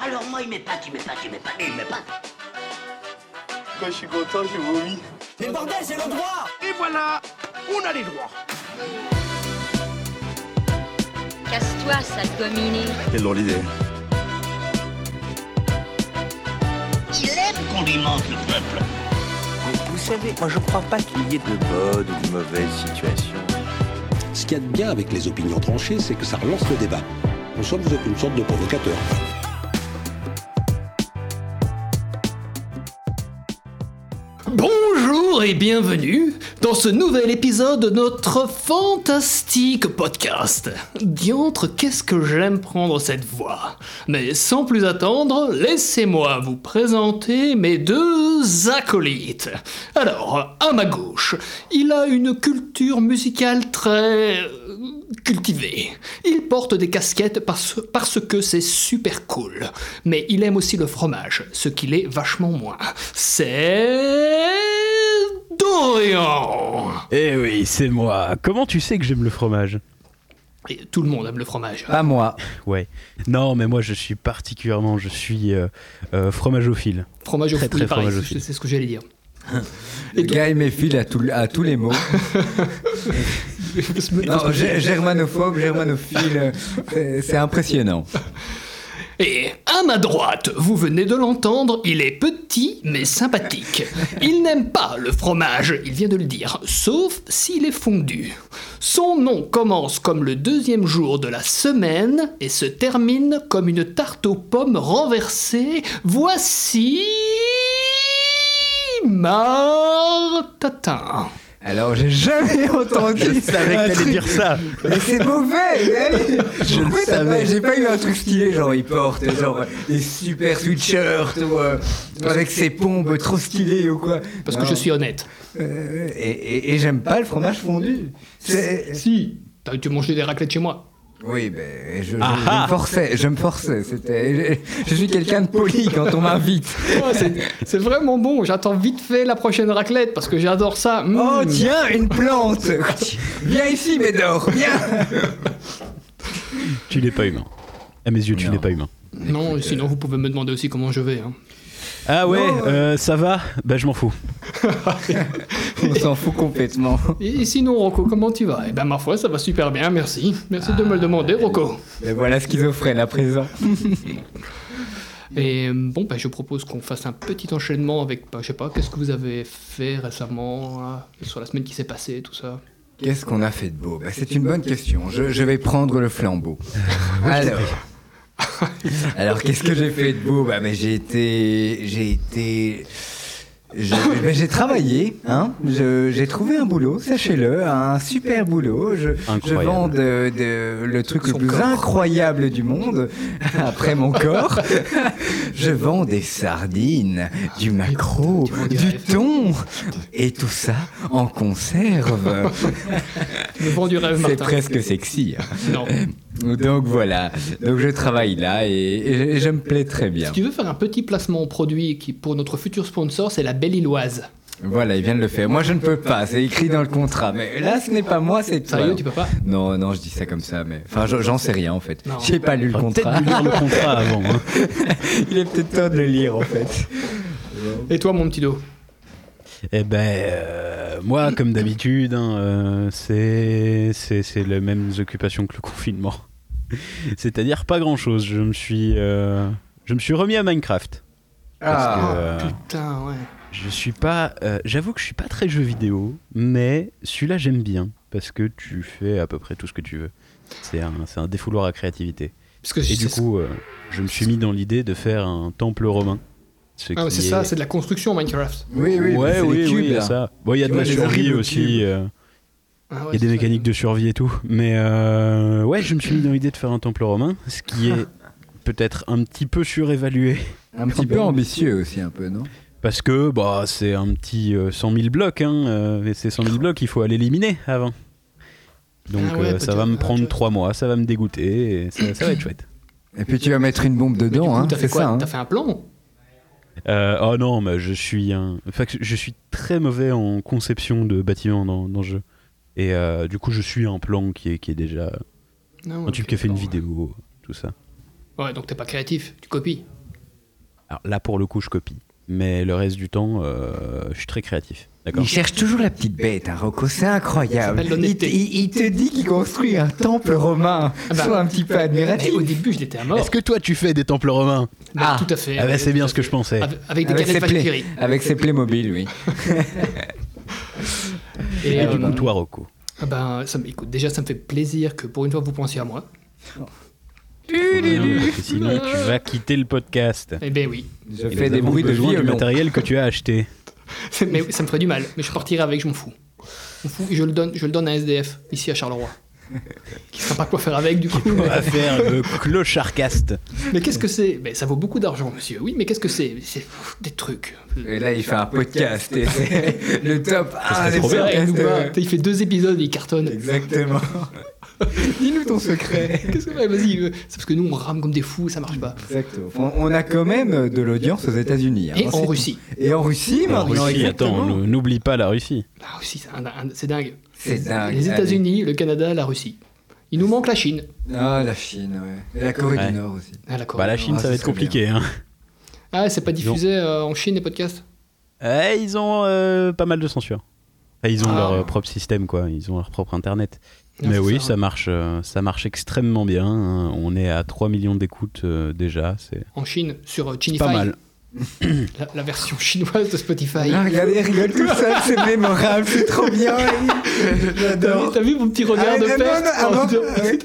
Alors moi, il m'épate, il m'épate, il m'épate, il m'épate. Quand je suis content, je vomis. Mais bordel, c'est le droit Et voilà, on a les droits. Casse-toi, sale dominé. Quelle drôle d'idée. Il aime qu'on lui mente, le peuple. Vous savez, moi je crois pas qu'il y ait de bonnes ou de mauvaises situations. Ce qu'il y a de bien avec les opinions tranchées, c'est que ça relance le débat. Nous sommes une sorte de provocateur. Bonjour et bienvenue dans ce nouvel épisode de notre fantastique podcast. Diantre, qu'est-ce que j'aime prendre cette voix. Mais sans plus attendre, laissez-moi vous présenter mes deux acolytes. Alors, à ma gauche, il a une culture musicale très... euh, cultivée. Il porte des casquettes parce, parce que c'est super cool. Mais il aime aussi le fromage, ce qu'il est vachement moins. C'est... Dorian Eh oui, c'est moi. Comment tu sais que j'aime le fromage Et tout le monde aime le fromage. Pas moi. Ouais. Non, mais moi je suis particulièrement, je suis euh, euh, fromageophile. Fromage au Très, fruit, très pareil, fromage au c'est- fruit. c'est ce que j'allais dire. Le gars il méfile à, tout- à tous les mots. Non, gé- germanophobe, germanophile, euh, c'est- c'est impressionnant. Et à ma droite, vous venez de l'entendre, il est petit mais sympathique. Il n'aime pas le fromage, il vient de le dire, sauf s'il est fondu. Son nom commence comme le deuxième jour de la semaine et se termine comme une tarte aux pommes renversée. Voici... Martatin. Alors j'ai jamais entendu Je savais un que t'allais truc- dire ça. Mais c'est mauvais Je le savais. J'ai pas eu un truc stylé, genre il porte genre des super sweatshirts ou euh, avec ses pompes trop stylées ou quoi. Parce Non. que je suis honnête. Euh, et et- et j'aime pas le fromage fondu. C'est... Si, t'as dû manger des raclettes chez moi. Oui, euh, mais je, je- je Ah ah. me forçais, je me forçais. C'était, je, je suis quelqu'un de poli quand on m'invite. Oh, c'est- c'est vraiment bon. J'attends vite fait la prochaine raclette parce que j'adore ça. Mm. Oh tiens, une plante Viens ici, Médor, viens Tu n'es pas humain. À mes yeux, tu Non. n'es pas humain. Non, sinon vous pouvez me demander aussi comment je vais. hein. Ah ouais, euh, ça va Bah je m'en fous. On s'en fout complètement. Et sinon, Rocco, comment tu vas Eh ben, ma foi, ça va super bien, merci. Merci de me le demander, Ah. Rocco. Mais voilà schizophrène à présent. Et euh, bon, ben, je propose qu'on fasse un petit enchaînement avec, ben, je sais pas, qu'est-ce que vous avez fait récemment, là, sur la semaine qui s'est passée, tout ça. Qu'est-ce qu'on a fait de beau Bah, C'est une bonne question. Je, je vais prendre le flambeau. Alors, alors qu'est-ce que j'ai fait de beau bah, mais J'ai été. J'ai été. je- mais J'ai travaillé, hein. Je- J'ai trouvé un boulot, sachez-le, un super boulot. Je, je Incroyable. vends de- de- le truc le plus incroyable du monde, après mon corps. je vends des sardines, du maquereau, Tu vends des du rêves. thon, et tout ça en conserve. Le vent du rêve, C'est Ah, Martin. presque sexy. hein. Non. Donc voilà, donc je travaille là et, et je, je me plais très bien. Si tu veux faire un petit placement en produit qui, pour notre futur sponsor, c'est la Belle Illoise. Voilà, il vient de le faire. Moi je ne peux pas, c'est écrit dans le contrat. Mais là ce n'est pas moi, c'est toi. Sérieux, tu peux pas Non, non, je dis ça comme ça, mais enfin je- j'en sais rien en fait. Non. J'ai pas lu le Faudrait contrat. Peut-être de lire le contrat avant. hein. il est peut-être temps de le lire en fait. Et toi, mon petit dos Eh ben, euh, moi, comme d'habitude, hein, euh, c'est c'est c'est les mêmes occupations que le confinement. C'est-à-dire pas grand-chose. Je me suis euh, je me suis remis à Minecraft. Parce que, Ah, euh, Putain, ouais. Je suis pas. euh, J'avoue que je suis pas très jeu vidéo, mais celui-là j'aime bien parce que tu fais à peu près tout ce que tu veux. C'est un, c'est un défouloir à créativité. Parce que Et c'est- du coup, euh, je me suis mis dans l'idée de faire un temple romain. Ce Ah, qui c'est est- ça, c'est de la construction Minecraft. oui, oui, mais ouais, c'est oui, les cubes, oui, il y a là. ça. Bon, il y a Tu de la vois, les survie horribles aussi. cubes. euh, Ah Il y a des mécaniques de survie et tout. Mais euh, ouais, je me suis mis dans l'idée de faire un temple romain, ce qui est peut-être un petit peu surévalué. Un petit peu ambitieux aussi, un peu, non Parce que bah, c'est un petit euh, 100 000 blocs, hein, euh, et ces 100 000 blocs, il faut aller l'éliminer avant. Donc Ah ouais, euh, ça va peut-être. me Ah, prendre ouais. 3 mois, ça va me dégoûter, et ça, ça va être chouette. Et puis tu vas mettre une bombe Mais du dedans, coup, hein, t'as fait c'est quoi ça. hein. T'as fait un plan Euh, oh non, mais je suis un... enfin, que je suis très mauvais en conception de bâtiments dans, dans le jeu. Et euh, du coup, je suis un plan qui est, qui est déjà... Non, un type qui a fait une vidéo, tout ça. Ouais, donc t'es pas créatif, tu copies. Alors là, pour le coup, je copie. Mais le reste du temps, euh, je suis très créatif. D'accord Il cherche toujours la petite bête, hein, Rocco, c'est incroyable. s'appelle Il, te- l'honnêteté. il- il te dit qu'il construit un temple romain. Ah bah. Sois un petit peu Mais admiratif. au début, je l'étais à mort. Est-ce que toi, tu fais des temples romains Bah, Ah. tout à fait. Ah bah, ouais, c'est bien tout à ce que fait. Ah, je pensais. Avec, avec des Avec ses, canettes plaies- Valkyrie. avec ses Playmobil, oui. Et, Et euh, du coup, toi, Rocco. ah ben, ça me- écoute, déjà, ça me fait plaisir que pour une fois vous pensiez à moi. Parce que Sinon, tu vas quitter le podcast. Eh ben oui. Je Et fais nous des avons bruits de euh, besoin du violon. matériel que tu as acheté. Mais oui, ça me ferait du mal. Mais je partirai avec, je m'en fous. Je m'en fous. et Je le donne, je le donne à un SDF ici à Charleroi. Qui sait pas quoi faire avec du coup. On va faire le clocharcast. Mais qu'est-ce que c'est Mais ça vaut beaucoup d'argent, monsieur. Oui, mais qu'est-ce que c'est C'est pff, des trucs. Et là, il fait un podcast. et c'est le top 1 des trop bien. Il podcasts. euh, nous bat. Il fait deux épisodes, il cartonne. Exactement. Dis-nous ton secret. Qu'est-ce que ouais, vas-y euh, C'est parce que nous on rame comme des fous, ça marche pas. Exactement. On- On a quand même de l'audience aux États-Unis. hein. Et On en sait- Russie. Et en Russie, En maintenant. Russie, Oh, exactement. attends, nous- n'oublie pas la Russie. La Bah, Russie, c'est un- un- c'est dingue. C'est dingue. Les États-Unis, le Canada, la Russie. Il nous manque la Chine. Allez. Ah, la Chine, ouais. Et la Corée Ouais. du Nord aussi. Ah, la Corée. Bah, la Chine, Ah, ça va être ce serait compliqué. Hein. Ah, c'est pas diffusé euh, en Chine les podcasts Eh, ils ont euh, pas mal de censure. Enfin, ils ont Ah. leur euh, propre système, quoi. Ils ont leur propre internet. Non, Mais c'est oui, ça. ça, marche, euh, ça marche extrêmement bien. hein. On est à 3 millions d'écoutes euh, déjà. C'est En Chine, sur euh, Chinify. pas mal. La, la version chinoise de Spotify. Ah, regardez, il rigole tout seul, c'est mémorable, c'est trop bien. il- J'adore. T'as vu mon petit regard Ah, de Oh, non, peste non, en non, disant, ah, oui.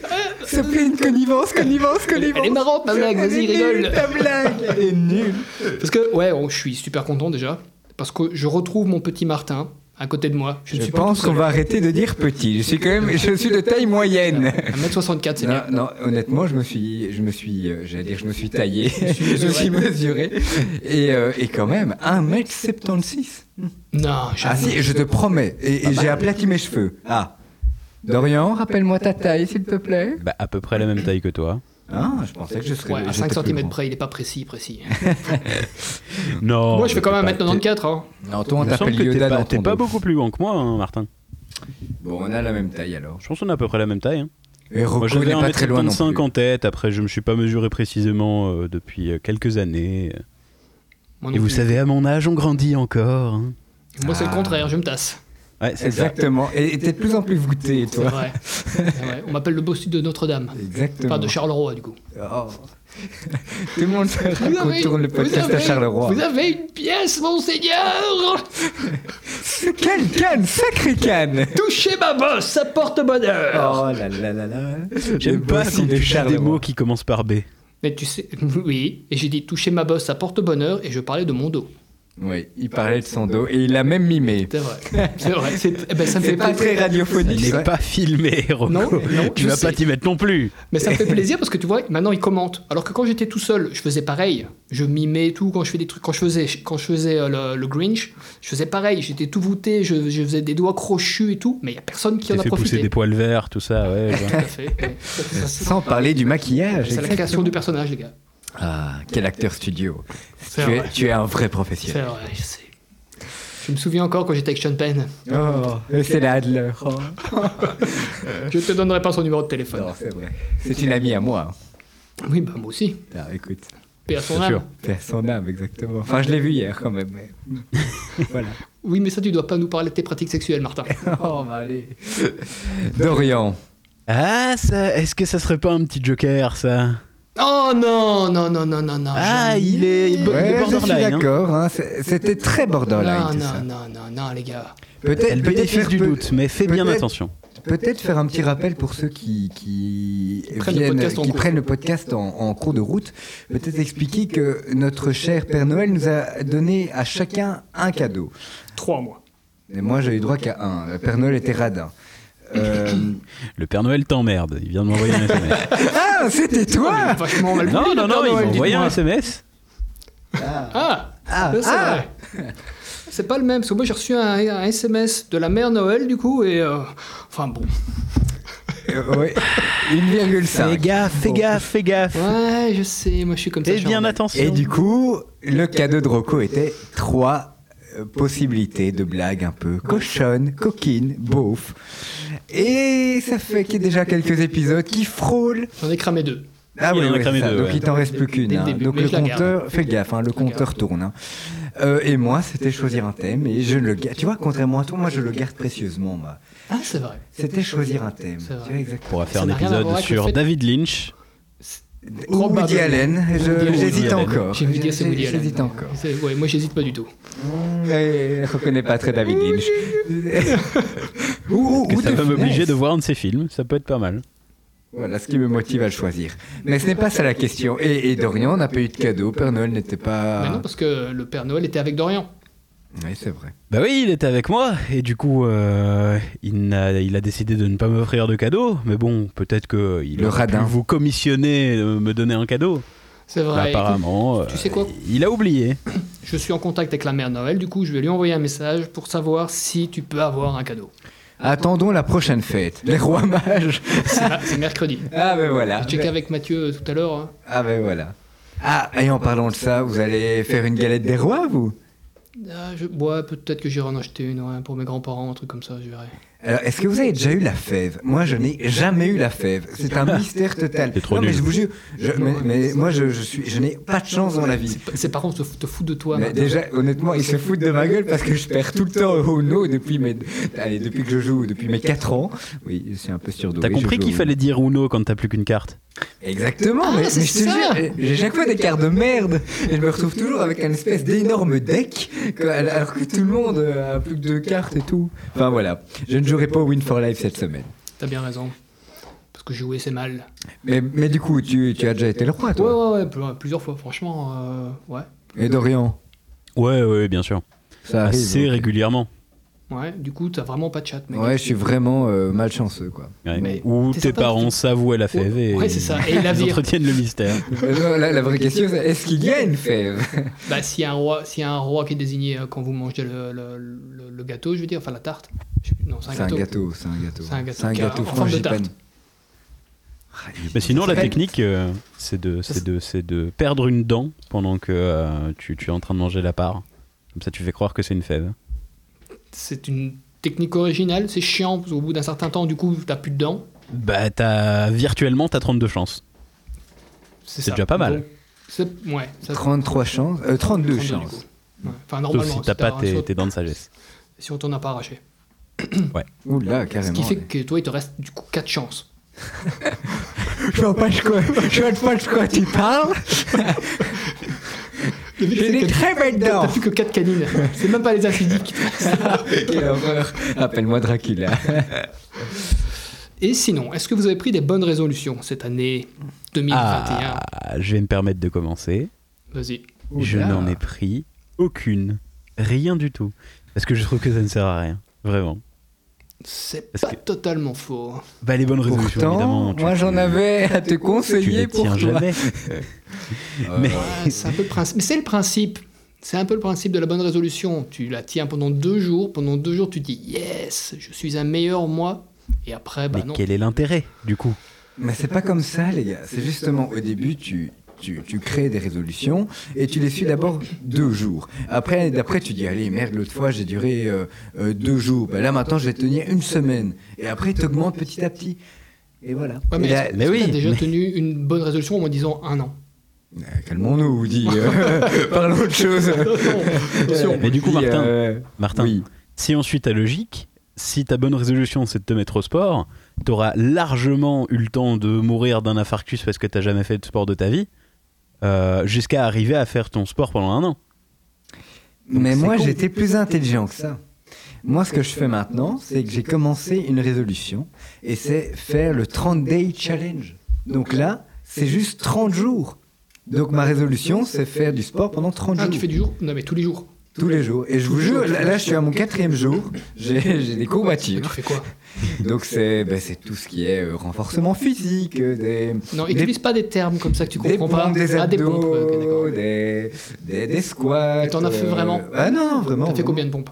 S'il te plaît, une connivence, connivence, connivence. Elle est marrante, ma blague, Elle vas-y, est nulle, rigole. Ta blague, elle est nulle. Parce que, ouais, oh, je suis super content déjà. Parce que je retrouve mon petit Martin à côté de moi. Je ne Je suis pas pense qu'on va arrêter de dire petit. Je suis quand même, je suis de taille Euh, moyenne. 1m64, c'est Non, bien. non, honnêtement, je me suis, je me suis, euh, j'allais dire, je me suis taillé, je me suis mesuré, et, euh, et quand même, 1m76. Non, Ah j'avoue. si, je te promets, Ah et, et bah j'ai aplati mes cheveux. Ah. Dorian, rappelle-moi ta taille, s'il te plaît. Bah, à peu près la même taille que toi. Ah, je pensais que je serais... Ouais, à j'étais 5 plus cm grand. près, il est pas précis, précis. Oh, Non. Moi, je fais quand t'es même pas- 1m94. Hein. Non, toi, on Il me semble t'appelle que t'es Yoda pas, dans t'es ton pas dos. beaucoup plus grand que moi, hein, Martin. Bon, on a la même taille, alors. Je pense qu'on est à peu près la même taille. hein. Et Moi, Rocco j'avais n'est pas très loin non 1m55 plus. en tête. Après, je me suis pas mesuré précisément euh, depuis euh, quelques années. Moi, non Et vous plus. savez, à mon âge, on grandit encore. hein. Moi, c'est le Ah. contraire, je me tasse. Ouais, c'est ça. Exactement, et et t'es de plus en plus voûté, C'est toi. vrai. C'est vrai. On m'appelle le bossu de Notre-Dame. Exactement. Pas de Charleroi, du coup. Oh. Tout le monde saura qu'on tourne le podcast à Charleroi. vous avez une pièce, monseigneur Quelle canne Sacrée canne Touchez ma bosse, ça porte bonheur Oh là là là là J'aime pas quand tu dis des mots qui commencent par B. Mais tu sais, oui, et j'ai dit toucher ma bosse, ça porte bonheur, et je parlais de mon dos. Oui, il parlait de son dos et il a même mimé. C'est vrai, c'est vrai. C'est- eh ben, ça me fait C'est pas plaisir. très radiophonique. n'est ça. pas filmé, Rocco. Non, non, tu je vas sais. pas t'y mettre non plus. Mais ça me fait plaisir parce que tu vois, maintenant il commente. Alors que quand j'étais tout seul, je faisais pareil. Je mimais et tout quand je fais des trucs. Quand je faisais, quand je faisais euh, le, le Grinch, je faisais pareil. J'étais tout voûté, je, je faisais des doigts crochus et tout. Mais il y a personne qui T'as en a fait pousser profité. des poils verts, tout ça, ouais. je vois. Tout à fait. ouais. Ça, ça, ça, Sans parler du maquillage. C'est la exact. création du personnage, les gars. Ah, quel acteur studio. Tu C'est es, vrai. tu es un vrai C'est professionnel. vrai, je sais. Je me souviens encore quand j'étais avec Sean Penn. Oh, c'est la Adler. Oh. Je te donnerai pas son numéro de téléphone. Non, c'est vrai. C'est une amie à moi. Oui, bah moi aussi. Ah, écoute, Paix à son Bien âme. sûr. c'est à son âme, exactement. Enfin, je l'ai vu hier quand même. mais- voilà. Oui, mais ça, tu dois pas nous parler de tes pratiques sexuelles, Martin. Oh, bah allez. Dorian. Ah, ça, est-ce que ça serait pas un petit joker, ça Oh non, non, non, non, non, non. Ah, jamais. il est, il est Ouais, je suis borderline. hein. d'accord. hein, c'est- C'était très borderline Non, tout non, ça. non, non, non, les gars. Peut-être Elle peut-être bénéficie faire du peu- doute, mais fais bien peut-être- attention. Peut-être faire un petit rappel pour ceux qui, qui, prennent le viennent- podcast en qui cours. prennent le podcast en, en cours de route. Peut-être expliquer que notre cher Père Noël nous a donné à chacun un cadeau. Trois mois. Et moi, j'ai eu droit qu'à un. Le Père Noël était radin. Euh, Le Père Noël t'emmerde. Il vient de m'envoyer un SMS. ah, c'était toi Vachement mal non, non, non, il m'a envoyé un SMS. Ah, Ah, ça, c'est ah. vrai. C'est pas le même, parce que moi j'ai reçu un, un SMS de la mère Noël du coup, et. euh, Enfin bon. Euh, ouais. 1,5. Fais gaffe, fais gaffe, fais gaffe. Ouais, je sais, moi je suis comme ça. Fais je suis bien en- attention. Et du coup, le cadeau de Rocco était trois euh, possibilités de blagues un peu cochonnes, coquines, beauf. Et ça fait qu'il y a déjà quelques épisodes qui frôlent J'en ai cramé deux. Ah Il oui, en a oui, cramé c'est ça. deux, donc ouais. il t'en reste Dès- plus dès qu'une. le hein. début, Donc mais le je la garde. compteur, fais gaffe, hein, le compteur tourne. hein. Euh, et moi, c'était choisir un thème et je ne le garde. Tu vois, contrairement à toi, moi je le garde précieusement. moi. Ah, c'est vrai. C'était choisir un thème. C'est vrai. Tu vois, exactement. On pourra faire Ça un n'a rien à voir épisode avec le sur fait- David Lynch. Ou Woody Probablement. Allen, je- Woody Allen. j'hésite Woody Allen. encore. J'ai envie de dire c'est Woody Allen. J'hésite encore. C'est- Ouais, moi j'hésite pas du tout. Mais je reconnais pas très David Lynch. ou, ou- Que ou ça de va m'obliger finesse. de voir un de ses films, ça peut être pas mal. Voilà ce qui me motive à le choisir. Mais ce n'est pas ça la question. Et, et Dorian n'a pas eu de cadeau. Père Noël n'était Mais non, pas. parce que le Père Noël était avec Dorian. Oui, c'est vrai. Bah oui, il était avec moi, et du coup, euh, il, n'a- il a décidé de ne pas m'offrir de cadeau, mais bon, peut-être que il Le aurait radin. pu vous commissionner, euh, me donner un cadeau. C'est Bah, vrai. apparemment, tu euh, sais quoi il a oublié. Je suis en contact avec la mère Noël, du coup je vais lui envoyer un message pour savoir si tu peux avoir un cadeau. Attendons la prochaine fête. Les rois mages. C'est c'est mercredi. Ah ben voilà. J'ai checké avec Mathieu euh, tout à l'heure. hein. Ah ben voilà. Ah, et en parlant de ça, vous allez faire une galette des rois, vous Ah, je... ouais, peut-être que j'irai en acheter une ouais, pour mes grands-parents, un truc comme ça, je verrai. Alors, est-ce que vous avez déjà eu la fève Moi, je n'ai jamais eu la fève. C'est un mystère total. T'es trop non, mais nul. je vous jure, je- mais, mais moi, je, je suis, je n'ai pas de chance dans la vie. Ses parents se f- te foutent de toi. Mais maintenant. déjà, honnêtement, ils se foutent de ma gueule parce que je perds tout le temps au no depuis mes, allez, depuis que je joue, depuis mes 4 ans. Oui, c'est un peu surdoué. T'as je compris joue qu'il au fallait dire Uno quand t'as plus qu'une carte Exactement, mais, Ah, c'est mais je te ça. jure, j'ai chaque fois des cartes de merde et je me retrouve toujours avec un espèce d'énorme deck que- alors que tout le monde a plus que deux cartes et tout. Enfin voilà, je ne jouerai pas au Win for Life cette semaine. T'as bien raison. Parce que jouer, c'est mal. Mais, mais du coup, tu, tu as déjà été le roi, Ouais, toi ouais, ouais, pl- plusieurs fois, franchement. euh, ouais. Et Dorian Ouais, ouais, bien sûr. Ça arrive. Assez ok. régulièrement. Ouais, du coup, t'as vraiment pas de chat, mec. Ouais, je suis vraiment euh, malchanceux, quoi. Ouais. Mais Ou t'es tes sympa, parents tu- s'avouent à la fève et, Ouais, c'est ça. Et la ils vire. entretiennent le mystère. Mais non, Euh, la, la vraie question, c'est est-ce qu'il y a une fève Bah, s'il y, a un roi- s'il y a un roi qui est désigné euh, quand vous mangez le, le- le- le gâteau, je veux dire, enfin la tarte. Je sais plus- Non, c'est un C'est un gâteau. gâteau, c'est un gâteau. C'est un gâteau qui a- gâteau en forme de frangipane. tarte. Mais sinon, la s'appelle- technique, euh, c'est de, c'est de, c'est de perdre une dent pendant que euh, tu, tu es en train de manger la part. Comme ça, tu fais croire que c'est une fève. C'est une technique originale, c'est chiant, parce qu'au bout d'un certain temps, du coup, t'as plus de dents. Bah, t'as, virtuellement, t'as 32 chances. C'est ça. déjà pas mal. Donc, c'est- ouais, ça 33 chances, euh, 32, 32 du chances. coup. Ouais. Enfin, Sauf normalement, si si t'as pas t'as un tes, saut- tes dents de sagesse. si on t'en a pas arraché. Oula, Ce carrément. qui fait que toi, il te reste du coup 4 chances. Je vois pas de quoi, je vois pas de quoi tu parles. Le truc, J'ai c'est des que très belles dents. T'as plus que 4 canines. C'est même pas les infidèles qui te restent. Quelle horreur. Appelle-moi Dracula. Et sinon, est-ce que vous avez pris des bonnes résolutions cette année 2021 Ah, je vais me permettre de commencer. Vas-y. Je Oula. n'en ai pris aucune. Rien du tout. Parce que je trouve que ça ne sert à rien. Vraiment. C'est Parce pas que- totalement faux. hein. Bah, les bonnes résolutions, évidemment. Pourtant, tu- moi j'en tu- avais à te Tu conseiller les pour toi. tiens jamais. Euh, Mais Ouais, c'est un peu le principe. Mais c'est le principe. C'est un peu le principe de la bonne résolution. Tu la tiens pendant deux jours. Pendant deux jours, tu te dis yes, je suis un meilleur moi. Et après, bah mais non. quel est l'intérêt, du coup Mais c'est pas comme ça, les gars. C'est justement au début, tu, tu, tu crées des résolutions et tu les suis d'abord deux jours. Après, d'après, tu dis, allez, merde, l'autre fois, j'ai duré euh, euh, deux jours. Bah, là, maintenant, je vais tenir une semaine. Et après, tu augmentes petit à petit. Bah, Et voilà. Ouais, mais Et là- est-ce- mais est-ce que oui, t'as déjà mais- tenu une bonne résolution en me disant un an. Euh, Calmons-nous, Woody. Euh, Parlons de choses. Attention. Mais du coup, Woody, Martin, euh, Martin, oui. si on suit ta logique, si ta bonne résolution c'est de te mettre au sport, t'auras largement eu le temps de mourir d'un infarctus parce que t'as jamais fait de sport de ta vie, euh, jusqu'à arriver à faire ton sport pendant un an. Donc, Mais c'est moi, con. j'étais plus intelligent que ça. Moi, ce que je fais maintenant, c'est que j'ai commencé une résolution et c'est faire le 30-day challenge. Donc là, c'est juste 30 jours. Donc ma résolution, c'est faire du sport pendant 30 Ah, jours. tu fais du jour Non, mais tous les jours. Tous les jours. Et je vous jure, là, là, je suis à mon quatrième jour. J'ai j'ai des Tu courbatures. fais quoi Donc c'est ben, c'est tout ce qui est euh, renforcement physique, euh, des, Non, Des- utilise pas des termes comme ça que tu des comprends pompes, pas. des Ah, des pompes. ouais, ok, d'accord. abdos, euh, des, des, des squats. Et t'en as fait euh, vraiment Ah non, vraiment. T'as fait vraiment. combien de pompes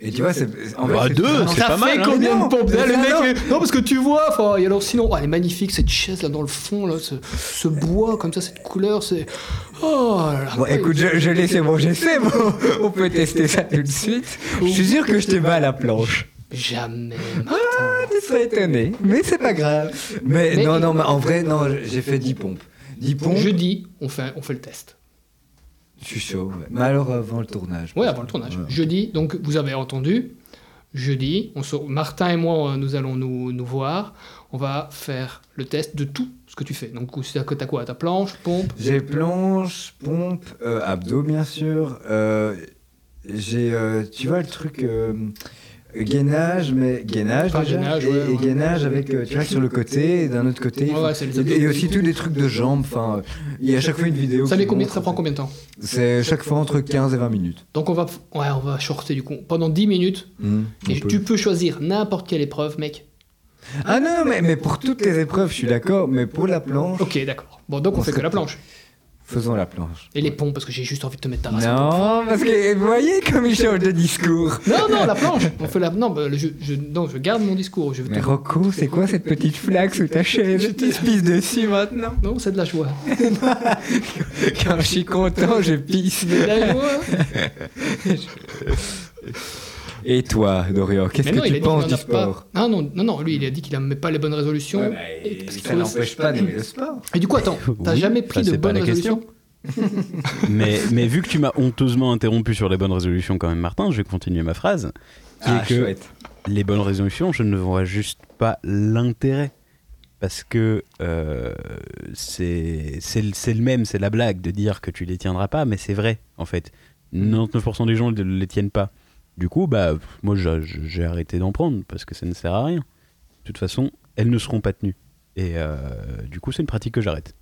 Et tu vois, c'est. En Bah, c'est- Bah, deux, c'est pas mal. hein. combien de pompes Là, le mec, euh Non, parce que tu vois, enfin, et alors sinon, oh, elle est magnifique cette chaise là dans le fond, là, ce, ce bois comme ça, cette couleur, c'est. Oh là là. Bon, écoute, je, je laisse mon j'essaie, bon, on peut tester ça tout de suite. Je suis sûr que je t'ai mal à la planche. Jamais, Martin. Ah, serais étonné, mais c'est pas grave. Mais, Mais- non, non, mais en vrai, non, j'ai fait 10 pompes. 10 pompes, Jeudi, on fait, on fait le test. je suis chaud. ouais. Mais alors avant le tournage. Ouais, avant le tournage. Ouais. Jeudi, donc vous avez entendu. Jeudi, on se- Martin et moi, euh, nous allons nous, nous voir. On va faire le test de tout ce que tu fais. Donc, c'est-à-dire que t'as quoi Ta planche, pompe J'ai planche, pompe, euh, abdos bien sûr. euh, j'ai, euh, tu vois, le truc euh, gainage, mais gainage Enfin, déjà, gainage, et, ouais, et ouais. gainage avec, euh, tu vois, sur le côté, et d'un autre côté. Ouais, enfin, ouais, c'est les abdos. et, et aussi tous les trucs de jambes. Enfin, euh, il y a à chaque fois une vidéo. Ça, qui met combien, montre, ça prend combien de temps C'est chaque fois entre 15 et 20 minutes. Donc, on va, ouais, on va shorter du coup. Pendant 10 minutes, Hmm, on et peut. tu peux choisir n'importe quelle épreuve, mec. Ah non, mais, mais pour toutes les épreuves, je suis d'accord, mais pour la planche, Ok, d'accord. Bon, donc on On fait que sait la pas. planche. faisons la planche. Et les pompes, parce que j'ai juste envie de te mettre ta race. Non, parce que vous voyez comme il change de discours. Non, non, la planche. On fait la. Non, bah, je, je- non, je garde mon discours. Je vais te- Mais Rocco, c'est quoi cette petite flaque sous ta chaise Je te pisse dessus maintenant. Non, c'est de la joie. Quand je suis content, je pisse. De la joie. Et toi, Dorian, qu'est-ce Mais non, que il a tu dit qu'il penses n'en du a pas. sport Ah non, non, non, lui, il a dit qu'il n'aimait pas les bonnes résolutions. bah, et, parce qu'il trouvait- pas d'aimer le sport. Et du coup, attends, t'as Oui, jamais pris ça, de c'est pas bonnes la question. résolutions Mais, mais vu que tu m'as honteusement interrompu sur les bonnes résolutions quand même, Martin, je vais continuer ma phrase. Qui Ah, est que chouette. les bonnes résolutions, je ne vois juste pas l'intérêt. Parce que euh, c'est c'est le c'est le même, c'est la blague de dire que tu les tiendras pas, mais c'est vrai, en fait. 99% des gens ne les tiennent pas. Du coup, bah, pff, moi, j'a- j'ai arrêté d'en prendre parce que ça ne sert à rien. De toute façon, elles ne seront pas tenues. Et euh, du coup, c'est une pratique que j'arrête.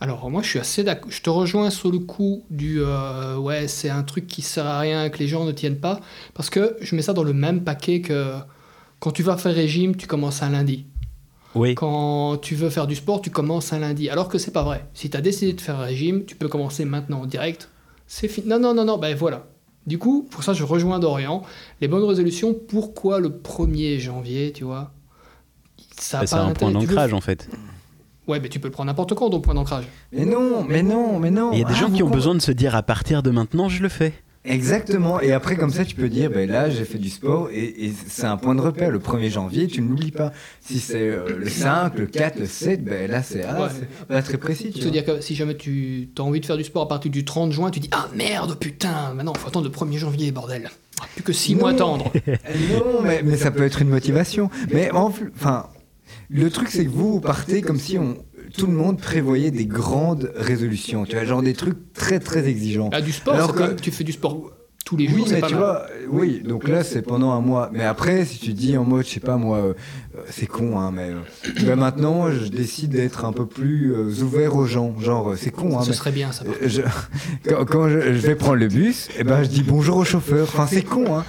Alors, moi, je suis assez d'accord. Je te rejoins sur le coup du euh, ouais, c'est un truc qui sert à rien, que les gens ne tiennent pas. Parce que je mets ça dans le même paquet que quand tu vas faire régime, tu commences un lundi. Oui. Quand tu veux faire du sport, tu commences un lundi. Alors que c'est pas vrai. Si tu as décidé de faire un régime, tu peux commencer maintenant en direct. C'est fini. Non, non, non, non, ben voilà. Du coup, pour ça, je rejoins Dorian. Les bonnes résolutions, pourquoi le 1er janvier, tu vois Ça a pas Bah, c'est un point d'intérêt. Tu veux- d'ancrage, en fait. Ouais, mais tu peux le prendre n'importe quand, ton point d'ancrage. Mais non, mais non, mais Oh, non. Il y a des Ah, gens qui ont pourquoi besoin de se dire à partir de maintenant, je le fais. Exactement, et après comme ça tu peux dire, ben là j'ai fait du sport et, et c'est un point de repère, le 1er janvier tu ne l'oublies pas. Si c'est euh, le 5, le 4, le 7, ben là c'est ah, Ouais. c'est pas très précis. Tu vois. C'est-à-dire que si jamais tu as envie de faire du sport à partir du 30 juin, tu dis Ah merde, putain, maintenant, faut attendre le 1er janvier, bordel. Ah, Plus que 6 Non. mois à attendre. Non, mais, mais ça peut être une motivation. Mais en plus- enfin, le truc c'est que vous vous partez comme si on, tout le monde prévoyait des grandes résolutions. Tu vois, genre des trucs très très exigeants. Ah, du sport, Alors c'est quand que- même- tu fais du sport tous les Oui, jours, c'est mais pas tu mal. vois, euh, oui, donc là c'est pendant un mois. Mais après, si tu dis en mode, je sais pas moi, euh, euh, c'est con, hein, mais euh, bah, maintenant je décide d'être un peu plus euh, ouvert aux gens. Genre, euh, c'est con, hein, Ce mais- serait bien, ça. par euh, je- quand, quand je, je vais prendre le bus, eh ben, je dis bonjour au chauffeur. Enfin, c'est con, hein.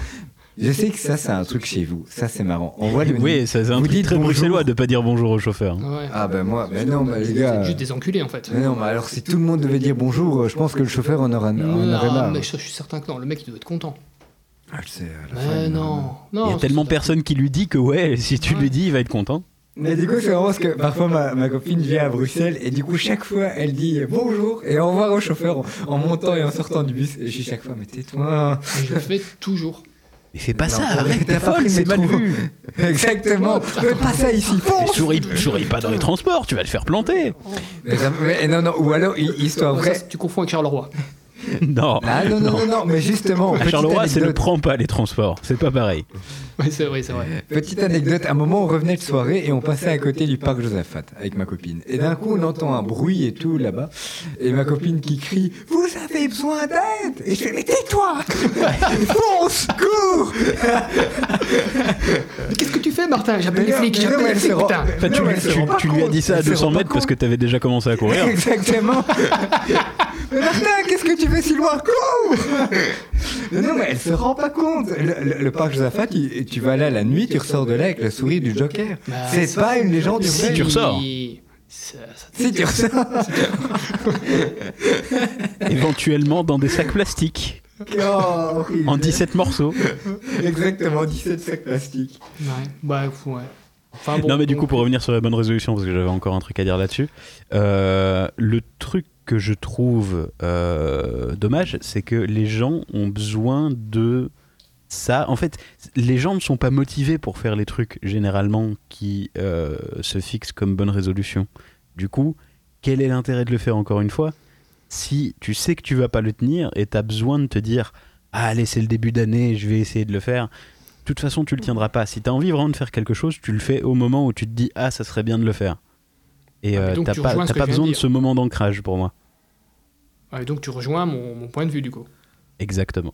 Je sais que ça, c'est un truc chez vous. Ça, c'est marrant. On voit le menu. Oui, ça, c'est un Vous truc dites très bonjour. bruxellois de pas dire bonjour au chauffeur. hein. contre. Ouais. Ah, ben moi, ben non, ben, les bah, C'est gars. juste des enculés en fait. Mais non, mais alors si tout le monde devait dire bonjour, euh, je pense que le chauffeur en, aura, en aurait marre. mais je, je suis certain que non, le mec il doit être content. Ah, je sais, à la fin, Mais il en aura marre. non, non. Il y a c'est- tellement personne qui lui dit que ouais, si tu Ouais. lui dis, il va être content. Mais du coup, c'est vraiment parce que parfois ma, ma copine vient à Bruxelles et du coup, chaque fois, elle dit bonjour et au revoir au chauffeur en, en montant et en sortant du bus. Et je suis chaque fois, mais tais-toi. Mais Je le fais toujours. Mais fais pas Non, ça, t'as arrête, pas t'es pris folle, le c'est mal métro. vu. Exactement. Fais pas ça ici. Et Fonce souris, souris pas dans les transports, tu vas le faire planter. Mais ça- mais- non, non, ou alors, hi- histoire Non, ça, vraie. c'est- tu confonds avec Charleroi. Non. Ah non, non, non, non, mais justement. À petite Charleroi, c'est ne anecdote, prends pas les transports, c'est pas pareil. Oui, c'est vrai, c'est vrai. Petite anecdote, à un moment, on revenait de soirée et on passait à côté du parc Josaphat avec ma copine. Et d'un coup, on entend un bruit et tout là-bas. Et ma copine qui crie Vous avez besoin d'aide Et je fais Mais tais-toi Fonce Cours Mais Qu'est-ce que tu fais, Martin J'appelle les Mais non, flics, mais non, j'appelle mais les elle flics, se rend- putain. mais- Enfin, tu, Non, mais elle se tu- rend pas tu lui as compte, dit ça à elle se rend 200 pas mètres parce que compte. t'avais déjà commencé à courir. Exactement. mais Martin, qu'est-ce que tu fais si loin Cours Mais Non, mais elle se rend pas compte. Le, le- le parc Josaphat, il- tu vas là la nuit, tu ressors de là avec le sourire du Joker. Bah, c'est pas une légende urbaine. Si tu ressors. Ça- ça- Si tu ressors. Éventuellement dans des sacs plastiques, Oh, en 17 morceaux. Exactement, 17 sacs plastiques. Ouais, bah, ouais. Enfin, bon, euh, non mais du bon. coup pour revenir sur la bonne résolution parce que j'avais encore un truc à dire là-dessus euh, le truc que je trouve euh, dommage c'est que les gens ont besoin de ça, en fait, les gens ne sont pas motivés pour faire les trucs généralement qui euh, se fixent comme bonne résolution. Du coup, quel est l'intérêt de le faire encore une fois si tu sais que tu vas pas le tenir et t'as besoin de te dire ah, allez c'est le début d'année, je vais essayer de le faire. De toute façon, tu le tiendras pas. Si t'as envie vraiment de faire quelque chose, tu le fais au moment où tu te dis ah ça serait bien de le faire. Et Ah, mais euh, donc t'as tu pas, rejoins ce t'as que pas je viens de besoin de dire. ce moment d'ancrage pour moi. Ouais, donc tu rejoins mon, mon point de vue du coup. Exactement.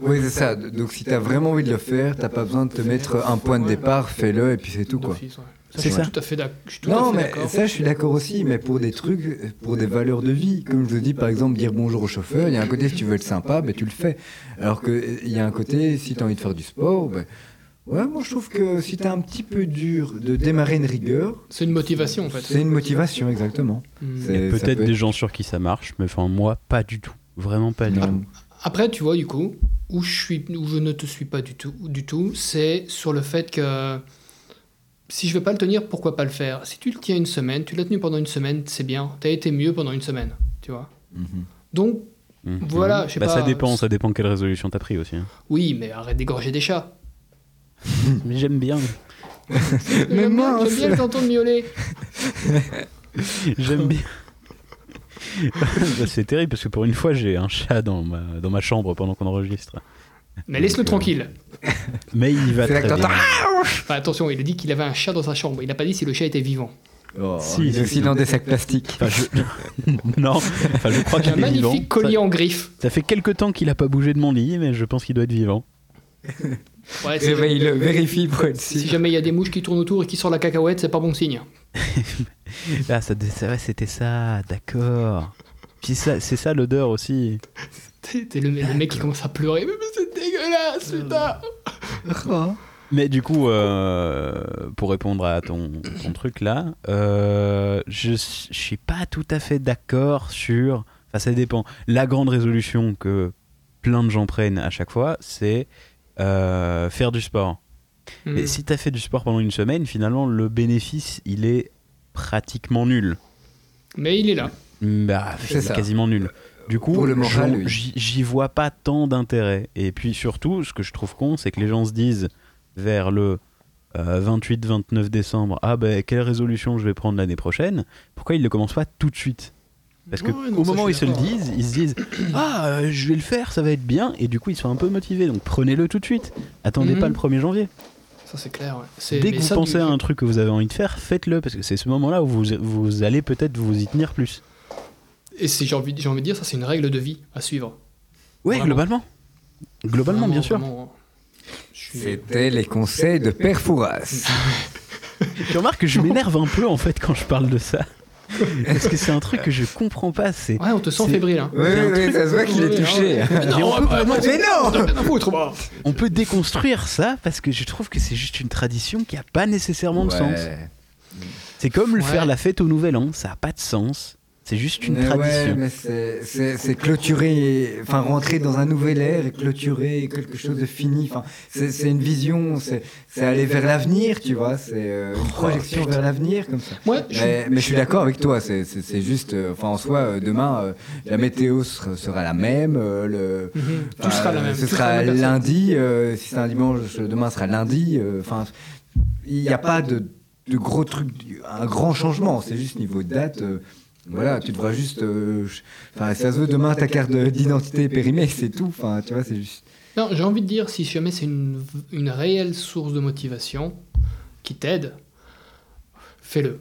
Oui, c'est ça. Donc si t'as vraiment envie de le faire, t'as pas besoin de te mettre un point de départ, fais-le et puis c'est tout quoi. D'office, ouais. Ça, C'est je suis ça. Tout à fait d'ac- je suis tout à Non, fait mais d'accord. ça, je suis d'accord aussi, mais pour des trucs, pour des valeurs de vie, comme je vous dis, par exemple, dire bonjour au chauffeur, il y a un côté, si tu veux être sympa, ben, tu le fais. Alors que euh, il y a un côté, si tu as envie de faire du sport, ben, ouais, moi, je trouve que si tu un petit peu dur de démarrer une rigueur, C'est une motivation en fait. c'est une motivation, exactement. Hmm. C'est- Il y a ça peut-être peut des être- gens sur qui ça marche, mais enfin moi pas du tout, vraiment pas du tout. Non. Après, tu vois, du coup, où je, suis, où je ne te suis pas du tout, du tout c'est sur le fait que si je ne veux pas le tenir, pourquoi pas le faire Si tu le tiens une semaine, tu l'as tenu pendant une semaine, c'est bien. Tu as été mieux pendant une semaine, tu vois. Donc, Mhm. Voilà, je sais Bah, pas. Ça dépend, ça dépend quelle résolution t'as pris aussi. hein. oui, mais arrête d'égorger des chats. Mais j'aime bien, Mais moi, hein, J'aime bien c'est- les entendre miauler. j'aime bien. Bah, c'est terrible parce que pour une fois j'ai un chat dans ma, dans ma chambre pendant qu'on enregistre. Mais laisse-le tranquille. Mais il va C'est là que très bien. t'entends- Enfin, attention, il a dit qu'il avait un chat dans sa chambre. Il n'a pas dit si le chat était vivant. Oh, Si, il est si, aussi si. dans des sacs plastiques. Enfin, je- non, enfin, je crois J'ai un qu'il est magnifique vivant. collier Ça, en griffes. ça fait quelques temps qu'il a pas bougé de mon lit, mais je pense qu'il doit être vivant. Ouais, si- Réveille-le, vérifie pour être si sûr. jamais il y a des mouches qui tournent autour et qui sortent la cacahuète, c'est pas bon signe. Ah, ça, ça- ouais, c'était ça, d'accord. Puis ça, c'est ça l'odeur aussi. T'es t'es le, le mec qui commence à pleurer. Mais, mais c'est dégueulasse, putain Mais du coup, euh, pour répondre à ton, ton truc là, euh, je, s- je suis pas tout à fait d'accord sur. Enfin, ça dépend. La grande résolution que plein de gens prennent à chaque fois, c'est euh, faire du sport. Mais Hmm. si t'as fait du sport pendant une semaine, finalement, le bénéfice, il est pratiquement nul. Mais il est là. Bah, C'est il est ça. quasiment nul. Du coup, Pour le moral, j'en- oui. j'y j'y vois pas tant d'intérêt. Et puis surtout, ce que je trouve con, c'est que les gens se disent vers le 28-29 décembre, ah ben quelle résolution je vais prendre l'année prochaine, pourquoi ils ne le commencent pas tout de suite Parce que Ouais, non, au ça, moment je où ils se suis le d'accord. disent, ils se disent, ah euh, je vais le faire, ça va être bien, et du coup ils sont un peu motivés, donc prenez-le tout de suite. Attendez Mhm. pas le 1er janvier. Ça, c'est clair. ouais. C'est- Dès mais que vous ça, pensez du- à un truc que vous avez envie de faire, faites-le, parce que c'est ce moment-là où vous, vous allez peut-être vous y tenir plus. Et si j'ai envie, j'ai envie de dire, ça, c'est une règle de vie à suivre. Ouais, Vraiment. globalement. Globalement, Vraiment, bien sûr. vraiment, hein. Je suis- C'était les conseils de Père Fouras. Tu remarques que je m'énerve un peu en fait quand je parle de ça. Parce que c'est un truc que je comprends pas. C'est. Ouais, on te sent C'est- fébrile. Hein. Oui, un oui, truc ça se voit qu'il est Ouais, touché. ouais. Et on, peut, Mais non Rien à foutre, moi. on peut déconstruire ça parce que je trouve que c'est juste une tradition qui a pas nécessairement de sens. Ouais. C'est comme le Ouais. faire la fête au Nouvel An, ça a pas de sens. C'est juste une Mais ouais, tradition. mais c'est- c'est c'est clôturer, enfin rentrer dans un nouvel air et clôturer quelque chose de fini. Enfin, c'est c'est une vision, c'est c'est aller vers l'avenir, tu vois. C'est euh, Oh, une projection vers l'avenir comme ça. Ouais, je suis- Mais, mais je suis d'accord avec toi. C'est c'est- c'est juste, euh, enfin en soi, euh, demain euh, la météo sera, sera la même. euh, le, Mhm. enfin, Tout sera la euh, même. Ce tout sera la sera même personne. lundi. euh, si c'est un dimanche, demain sera lundi. euh, Enfin, il n'y a pas de, de gros truc, un grand changement. C'est juste niveau date. euh, voilà, tu devras juste. euh, ch- Enfin, ça se veut demain ta carte de- d'identité est périmée, c'est tout. Enfin, tu vois, c'est juste. Non, j'ai envie de dire, si jamais c'est une, v- une réelle source de motivation qui t'aide, fais-le.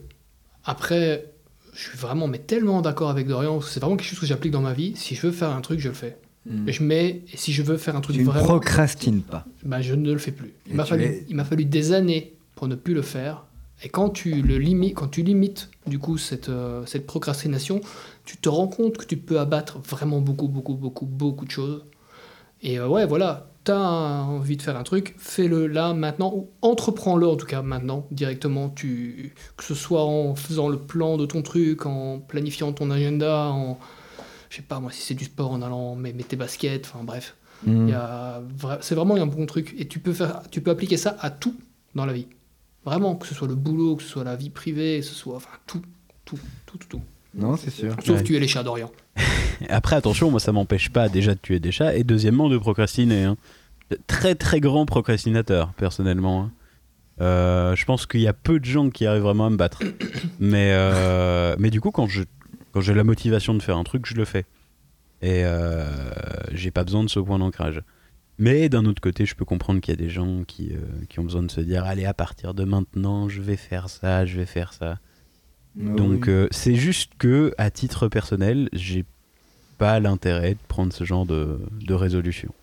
Après, je suis vraiment, mais tellement d'accord avec Dorian, c'est vraiment quelque chose que j'applique dans ma vie. Si je veux faire un truc, je le fais. Mm. Et je mets, et si je veux faire un truc Tu ne vraiment, procrastines pas. bah, je ne le fais plus. Et Il m'a tu fallu, es- il m'a fallu des années pour ne plus le faire. Et quand tu le limites, quand tu limites du coup cette, euh, cette procrastination, tu te rends compte que tu peux abattre vraiment beaucoup, beaucoup, beaucoup, beaucoup de choses. Et euh, ouais, voilà, t'as envie de faire un truc, fais-le là, maintenant, ou entreprends-le en tout cas maintenant, directement. Tu, que ce soit en faisant le plan de ton truc, en planifiant ton agenda, en. Je sais pas moi, si c'est du sport, en allant mais mettre tes baskets, enfin bref. Mm. Il y a vra- C'est vraiment un bon truc. Et tu peux, faire, tu peux appliquer ça à tout dans la vie. Vraiment, que ce soit le boulot, que ce soit la vie privée, que ce soit enfin, tout, tout, tout, tout, tout. Non, c'est sûr. Sauf Ouais. tuer les chats d'Orient. Après, attention, moi ça m'empêche pas déjà de tuer des chats et deuxièmement de procrastiner. hein. très très grand procrastinateur, personnellement. hein. Euh, je pense qu'il y a peu de gens qui arrivent vraiment à me battre. Mais, euh, mais du coup, quand je quand j'ai la motivation de faire un truc, je le fais. Et euh, j'ai pas besoin de ce point d'ancrage. Mais d'un autre côté, je peux comprendre qu'il y a des gens qui, euh, qui ont besoin de se dire allez, à partir de maintenant, je vais faire ça, je vais faire ça. Donc euh, c'est juste que, à titre personnel, j'ai pas l'intérêt de prendre ce genre de, de résolution.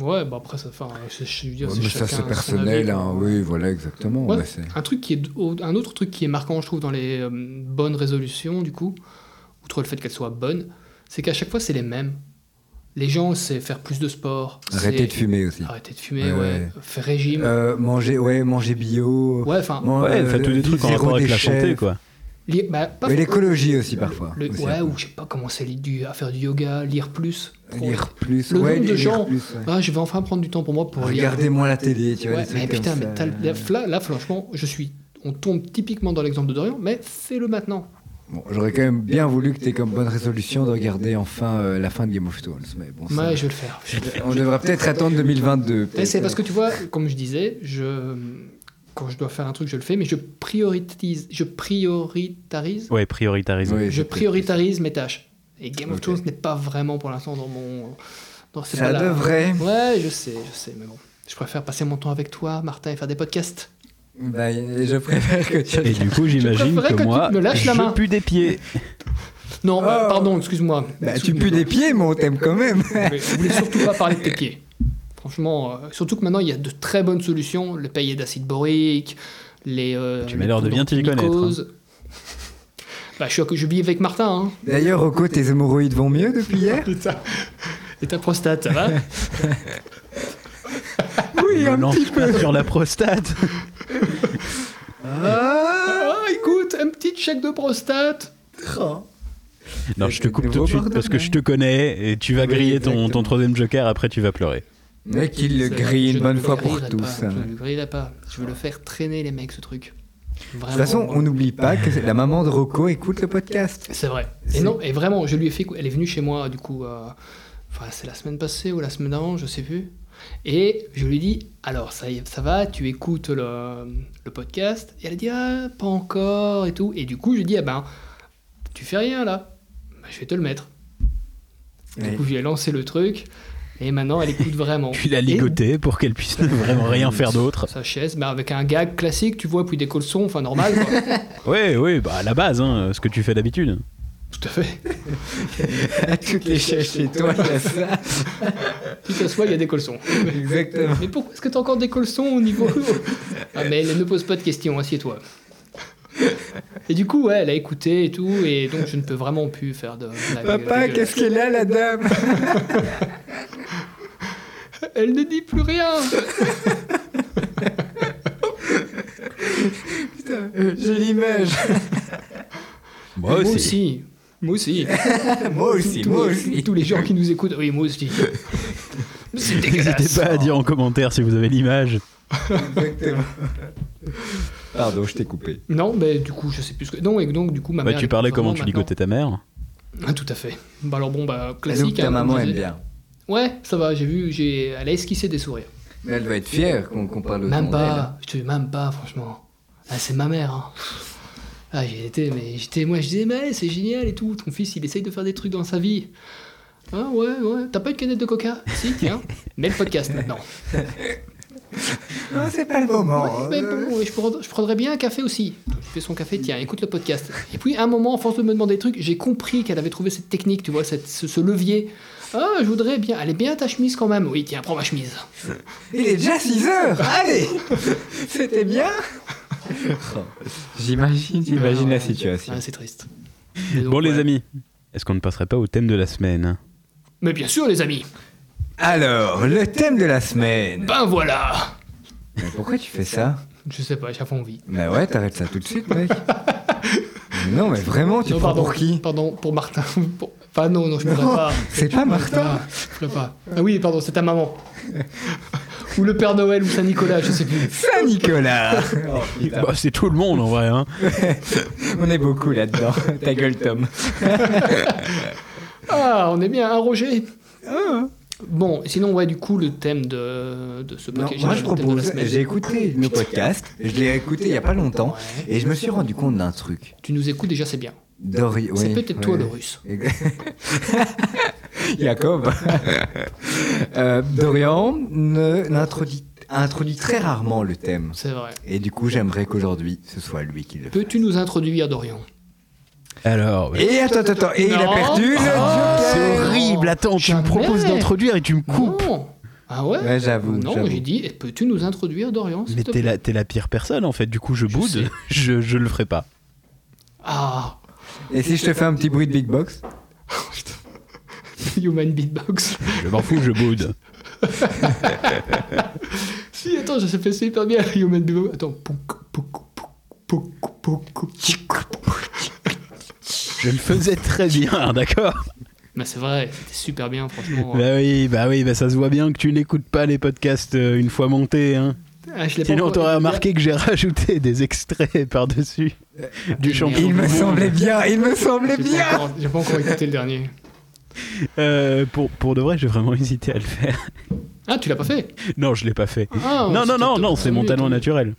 Ouais, bah après, ça, enfin, je, je veux dire, Ouais, c'est mais ça, chacun c'est son personnel, avis, quoi. hein, oui, voilà, exactement. Ouais. bah, c'est- Un, truc qui est, un autre truc qui est marquant, je trouve, dans les euh, bonnes résolutions, du coup, outre le fait qu'elles soient bonnes, c'est qu'à chaque fois, c'est les mêmes. Les gens, c'est faire plus de sport. c'est- Arrêter de fumer aussi. Arrêter de fumer, ouais. Ouais, ouais. Faire régime. Euh, manger, ouais, manger bio. ouais, enfin, Bon, Ouais, euh, enfin, tous le- des trucs en zéro rapport avec la déchet. santé, quoi. li- bah, pas Mais for- l'écologie aussi, parfois. le- aussi, ouais, un peu. ou je sais pas comment c'est li- du- à faire du yoga, lire plus. Pour- Lire plus. Le ouais, nombre de lire gens- plus, ouais. Ah, je vais enfin prendre du temps pour moi pour lire. Regardez moins la télé, tu vois. Ouais, des mais trucs putain, comme mais t'as- ça. là, là, franchement, je suis. On tombe typiquement dans l'exemple de Dorian, mais fais-le maintenant. Bon, j'aurais quand même bien voulu que t'aies comme bonne résolution de regarder enfin euh, la fin de Game of Thrones. Mais bon, ça- Ouais, je vais le faire. Je vais le faire. on devrait peut-être attendre 2022. Mais peut-être. c'est parce que tu vois, comme je disais, je quand je dois faire un truc, je le fais, mais je priorise, je prioritarise, Ouais, prioritariser. Oui, je peut-être- prioritarise mes tâches. Et Game of Ok. Thrones n'est pas vraiment pour l'instant dans mon. Dans, c'est Ça pas la- devrait. Ouais, je sais, je sais, mais bon, je préfère passer mon temps avec toi, Martin, et faire des podcasts. Bah, je préfère que tu. Et du coup, j'imagine préférais que, que tu moi, me lâches la main. je pue des pieds. Non, euh, pardon, excuse-moi. Oh. Bah, tu pues des pieds, mais on t'aime quand même. Mais Je voulais surtout pas parler de tes pieds. Franchement, euh, surtout que maintenant il y a de très bonnes solutions, le paillet d'acide borique, les. euh, Tu les m'as l'air de poudres bien t'y connaître, hein. antimycoses. Bah, je, suis, je vis avec Martin, hein. D'ailleurs, Rocco, tes hémorroïdes vont mieux depuis hier Et ta prostate, ça va Oui, me lance pas sur la prostate. Ah, écoute, un petit chèque de prostate Oh. Non, je te Des coupe beaux tout de suite bordels, parce que ouais. je te connais et tu vas Oui, griller ton, ton exactement. troisième joker, après tu vas pleurer. Mais qu'il le Ça, grille je une bonne ne fois le pour grillerai tous. pas, hein. Je ne le grillerai pas. Je veux le faire traîner, les mecs, ce truc. Vraiment. De toute façon, on n'oublie pas que la maman de Rocco écoute le podcast. C'est vrai. C'est- Et non, et vraiment, je lui ai fait. Elle est venue chez moi, du coup. euh, Enfin, c'est la semaine passée ou la semaine d'avant, je sais plus. Et je lui ai dit Alors, ça, y est, ça va, tu écoutes le, le podcast Et elle a dit Ah, pas encore et tout. Et du coup, je lui ai dit Ah ben, tu fais rien là. Bah, je vais te le mettre. Ouais. Du coup, je lui ai lancé le truc. Et maintenant, elle écoute vraiment. Tu l'as Et ligoté pour qu'elle puisse ne vraiment rien faire d'autre. Sa chaise, mais avec un gag classique, tu vois, puis des colsons, enfin normal. quoi. Oui, oui, bah à la base, hein, ce que tu fais d'habitude. tout à fait. À toutes les chaises chez toi, il y a ça. Tu t'assois, il y a des colsons. Exactement. Mais pourquoi est-ce que t'as encore des colsons au niveau Ah mais elle ne pose pas de questions, assieds-toi. Et du coup, ouais, elle a écouté et tout, et donc je ne peux vraiment plus faire de. blagues Papa, dégueulasses. qu'est-ce qu'elle a, la dame Elle ne dit plus rien. Euh, J'ai l'image. Moi Moi aussi. aussi. Moi aussi. Moi aussi, Tous moi les- aussi. Tous les gens qui nous écoutent, oui, moi aussi. C'est N'hésitez dégueulasse. pas à dire en commentaire si vous avez l'image. Exactement. Pardon, je t'ai coupé. Non, mais du coup, je sais plus ce que. Non, et donc, du coup, ma Bah, mère. tu écoute parlais comment tu vraiment ligotais ta mère. maintenant. Ah, Tout à fait. Bah, alors, bon, bah, Donc classique. ta hein, maman je aime disais. bien. Ouais, ça va, j'ai vu, j'ai... elle a esquissé des sourires. Mais elle doit être fière qu'on qu'on parle autant Même d'elle. pas, je te dis même pas, franchement. Ah, c'est ma mère. Hein. Ah, j'y étais, mais j'étais, moi je disais, mais allez, c'est génial et tout. Ton fils, il essaye de faire des trucs dans sa vie. Ah, ouais, ouais. T'as pas une canette de coca Si, tiens. Mets le podcast maintenant. Non, Ah, c'est pas le moment. Ouais, mais Euh, bon, je, prendrais, je prendrais bien un café aussi. Je fais son café, tiens, écoute le podcast. Et puis, à un moment, en force de me demander des trucs, j'ai compris qu'elle avait trouvé cette technique, tu vois, cette- ce, ce levier. Ah, je voudrais bien. Allez, bien ta chemise quand même. Oui, tiens, prends ma chemise. Il est déjà 6 heures Allez C'était bien J'imagine, j'imagine la situation. Ah, c'est triste. Et donc, Bon, ouais. Bah, les amis, est-ce qu'on ne passerait pas au thème de la semaine hein Mais bien sûr, les amis. Alors, le thème de la semaine. Ben voilà Mais pourquoi tu fais ça Je sais pas, à chaque fois on vit. Bah ouais, t'arrêtes ça tout de suite, mec. non, mais vraiment, tu Non, prends pardon, pour qui Pardon, pour Martin. Pour- Enfin non, non, je ne pourrais pas. C'est pas Martin. Ah, je pourrais pas. Ah oui, pardon, c'est ta maman. ou le Père Noël ou Saint-Nicolas, je sais plus. Saint-Nicolas Oh, putain. Bah, C'est tout le monde en vrai. Hein. On est beaucoup là-dedans. Ta gueule, Tom. Ah, on est bien, hein, Roger Bon, sinon, ouais, du coup, le thème de, de ce Non, packaging. moi je le thème de la propose, semaine. j'ai écouté nos podcasts, je l'ai écouté il y a pas longtemps, et je me suis rendu compte d'un truc. Tu nous écoutes déjà, c'est bien. Dori, c'est oui, peut-être oui. toi le russe. Jacob. Euh, Dorian ne- n'introduit introduit très rarement le thème. C'est vrai. Et du coup, j'aimerais qu'aujourd'hui, ce soit lui qui le fasse. Peux-tu nous introduire, Dorian Alors, Et attends, attends, attends, et il Non. Ah, a perdu le c'est joker horrible. Attends, tu me Jamais. proposes d'introduire et tu me coupes. Non Ah ouais Ouais, j'avoue, Non, j'avoue. j'ai dit, eh, peux-tu nous introduire, Dorian s'il Mais te t'es plaît la, t'es la pire personne en fait. Du coup, je sais. boude. Je, je le ferai pas. Ah Et si je te fais un petit bruit de big box Human Beatbox Je m'en fous, je boude. Si, attends, je sais faire ça hyper bien, Human Beatbox. Attends, pouk, pouk, pouk, pouk, pouk, pouk, pouk. Je le faisais très bien, hein, d'accord Mais c'est vrai, c'était super bien, franchement. Bah oui, bah oui, bah ça se voit bien que tu n'écoutes pas les podcasts euh, une fois montés. Hein. Ah, je l'ai pas Sinon, encore- t'aurais remarqué que j'ai rajouté des extraits par-dessus Euh, du champion. Il me du monde. semblait bien, il me semblait J'ai pas, bien encore- j'ai pas encore écouté le dernier. Euh, pour, pour de vrai, j'ai vraiment hésité à le faire. Ah, tu l'as pas fait Non, je l'ai pas fait. Ah, non, non, c'était non, top. non, c'est mon Tant talent mieux, naturel.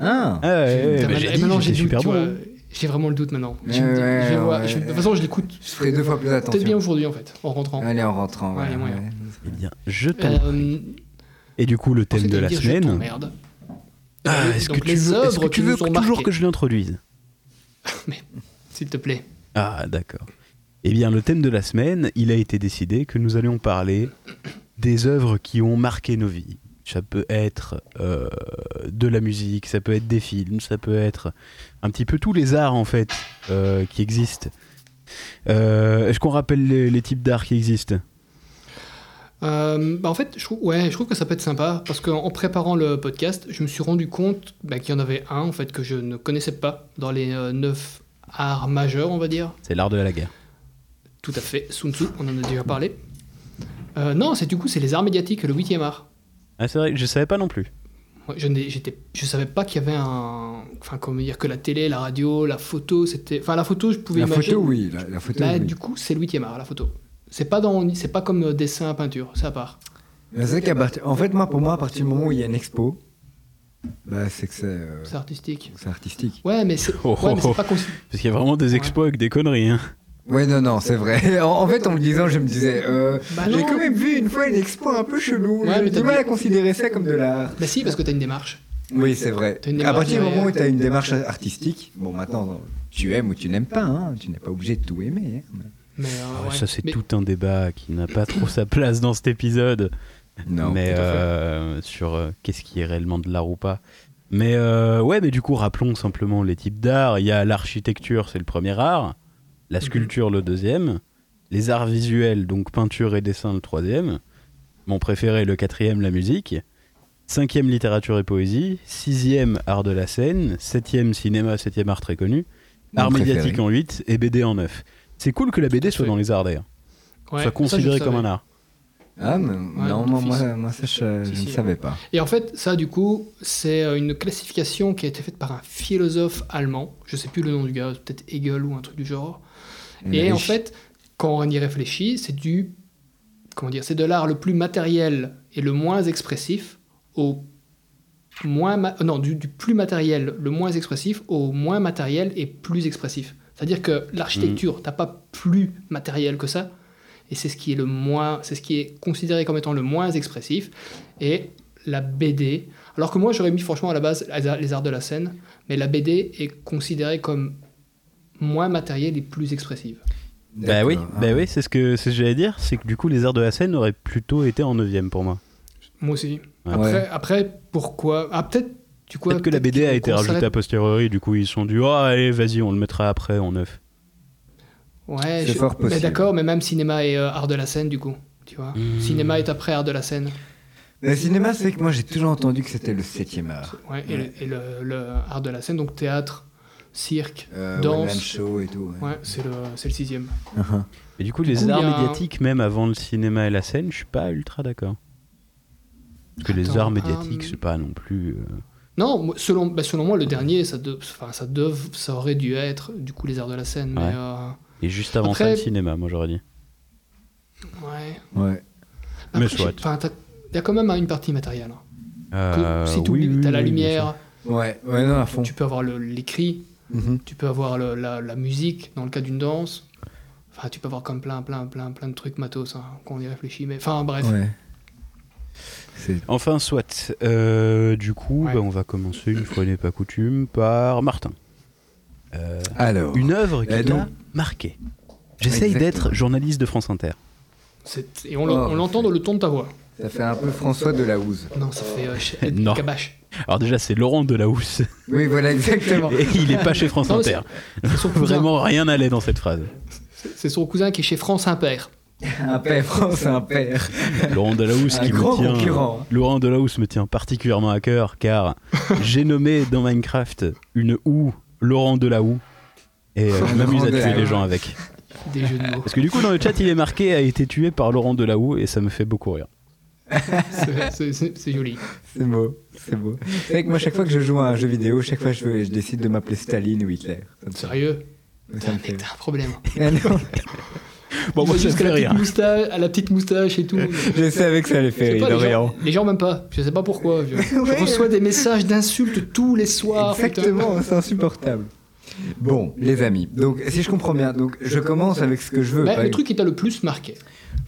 Ah. Ah, ouais, ouais, tant mieux. bah, Et j'ai dit, maintenant, j'étais j'ai le doute, super tu vois, bon. J'ai vraiment le doute maintenant. Ouais, Je me dis- ouais, je vais voir, ouais. je- de toute façon, je l'écoute Je ferai deux fois plus peut-être bien attention. aujourd'hui, en fait, en rentrant. Allez, en rentrant. Ouais, voilà, moyen. ouais. Eh bien, je t'en prie. Euh, Et du coup, le thème de c'est-à-dire, la je semaine. t'emmerde. Ah, Euh, est-ce donc que tu les veux, est-ce que œuvres qui tu veux nous ont toujours marqués. que je l'introduise S'il te plaît. Ah, d'accord. Eh bien, le thème de la semaine, il a été décidé que nous allions parler des œuvres qui ont marqué nos vies. Ça peut être euh, de la musique, ça peut être des films, ça peut être un petit peu tous les arts en fait euh, qui existent. Euh, Est-ce qu'on rappelle les, les types d'arts qui existent Euh, bah en fait, je, trouve- ouais, je trouve que ça peut être sympa parce qu'en en préparant le podcast, je me suis rendu compte bah, qu'il y en avait un en fait que je ne connaissais pas dans les euh, neuf arts majeurs, on va dire. C'est l'art de la guerre. Tout à fait, Sun Tzu, on en a déjà parlé. Euh, non, c'est du coup c'est les arts médiatiques, le huitième art. Ah, c'est vrai, je savais pas non plus. Ouais, je n'ai- j'étais, je savais pas qu'il y avait un, enfin comment dire que la télé, la radio, la photo, c'était, enfin la photo, je pouvais La imaginer. photo, oui. La, la photo, Là, oui. du coup, c'est le huitième art, la photo. C'est pas dans, c'est pas comme euh, dessin, peinture, c'est à part. Mais c'est qu'à partir- En fait, moi, pour moi, à partir du moment où il y a une expo, bah, c'est que c'est euh, C'est artistique. c'est artistique. Ouais, mais c'est, Oh, ouais, mais oh, c'est oh. pas consi- Parce qu'il y a vraiment des expos avec des conneries. Hein. Ouais, non, non, c'est vrai. En, en fait, en le disant, je me disais, euh, Bah j'ai non. quand même vu une fois une expo un peu chelou. Ouais, mais J'ai t'as du mal dit- à considérer ça comme de l'art. Bah si, parce que t'as une démarche. Oui, c'est vrai. T'as une À démarche partir du derrière. moment où tu as une démarche artistique, bon, maintenant, tu aimes ou tu n'aimes pas, hein, tu n'es pas obligé de tout aimer. hein. Mais, euh, Ah ouais, ouais. Ça, c'est Mais- tout un débat qui n'a pas trop sa place dans cet épisode. Non. mais euh, sur euh, qu'est-ce qui est réellement de l'art ou pas. Mais euh, ouais, mais du coup, rappelons simplement les types d'art. Il y a l'architecture, c'est le premier art. Mhm. La sculpture, le deuxième. Les arts visuels, donc peinture et dessin, le troisième. Mon préféré, le quatrième, la musique. Cinquième, littérature et poésie. Sixième, art de la scène. Septième, cinéma, septième art très connu. Mon Art préféré. médiatique en 8 et BD en 9. C'est cool que la BD soit fait. dans les arts d'ailleurs. ouais, ça, soit considérée je comme savais. un art. Ah, mais non, moi, d'office. moi, moi, ça, je, Si, je ne si. savais pas. Et en fait, ça, du coup, c'est euh, une classification qui a été faite par un philosophe allemand. Je sais plus le nom du gars, c'est peut-être Hegel ou un truc du genre. Et Mais- en fait, quand on y réfléchit, c'est du. Comment dire C'est de l'art le plus matériel et le moins expressif au moins. ma- euh, non, du, du plus matériel, le moins expressif au moins matériel et plus expressif. C'est-à-dire que l'architecture, t'as pas plus matériel que ça. Et c'est ce qui est le moins. C'est ce qui est considéré comme étant le moins expressif. Et la BD. Alors que moi, j'aurais mis franchement à la base les arts- les arts de la scène. Mais la BD est considérée comme moins matérielle et plus expressive. Bah oui, D'accord, bah hein. oui, c'est ce que, c'est ce que j'allais dire, c'est que du coup les arts de la scène auraient plutôt été en 9 pour moi. Moi aussi. Ouais. Après, après, pourquoi Ah, peut-être. Tu quoi Peut-être que la BD a été rajoutée a posteriori, du coup ils se sont dit oh allez vas-y on le mettra après en 9. Ouais, C'est je- fort mais possible. d'accord, mais même cinéma et euh, art de la scène, du coup. Tu vois Hmm. Cinéma est après art de la scène. Le cinéma, c'est que moi, j'ai toujours entendu que c'était le septième Ah. art. Ouais, et, le, et le- le art de la scène, donc théâtre, cirque, Euh, danse. One-man show et tout. ouais. Ouais, c'est le, c'est le sixième. Et du coup les coup, arts il y a un- médiatiques même avant le cinéma et la scène, je suis pas ultra d'accord. Parce que les Attends, arts médiatiques euh, c'est pas non plus. euh, Non, moi, selon, bah, selon moi, le dernier, ça, de- enfin, ça, dev- ça aurait dû être, du coup, les arts de la scène. Ouais. Mais, euh, Et juste avant Après- ça le cinéma moi j'aurais dit. ouais. Ouais. Mais Après, je sais soit. pas, t'as- Il y a quand même une partie matérielle. hein. Que Euh, si tout, oui, oui, t'as la oui, bien lumière, Ouais, ouais, non, à fond. tu peux avoir le- l'écrit, Mhm. tu peux avoir le- la, la musique dans le cas d'une danse. Enfin, tu peux avoir comme plein, plein, plein, plein de trucs matos hein, quand on y réfléchit. Mais enfin, bref. Ouais. C'est- Enfin, soit. Euh, du coup, Ouais. bah, on va commencer, une fois n'est pas coutume, par Martin. Euh, Alors, une œuvre Eh qui t'a donc. marqué. J'essaye Exactement. d'être journaliste de France Inter. C'est- Et on l'en- Oh. on l'entend dans le ton de ta voix. ça fait un peu François de la Houze. Non, ça fait euh, ch- Non. cabache. Alors déjà, c'est Laurent Delahousse. Oui, voilà, exactement. Et il est pas chez France Non, mais Inter. C'est son cousin. Vraiment, rien n'allait dans cette phrase. C'est son cousin qui est chez France Impair. Un père, France, un père. Laurent Delahousse Un qui me grand tient. concurrent. Laurent Delahousse me tient particulièrement à cœur car j'ai nommé dans Minecraft une houe Laurent Delahou et euh, je m'amuse à Laurent tuer les Delahou. gens avec. Des jeux de mots. Parce que du coup dans le chat il est marqué a été tué par Laurent Delahou et ça me fait beaucoup rire. C'est- c'est- C'est c'est joli. C'est beau, c'est beau. C'est vrai que moi, chaque fois que je joue à un jeu vidéo, chaque fois je, je décide de m'appeler Staline ou Hitler. Ça me- Sérieux ça Putain, me mec, fait- t'as un problème. Ah non, Bon moi ça me Jusqu'à fait la petite rire. Euh, moustache- à la petite moustache et tout. je savais que ça allait faire Je sais rire pas, les, gens, Dorian. les gens m'aiment pas, je sais pas pourquoi. Je, je Ouais. reçois des messages d'insultes tous les soirs. putain. Exactement, c'est insupportable. Bon, les amis, donc si je comprends bien, donc je commence avec ce que je veux. Bah, pas le truc qui t'a le plus marqué.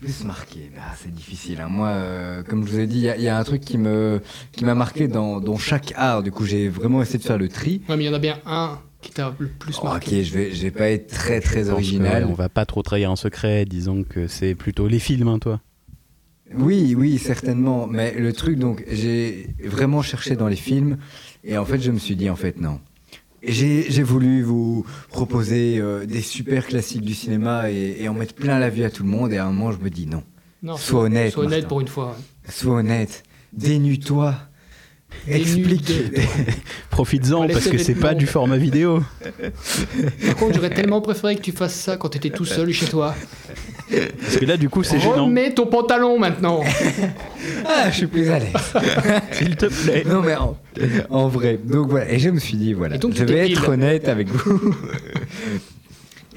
plus marqué, bah, c'est difficile. hein. Moi, euh, comme je vous ai dit, il y a- il y, a un truc qui me qui m'a marqué dans, dans chaque art. Du coup, j'ai vraiment essayé de faire le tri. Ouais, mais il y en a bien un qui t'a le plus Oh, ok, marqué. je vais, je vais pas être très Je très pense que, original. ouais, on va pas trop trahir un secret, disons que c'est plutôt les films hein, toi. Oui, oui, certainement. Mais le truc, donc, j'ai vraiment cherché dans les films. Et en fait, je me suis dit, en fait, non. Et J'ai j'ai voulu vous proposer euh, des super classiques du cinéma et, et en mettre plein la vue à tout le monde. Et à un moment, je me dis non. Non, Sois honnête, Sois honnête Martin. pour une fois. Sois honnête. Dénue-toi. Explique. Profites-en Laissez parce que les c'est pas longs. du format vidéo. Par contre, j'aurais tellement préféré que tu fasses ça quand t'étais tout seul chez toi. Parce que là du coup c'est Oh, gênant. Remets ton pantalon maintenant. Ah, je suis plus à l'aise. S'il te plaît. Non mais en, en vrai, donc voilà. Et je me suis dit voilà, Et donc, tu je vais t'épiles. être honnête avec vous.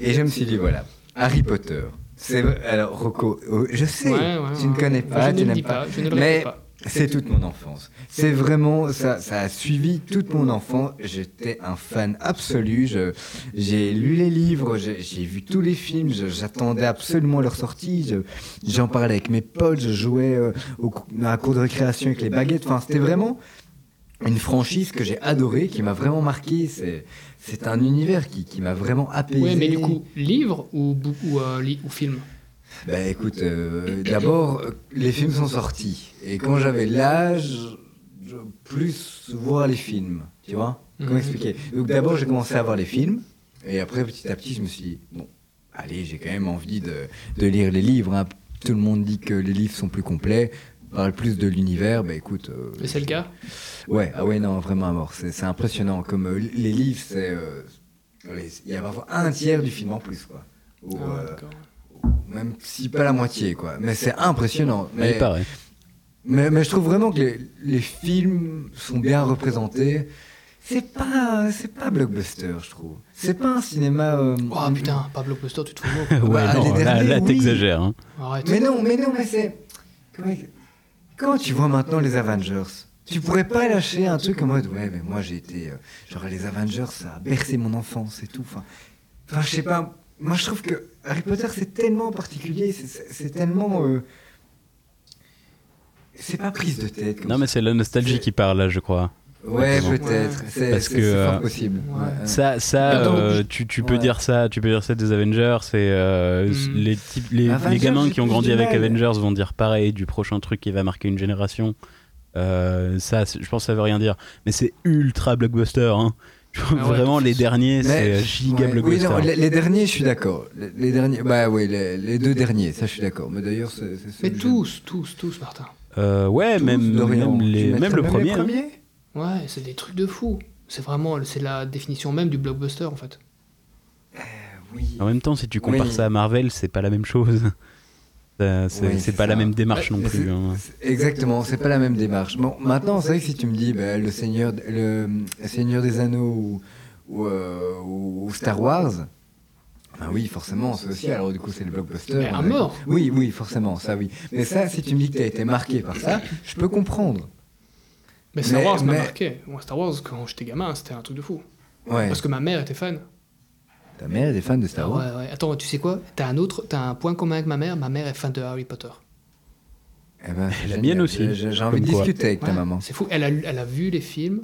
Et je me suis dit voilà, Harry Potter. C'est vrai- alors Rocco, oh, je sais, Ouais, ouais, tu ne ouais. connais pas, Je ne tu le n'aimes dis pas, pas, je ne le mais répète pas. c'est toute mon enfance. C'est vraiment ça, ça a suivi toute mon enfance. J'étais un fan absolu. Je- J'ai lu les livres, j'ai j'ai vu tous les films. je- J'attendais absolument leur sortie. je- J'en parlais avec mes potes. Je jouais euh, au cou- à la cour de récréation avec les baguettes. Enfin, c'était vraiment une franchise que j'ai adorée, qui m'a vraiment marqué. C'est c'est un univers qui, qui m'a vraiment apaisé. Ouais, mais du coup, livre ou, bou- ou, euh, li- ou film Bah écoute, euh, d'abord, euh, les films sont sortis. Et quand j'avais l'âge, je- plus voir les films. Tu vois Comment Mhm. expliquer Donc d'abord, j'ai commencé à voir les films. Et après, petit à petit, je me suis dit, bon, allez, j'ai quand même envie de, de lire les livres. hein. Tout le monde dit que les livres sont plus complets, parlent plus de l'univers. Bah écoute. euh, Et c'est le cas Ouais, ah ouais, non, vraiment à mort. C'est c'est impressionnant. Comme euh, les livres, c'est. euh, les- Il y a parfois un tiers du film en plus, quoi. Ou, Ah, euh, d'accord. même si pas la moitié, quoi. Mais c'est impressionnant. Mais Mais, pareil. mais, mais je trouve vraiment que les, les films sont bien représentés. C'est pas, c'est pas blockbuster, je trouve. C'est pas un cinéma. euh, Oh putain, Pablo Poster, tu te fous de moi. Ouais, Bah, non, les là, derniers, là, oui. t'exagères. hein. Arrête. Mais non, Ah, mais non, mais c'est. comment- Quand tu vois maintenant les Avengers, tu pourrais pas lâcher un truc en mode ouais, mais moi j'ai été. euh, genre les Avengers, ça a bercé mon enfance et tout. Enfin, enfin, je sais pas. Moi je trouve que Harry Potter c'est tellement particulier, c'est- c'est c'est tellement. euh, c'est pas prise de tête. comme Non, mais c'est la nostalgie qui parle là, je crois. ça. Ouais, Exactement. peut-être. C'est Parce c'est- que, c'est fort euh, possible. Ouais. Ouais, Ça, ça, Attends, euh, je- tu, tu peux ouais. dire ça, tu peux dire ça des Avengers. C'est euh, s- Hmm. les types, les, Ah, Avengers, les gamins j'ai qui ont plus grandi du avec mal. Avengers vont dire pareil du prochain truc qui va marquer une génération. Euh, ça, c'est- je pense, que ça veut rien dire. Mais c'est ultra blockbuster. hein. Je vois Ah ouais, Vraiment, tout les ça. derniers, Mais- c'est giga ouais. blockbuster. Oui, non, les, les derniers, je suis d'accord. Les, les derniers, bah oui, les, les deux derniers, ça je suis d'accord. Mais d'ailleurs, c'est c'est Mais ceux que tous, tous, tous, Martin. Euh, ouais, Tous, même, Dorian. même, Tu les- mettrais même le même les premier. hein. premiers Ouais, c'est des trucs de fou. C'est vraiment, c'est la définition même du blockbuster en fait. Oui. En même temps, si tu compares Oui. ça à Marvel, c'est pas la même chose. Ça, C'est Oui, c'est c'est pas la ça. même démarche non Mais c'est- plus. hein. c'est- Exactement, c'est pas la même démarche. Bon, maintenant, c'est vrai que si tu me dis bah, le, Seigneur, le, le Seigneur des Anneaux ou, ou, euh, ou Star Wars, Ben oui, forcément, c'est aussi. Alors, du coup, c'est le blockbuster. Mais à on a- mort. Oui, oui, forcément, ça, oui. Mais ça, si tu me dis que t'as été marqué par ça, je peux comprendre. Mais Star Mais- Wars m'a mais- marqué. Moi, Star Wars, quand j'étais gamin, c'était un truc de fou. Ouais. Parce que ma mère était fan. Ta mère est fan de Star Wars. Ah ouais, ouais. Attends, tu sais quoi T'as un autre, t'as un point commun avec ma mère. Ma mère est fan de Harry Potter. Eh ben, c'est la génial. mienne aussi, J'ai- J'ai envie de comme quoi. discuter avec ta Ouais, maman. C'est fou. Elle a, lu- elle a vu les films,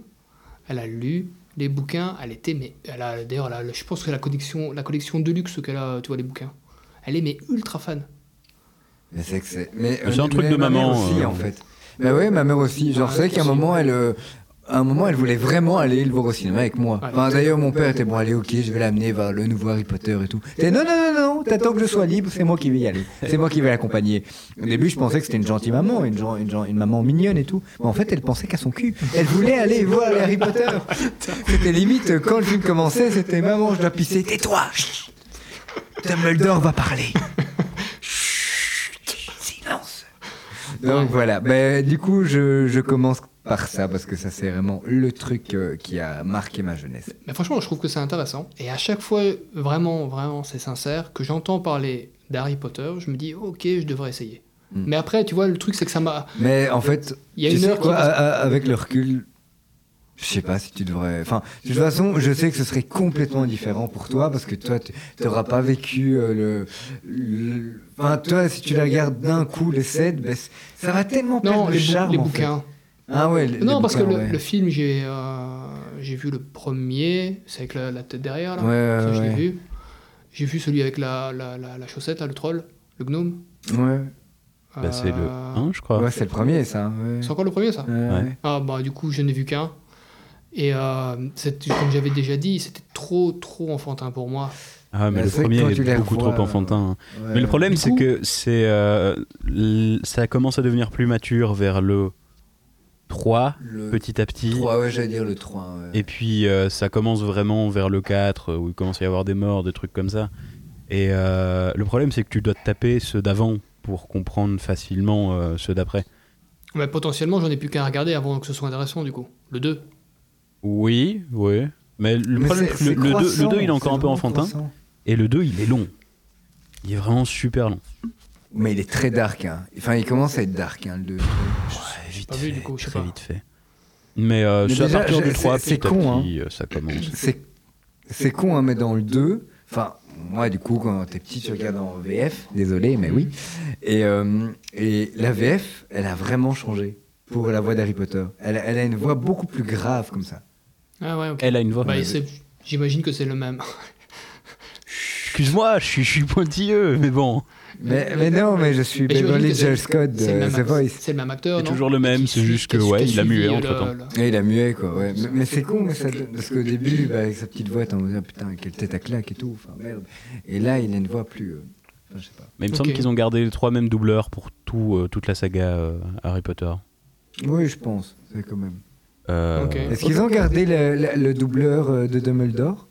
elle a lu les bouquins, elle était, mais elle a, d'ailleurs, elle a- je pense que la collection, la collection de luxe qu'elle a, tu vois, les bouquins. Elle est, mais ultra fan. Mais c'est que c'est. Mais C'est un euh, truc mais de ma mère maman, aussi, euh. en fait. Bah oui, ma mère aussi. Genre, Ah, c'est vrai qu'à un aussi. moment, elle. euh, à un moment, elle voulait vraiment aller le voir au cinéma avec moi. Ouais. Enfin, D'ailleurs, mon père était bon, allez, ok, je vais l'amener vers le nouveau Harry Potter et tout. T'es non, non, non, non, t'attends que je sois libre, c'est moi qui vais y aller. C'est moi qui vais l'accompagner. Au début, je pensais que c'était une gentille maman, une, gen- une, gen- une maman mignonne et tout. Mais en fait, elle pensait qu'à son cul. Elle voulait aller voir les Harry Potter. C'était limite, euh, quand le film commençait, c'était maman, je dois pisser, tais-toi chut. Dumbledore va parler. Silence. Donc voilà, Ben, du coup je, je commence par ça parce que ça c'est vraiment le truc euh, qui a marqué ma jeunesse. Mais franchement, je trouve que c'est intéressant. Et à chaque fois, vraiment, vraiment, c'est sincère, que j'entends parler d'Harry Potter, je me dis, ok, je devrais essayer. Mm. Mais après, tu vois, le truc, c'est que ça m'a. Mais en fait, Il y a tu une sais heure qui quoi, passe. à- à- avec le recul, je sais pas si tu devrais... Enfin, de toute façon, je sais que ce serait complètement différent pour toi parce que toi, tu n'auras pas vécu euh, le... le- Enfin, toi, si tu la regardes d'un coup, les 7, ça va tellement perdre Non, le les, bou- charme. les en fait. bouquins. Ah ouais, les- non, les parce que bouquins, le, ouais. le film, j'ai euh, j'ai vu le premier, c'est avec la, la tête derrière, là. Ouais, ouais, Ça, je l'ai ouais. vu. J'ai vu celui avec la, la, la, la chaussette, là, le troll, le gnome. Ouais, Bah, c'est le Euh, 1, je crois. Ouais, c'est le premier, ça. ouais. C'est encore le premier, ça Ouais. Ouais. Ah, bah, du coup, je n'ai vu qu'un. Et euh, c'est- comme j'avais déjà dit, c'était trop, trop enfantin pour moi. Ah, mais Bah, le c'est vrai que premier quand tu les est beaucoup revois, euh, trop enfantin. hein. Ouais. Mais le problème, Du c'est coup- que c'est euh, l- ça commence à devenir plus mature vers le 3, Le petit à petit. 3, Euh, ouais, j'allais dire le 3. ouais. Et puis euh, ça commence vraiment vers le 4, euh, où il commence à y avoir des morts, des trucs comme ça. Et euh, le problème, c'est que tu dois te taper ceux d'avant pour comprendre facilement euh, ceux d'après. Mais potentiellement, j'en ai plus qu'à regarder avant que ce soit intéressant, du coup. Le 2. Oui, oui. Mais le Mais problème, c'est- c'est que c'est le- le, 2, croissant, il est encore c'est un peu vraiment enfantin. croissant. Et le 2, il est long. Il est vraiment super long. Mais il est très dark. Hein. Enfin, il commence à être dark, hein, le 2. vite pas vu, du coup, je sais très pas. vite fait. Mais, euh, Mais c'est à déjà, partir je- du 3, c'est- petit c'est con, hein. à petit, euh, ça commence. C'est, c'est con, hein, mais dans le 2, enfin, moi, du coup, quand t'es petit, tu regardes en VF, désolé, mais oui. Et, euh, et la VF, elle a vraiment changé pour la voix d'Harry Potter. Elle, a- elle a une voix beaucoup plus grave comme ça. Ah ouais, Eh, ok. Elle a une voix. Bah, et c'est- J'imagine que c'est le même. Excuse-moi, je suis, je suis pointilleux, mais bon. Mais, mais non, mais je suis Mais j'imagine Beverly que c'est- Joel Scott c'est le de même euh, The act- Voice. C'est le même acteur, C'est non toujours le même, Qui c'est suit- juste que, qui- ouais, qui il a suivi mué le- entre-temps. le- Et il a mué, quoi, ouais. Mais, mais c'est con, mais ça, donne- parce qu'au début, bah, avec sa petite voix, t'es en mode, Ah, putain, quelle tête à claque et tout, enfin, merde. Et là, il a une voix plus... euh, enfin, je sais pas. Mais il me Ok. semble qu'ils ont gardé les trois mêmes doubleurs pour tout, euh, toute la saga euh, Harry Potter. Oui, je pense, c'est quand même... Euh, Ok. Est-ce qu'ils ont gardé le, le- le doubleur euh, de Dumbledore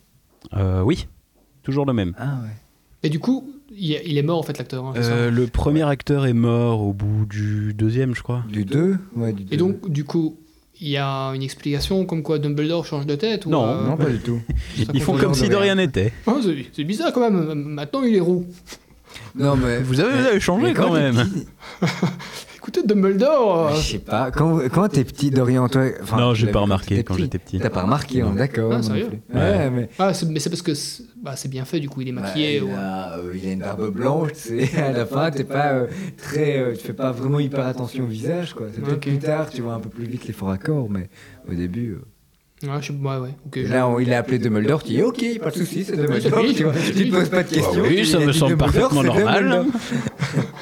euh, oui, toujours le même. Ah ouais. Et du coup, il, il est mort, en fait, l'acteur. hein, c'est ça Euh, le premier acteur est mort au bout du deuxième, je crois. Du 2 Ouais, du Et deux. donc, du coup, il y a une explication comme quoi Dumbledore change de tête ou, Non, euh, Non, pas du tout. ça Ils comprend font le comme genre si de rien n'était. Ah, c'est- c'est bizarre quand même. Maintenant, il est roux. Non, mais... Vous avez- vous avez changé mais quand t'es même. petit- Écoutez, Dumbledore. euh, Je sais pas, quand, quand t'es petit, Dorian, toi... enfin, Non, j'ai t'as- pas remarqué t'étais quand j'étais petit. T'as pas remarqué, hein, d'accord. Ah, moi non sérieux plus. Ouais. Ouais, mais... Ah, c'est- mais c'est parce que c'est bah, c'est bien fait, du coup, il est maquillé. Bah, ouais. il, a, euh, il a une barbe blanche, tu sais, à la fin, t'es pas euh, très, euh, tu fais pas vraiment hyper attention au visage, quoi. C'est peut-être Ok. plus tard, tu vois un peu plus vite les faux raccords, mais au début. euh. Ouais, je sais- ouais, ouais, ok, Et je- Là, on- il a appelé Dumbledore, tu dis ok, pas de soucis, c'est Dumbledore, Oui, oui, tu, vois, oui. tu te poses pas de questions. Ah oui, tu- ça il a me dit semble Dumbledore, parfaitement c'est normal. Dumbledore.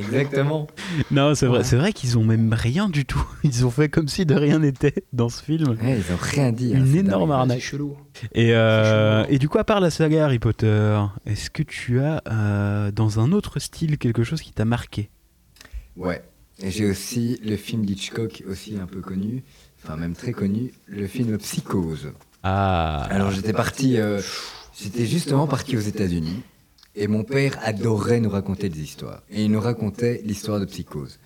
Exactement. Non, c'est vrai, Ouais. c'est vrai qu'ils ont même rien du tout. Ils ont fait comme si de rien n'était dans ce film. Ouais, ils ont rien dit. hein, Une c'est énorme Ouais, arnaque. c'est chelou. Et, euh, C'est chaud. et du coup, à part la saga Harry Potter, est-ce que tu as euh, dans un autre style quelque chose qui t'a marqué dingue. Ouais. Et j'ai aussi le film d'Hitchcock, aussi un peu connu, enfin même très connu, le film Psychose. Ah, Alors j'étais parti, euh, j'étais justement parti aux États-Unis et mon père adorait nous raconter des histoires et il nous racontait l'histoire de Psychose.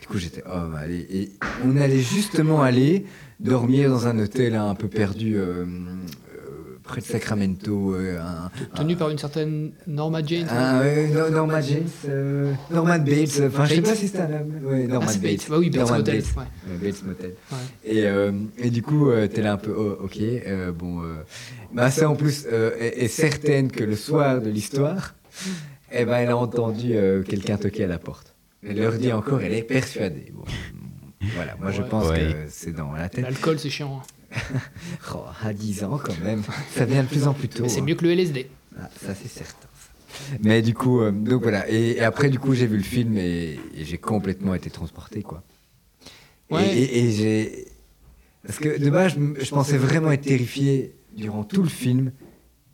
Du coup j'étais oh bah, allez et on allait justement aller dormir dans un hôtel hein, un peu perdu euh, euh, près de Sacramento. euh, un- Ah. Tenu par une certaine Norma Jane. un- euh, no- Norma James, euh, Norman Bates, enfin je sais pas si c'est un homme. Ouais, Norman Ah, c'est Bates. Bates. Bah oui, Bates Norman Motel, ouais. Euh, Bates Motel. Ouais. Et, euh, et du coup, euh, t'es là un peu, oh, ok, euh, bon. Euh, ma sœur, en plus, euh, est, est certaine que le soir de l'histoire, eh ben, elle a entendu euh, quelqu'un toquer à la porte. Elle leur dit encore, elle est persuadée. Bon, mm, voilà, moi je Ouais. pense Ouais. que c'est dans la tête. L'alcool, c'est chiant. hein. Oh, à 10 ans quand même, ça vient de plus en plus tôt. Mais c'est hein. mieux que le LSD. Ah, ça c'est certain. ça. Mais du coup, euh, donc voilà. Et, et après, du coup, j'ai vu le film et, et j'ai complètement été transporté, quoi. Et- Ouais. Et, et j'ai. Parce que de base, je, m- je pensais vraiment être terrifié durant tout le film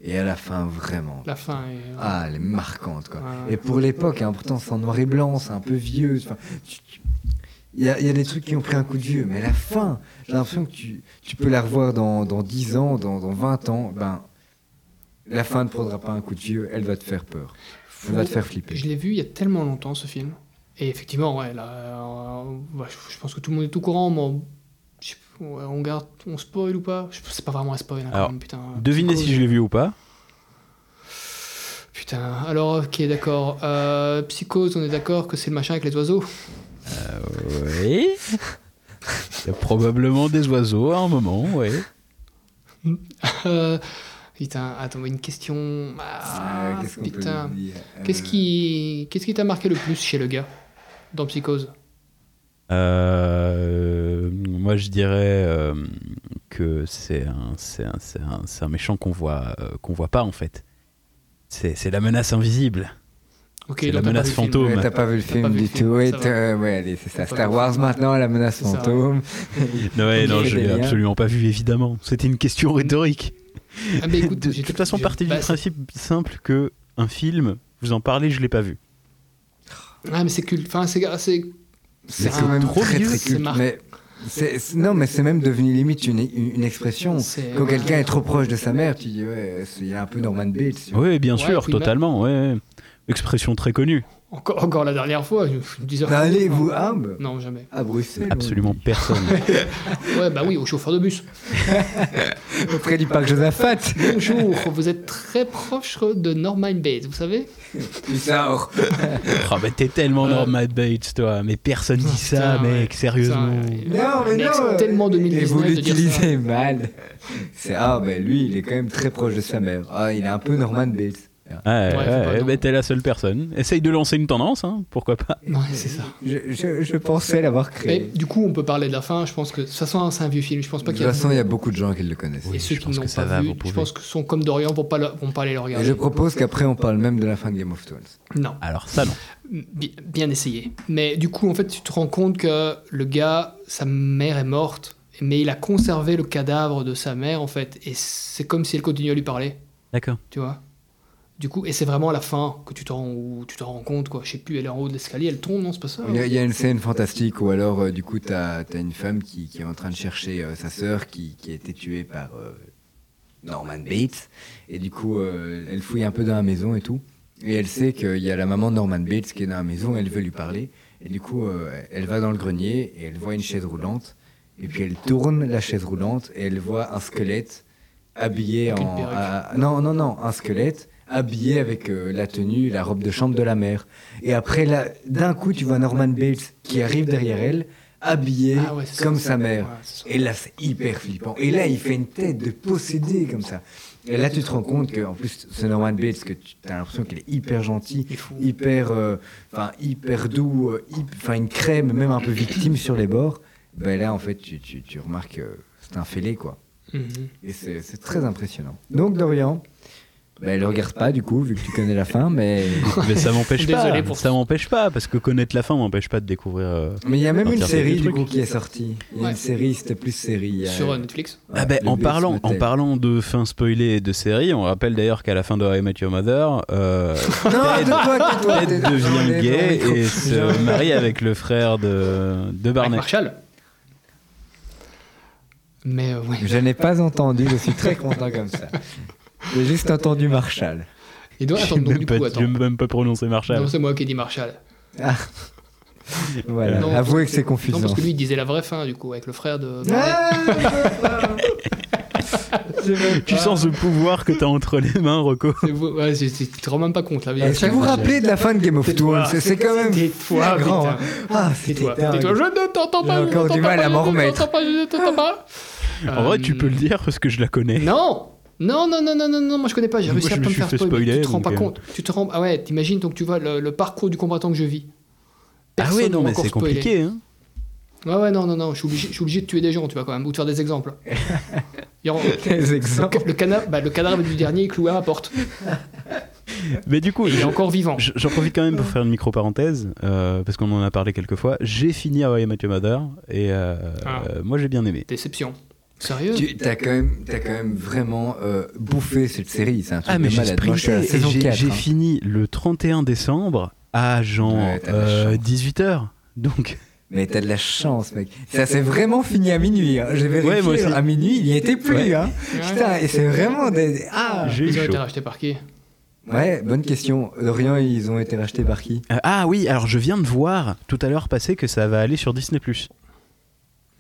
et à la fin, vraiment. La fin est. Ah, elle est marquante, quoi. Ouais. Et pour l'époque, hein, pourtant, c'est en noir et blanc, c'est un peu vieux. enfin, tu- tu- Il y, a, il y a des trucs qui ont pris un coup de vieux, mais à la fin, j'ai l'impression que tu, tu peux la revoir dans, dans 10 ans, dans, dans 20 ans. Ben, la fin ne prendra pas un coup de vieux, elle va te faire peur. Elle va te faire flipper. Je l'ai vu il y a tellement longtemps ce film. Et effectivement, ouais, là, euh, ouais, je je pense que tout le monde est au courant, mais on, je sais pas, ouais, on garde, on spoil ou pas Je- C'est pas vraiment un spoil, hein, quand Alors, même, putain. Devinez si je l'ai vu ou pas. Putain, alors ok, d'accord. Euh, psychose, on est d'accord que c'est le machin avec les oiseaux Oui. Il y a probablement des oiseaux à un moment, oui. Euh, Putain, attends, mais une question. Ah, Euh, qu'est-ce qu'on peut putain. lui dire euh Qu'est-ce qui qu'est-ce qui t'a marqué le plus chez le gars dans Psychose Euh, moi, je dirais euh, que c'est un, c'est un, c'est un, c'est un méchant qu'on voit, euh, qu'on voit pas en fait. C'est c'est la menace invisible. Ok, C'est la t'as pas menace vu le film. fantôme. Ouais, t'as pas vu le film pas vu le du film, tout. Ouais, ça va. t'as- ouais, allez, c'est ça. T'as pas Star vu le Wars film. maintenant, la menace C'est ça, ouais. fantôme. Non, ouais, non, je l'ai Délire. absolument pas vu, évidemment. C'était une question rhétorique. Ah, mais écoute, de, j'ai- toute façon, j'ai- partez du bah, principe simple que un film, vous en parlez, je l'ai pas vu. Ah, mais c'est culte. Enfin, c'est. c'est- Mais un- très, très c'est culte. mar- Mais c'est- c'est- non, mais c'est même devenu limite une, une, une expression. C'est- Quand quelqu'un est trop proche de sa mère, tu dis ouais, c'est- il y a un peu Norman Bates. tu vois. Oui, bien Ouais, sûr, puis même- totalement. Ouais. Expression très connue. Encore, encore la dernière fois, je, je disais. Ben, allez vous ah, bah, Non, jamais. à Bruxelles, Absolument personne. Ouais, bah oui, au chauffeur de bus. on- auprès du parc Josaphat. Bonjour, vous êtes très proche de Norman Bates, vous savez Puis ça, or. Ah bah t'es tellement Euh. Norman Bates toi, mais personne dit ça Ah, Putain, mec, ouais. sérieusement. Putain, ouais. Non, mais Mec, non. euh, c'est tellement Et 2019 vous de dire ça. l'utilisez mal. C'est ah ben lui, il est quand même très proche de sa mère. Ah, il est un peu Norman Bates. Ouais, Ouais, ouais, c'est pas ouais, non. bah, t'es la seule personne. Essaye de lancer une tendance, hein, pourquoi pas. Non, c'est ça. Je, je, je pensais l'avoir Mais créé. du coup, on peut parler de la fin. Je pense que de toute façon, c'est un vieux film. Je pense De pas toute qu'il y a. façon, il y a beaucoup de gens qui le connaissent. Et ceux je qui pense n'ont que ça pas va, vu, vous je pouvez. pense que sont comme Dorian, vont pas, le- vont pas aller le Et regarder. je propose qu'après, on parle même de la Ah, fin de Game of Thrones. Non, Alors ça non. Bi- bien essayé. Mais du coup, en fait, tu te rends compte que le gars, sa mère est morte, mais il a conservé le cadavre de sa mère, en fait. Et c'est comme si elle continuait à lui parler, D'accord. tu vois. Du coup, et c'est vraiment à la fin que tu te rends, où tu te rends compte, quoi. Je sais plus, elle est en haut de l'escalier, elle tombe, non, c'est pas ça hein. Il y, a, il y a une scène fantastique où alors euh, du coup t'as as une femme qui, qui est en train de chercher euh, sa sœur qui, qui a été tuée par euh, Norman Bates et du coup euh, elle fouille un peu dans la maison et tout et elle sait qu'il y a la maman de Norman Bates qui est dans la maison elle veut lui parler et du coup euh, elle va dans le grenier et elle voit une chaise roulante et puis elle tourne la chaise roulante et elle voit un squelette habillé Avec une en perruque. à- non non non un squelette habillé avec euh, la tenue la robe de chambre de la mère et après, là, d'un coup, tu vois Norman Bates qui arrive derrière elle, habillé Ah ouais, c'est ça, comme c'est sa ça. mère. Ouais, c'est ça. Et là, c'est hyper flippant. Et là, il fait une tête de possédé comme ça. Et là, tu te rends compte que, en plus, ce Norman Bates, que tu as l'impression qu'il est hyper gentil, Il est fou. hyper, euh, enfin, hyper doux, euh, hyp- enfin, une crème, même un peu victime sur les bords. Ben là, en fait, tu, tu, tu remarques que c'est un fêlé, quoi. Mhm. Et c'est c'est très impressionnant. Donc, Dorian, ben, le regarde pas, du coup, vu que tu connais la fin, mais. Mais ça m'empêche pas. Désolé pour Ça m'empêche pas parce que connaître la fin m'empêche pas de découvrir. euh, Mais il y a même Dans une Pierre Bénichou, série du le coup truc. qui est sortie. Il y a Ouais. une série, c'était plus série. il y a- Sur euh, Netflix Ouais, ah ben, le en Bates parlant, en Motel. parlant de fin spoilée et de série, on rappelle d'ailleurs qu'à la fin de How I Met Your Mother, euh, Ted, tais-toi, tais-toi, Ted tais-toi, on devient est gay dans le et micro. se marie avec le frère de, de Avec Barney. Marshall Mais euh, ouais. Je n'ai pas entendu, je suis très content comme ça. J'ai juste entendu Marshall. Et donc, Je attends, sais donc même du pas- coup, je attends. vais même pas prononcer Marshall. Non, c'est moi qui ai dit Marshall. Voilà, Non, avouez que c'est Non, confusant. parce que lui, il disait la vraie fin, du coup, avec le frère de. Ah, Tu sens ce pouvoir que t'as entre les mains, Rocco. C'est beau. Ouais, c'est- c'est- tu te rends même pas compte là. Est-ce que vous vous rappelez de la fin de Game of Tais-toi. Thrones C'est quand même Tais-toi, flagrant. putain. hein. Ah, c'était Tais-toi, dingue. tais-toi, je ne t'entends pas. J'ai je encore du t'entends mal pas, à je m'en ne remettre. t'entends pas, je ne t'entends pas. Euh, En vrai, tu peux le dire parce que je la connais. Non non, non, non, non, non, non, moi je connais pas, j'ai Moi, réussi je à me pas me suis faire fait spoiler, mais tu te spoiler, rends pas donc, euh. compte. Tu te rends... Ah ouais, t'imagines donc tu vois le, le parcours du combattant que je vis. ah ouais, Personne non, m'a mais encore c'est spoilé. compliqué. Hein. Ouais, ouais, non, non, non, je suis obligé, je suis obligé de tuer des gens, tu vois, quand même, ou de faire des exemples. Il y aura- Des le, exemples. ca- le cana- bah, le cadavre du dernier est cloué à ma porte. Mais du coup, Il est je- encore vivant. je- j'en profite quand même pour faire une micro-parenthèse, euh, parce qu'on en a parlé quelques fois. J'ai fini How I Met Your Mother, et euh, Ah. euh, moi j'ai bien aimé. Déception. Sérieux Tu as quand même, t'as quand même vraiment euh, bouffé cette série. C'est un truc Ah, mais de j'ai malade. Moi, je suis à la sprinté, et saison j'ai 4. j'ai hein. fini le 31 décembre à genre Ouais, t'as de la chance. 18h. Donc, Mais t'as de la chance, mec. Ça s'est vraiment fini à minuit. hein. J'ai vérifié. Ouais, moi aussi. À minuit, il n'y était plus. Ouais. Hein. Putain, et c'est vraiment des. Ah j'ai eu Ils ont chaud. été rachetés par qui Ah. Ouais, bonne question. Lorient, ils ont été rachetés par qui Euh, ah oui, alors je viens de voir tout à l'heure passer que ça va aller sur Disney+.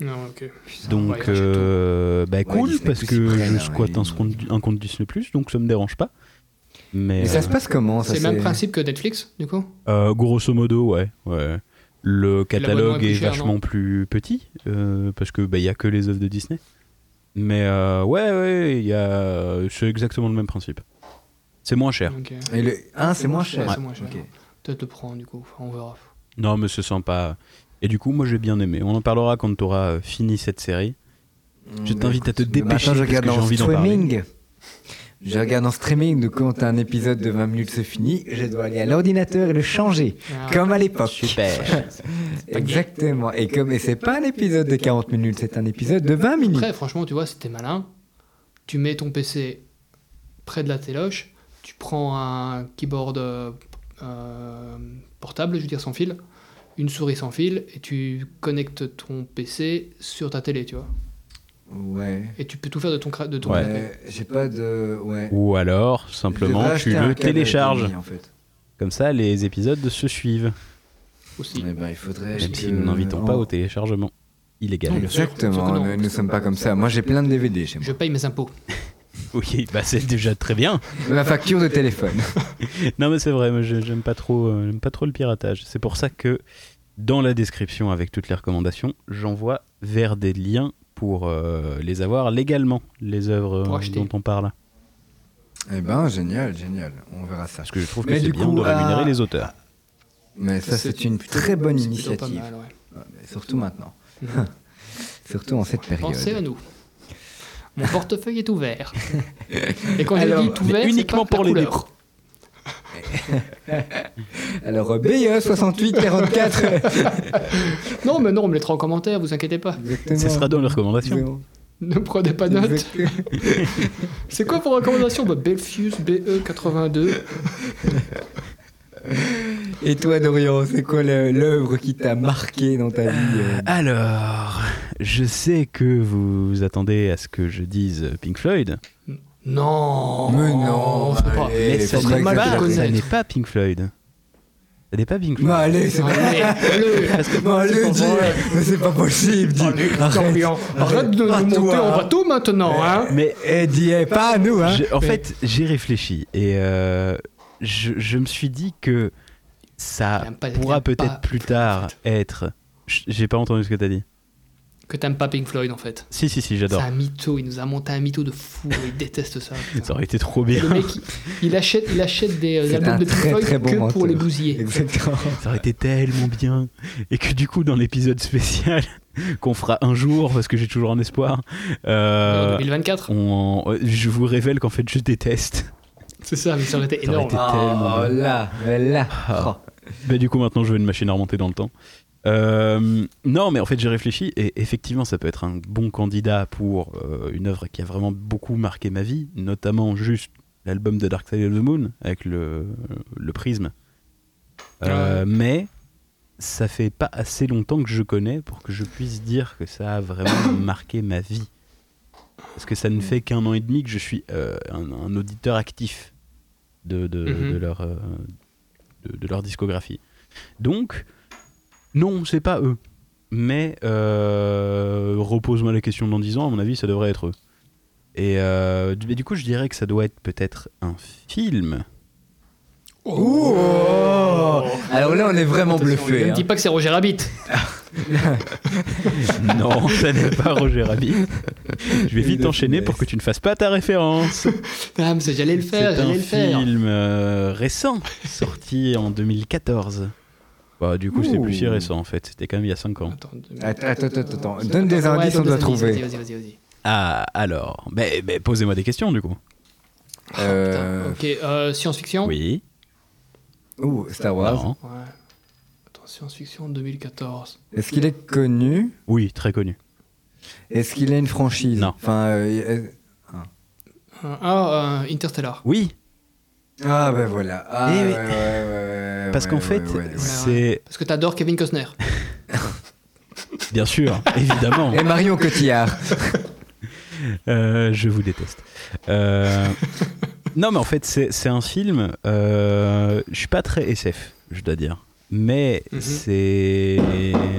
Non, ok. ouais, Donc, rachète euh, bah cool, Disney+, parce ils que prennent, je hein, squatte un, ils- compte, un compte Disney+, donc ça me dérange pas. Mais, Mais ça se passe comment ça, C'est le même principe que Netflix, du coup euh, grosso modo, ouais. ouais. Le L'abonnement catalogue est plus est, cher, vachement non plus petit, euh, parce que bah, il y a que les œuvres de Disney. Mais euh, ouais, ouais, il y a... c'est exactement le même principe. C'est moins cher. Ok. Et le... Ah, c'est moins cher. Ouais, euh, c'est moins cher. Ok. Peut-être le prendre, du coup. Enfin, On verra. Non, mais c'est sympa. Et du coup, moi j'ai bien aimé. On en parlera quand tu auras fini cette série. Je t'invite à te Demain dépêcher matin, je parce regarde que j'ai en envie d'en streaming. Je regarde en streaming, donc quand un épisode de 20 minutes se finit, je dois aller à l'ordinateur et le changer, Ah. comme à l'époque. Super. Exactement. Et comme et c'est pas un épisode de 40 minutes, c'est un épisode de 20 minutes. Euh, Après, franchement, tu vois, si t'es malin, tu mets ton PC près de la téloche, tu prends un keyboard euh, euh, portable, je veux dire sans fil, une souris sans fil, et tu connectes ton PC sur ta télé, tu vois. Ouais. Et tu peux tout faire de ton cra- de ton Ouais. canapé. Euh, J'ai pas de ouais. Ou alors, Je simplement, devrais tu acheter un le câble télécharges. HDMI, en fait. Comme ça, les épisodes se suivent. aussi. Eh ben, il faudrait. Même que- si nous n'invitons pas Oh. au téléchargement illégal. Non, mais- Sauf que Exactement. non. Nous, nous sommes pas comme ça. Moi, j'ai plein de DVD chez moi. Je paye mes impôts. Oui, bah c'est déjà très bien. Ma facture de téléphone. Non, mais c'est vrai, moi, je- j'aime pas trop, euh, j'aime pas trop le piratage. C'est pour ça que dans la description, avec toutes les recommandations, j'envoie vers des liens pour euh, les avoir légalement, les œuvres Pour euh, acheter. dont on parle. Eh ben, génial, génial. On verra ça. Parce que je trouve que Mais c'est du bien coup, de euh, rémunérer les auteurs. Mais ça, c'est une très bonne C'est plutôt pas initiative. mal, ouais. Ouais, mais Surtout maintenant. Surtout en cette période. Pensez à nous. Mon portefeuille est ouvert. Et quand Alors, je dis tout ouvert, c'est uniquement pas la pour les couleur. dépôts. Alors, E BE 6844. Non, mais non, on me les mettra en commentaire, vous inquiétez pas. Exactement. Ce sera dans les recommandations. Ne prenez pas note. C'est quoi vos recommandations bah, Belfius BE82. Et toi, Dorian, c'est quoi le- l'œuvre qui t'a marqué dans ta vie euh Alors, je sais que vous vous attendez à ce que je dise Pink Floyd, Non Mais non, c'est pas. allez, mais ça n'est faudrait que pas, je le ça connaisse. n'est pas Pink Floyd. Ça n'est pas Pink Mais Floyd. Bah, allez, c'est pas... Allez, allez, Parce que- Mais allez, dis, mais c'est pas possible, dis. allez, Arrête. Florian, Arrête de Pas nous monter toi, hein. en bateau maintenant, hein mais Eh, dis, eh, pas à nous, hein. Je- en fait, j'ai réfléchi et euh, je, je me suis dit que ça Il aime pas- il pourra aime peut-être pas plus tard être. Ch- J'ai pas entendu ce que t'as dit. Que t'aimes pas Pink Floyd en fait. Si, si, si, C'est j'adore. un mytho, il nous a monté un mytho de fou, il déteste ça. putain. Ça aurait été trop bien. Le mec, il, il achète, il achète des euh, C'est un albums de Pink très, Floyd très bon que menteur. pour les bousiller. Exactement. Ça aurait été tellement bien. Et que du coup, dans l'épisode spécial qu'on fera un jour, parce que j'ai toujours un espoir, En euh, 2024, on- je vous révèle qu'en fait, je déteste. c'est ça, mais ça aurait été Ça aurait énorme. été tellement Oh bien. là, là. Ah. Bah, du coup, maintenant, je veux une machine à remonter dans le temps. Euh, non, mais en fait, j'ai réfléchi et effectivement, ça peut être un bon candidat pour euh, une œuvre qui a vraiment beaucoup marqué ma vie, notamment juste l'album de Dark Side of the Moon avec le, le prisme. Euh, Mais ça fait pas assez longtemps que je connais pour que je puisse dire que ça a vraiment marqué ma vie. Parce que ça ne fait qu'un an et demi que je suis euh, un, un auditeur actif de, de, Mhm. de leur, euh, de, de leur discographie. Donc, non, c'est pas eux. Mais euh, repose-moi la question dans 10 ans, à mon avis, ça devrait être eux. Et euh, du- mais du coup, je dirais que ça doit être peut-être un film. Ouh Oh. Alors là, on est vraiment bluffé. Ne hein. dis pas que c'est Roger Rabbit. Non, ça n'est pas Roger Rabbit. Je vais vite enchaîner pour que tu ne fasses pas ta référence. Ah, mais c'est- j'allais le faire, C'est un j'allais le faire. film euh, récent, sorti en 2014. Bah, du coup, c'est plus si récent en fait. C'était quand même il y a 5 ans. Attends, deux minutes. Attends, attends, attends, attends. Donne des Ouais, indices, on attends, doit des indices, trouver. Vas-y, vas-y, vas-y. vas-y. Ah, alors. Ben, ben, posez-moi des questions du coup. Euh, Ok, euh, Oh. science-fiction Oui. Ouh, oh, Star Wars. Non. Ouais. Attends, science-fiction 2014. Est-ce qu'il est connu Oui, très connu. Est-ce qu'il a une franchise Non. Enfin, euh, euh, Euh, Ah, euh, Interstellar. Oui, ah bah voilà. Ah, Eh oui. ouais, ouais, ouais, ouais, parce ouais, qu'en ouais, fait, ouais, ouais. c'est. Parce que t'adores Kevin Costner. Bien sûr, évidemment. Et Eh, Marion Cotillard. Euh, je vous déteste. Euh, non, mais en fait, c'est c'est un film. euh, je suis pas très SF, je dois dire. Mais Mhm. c'est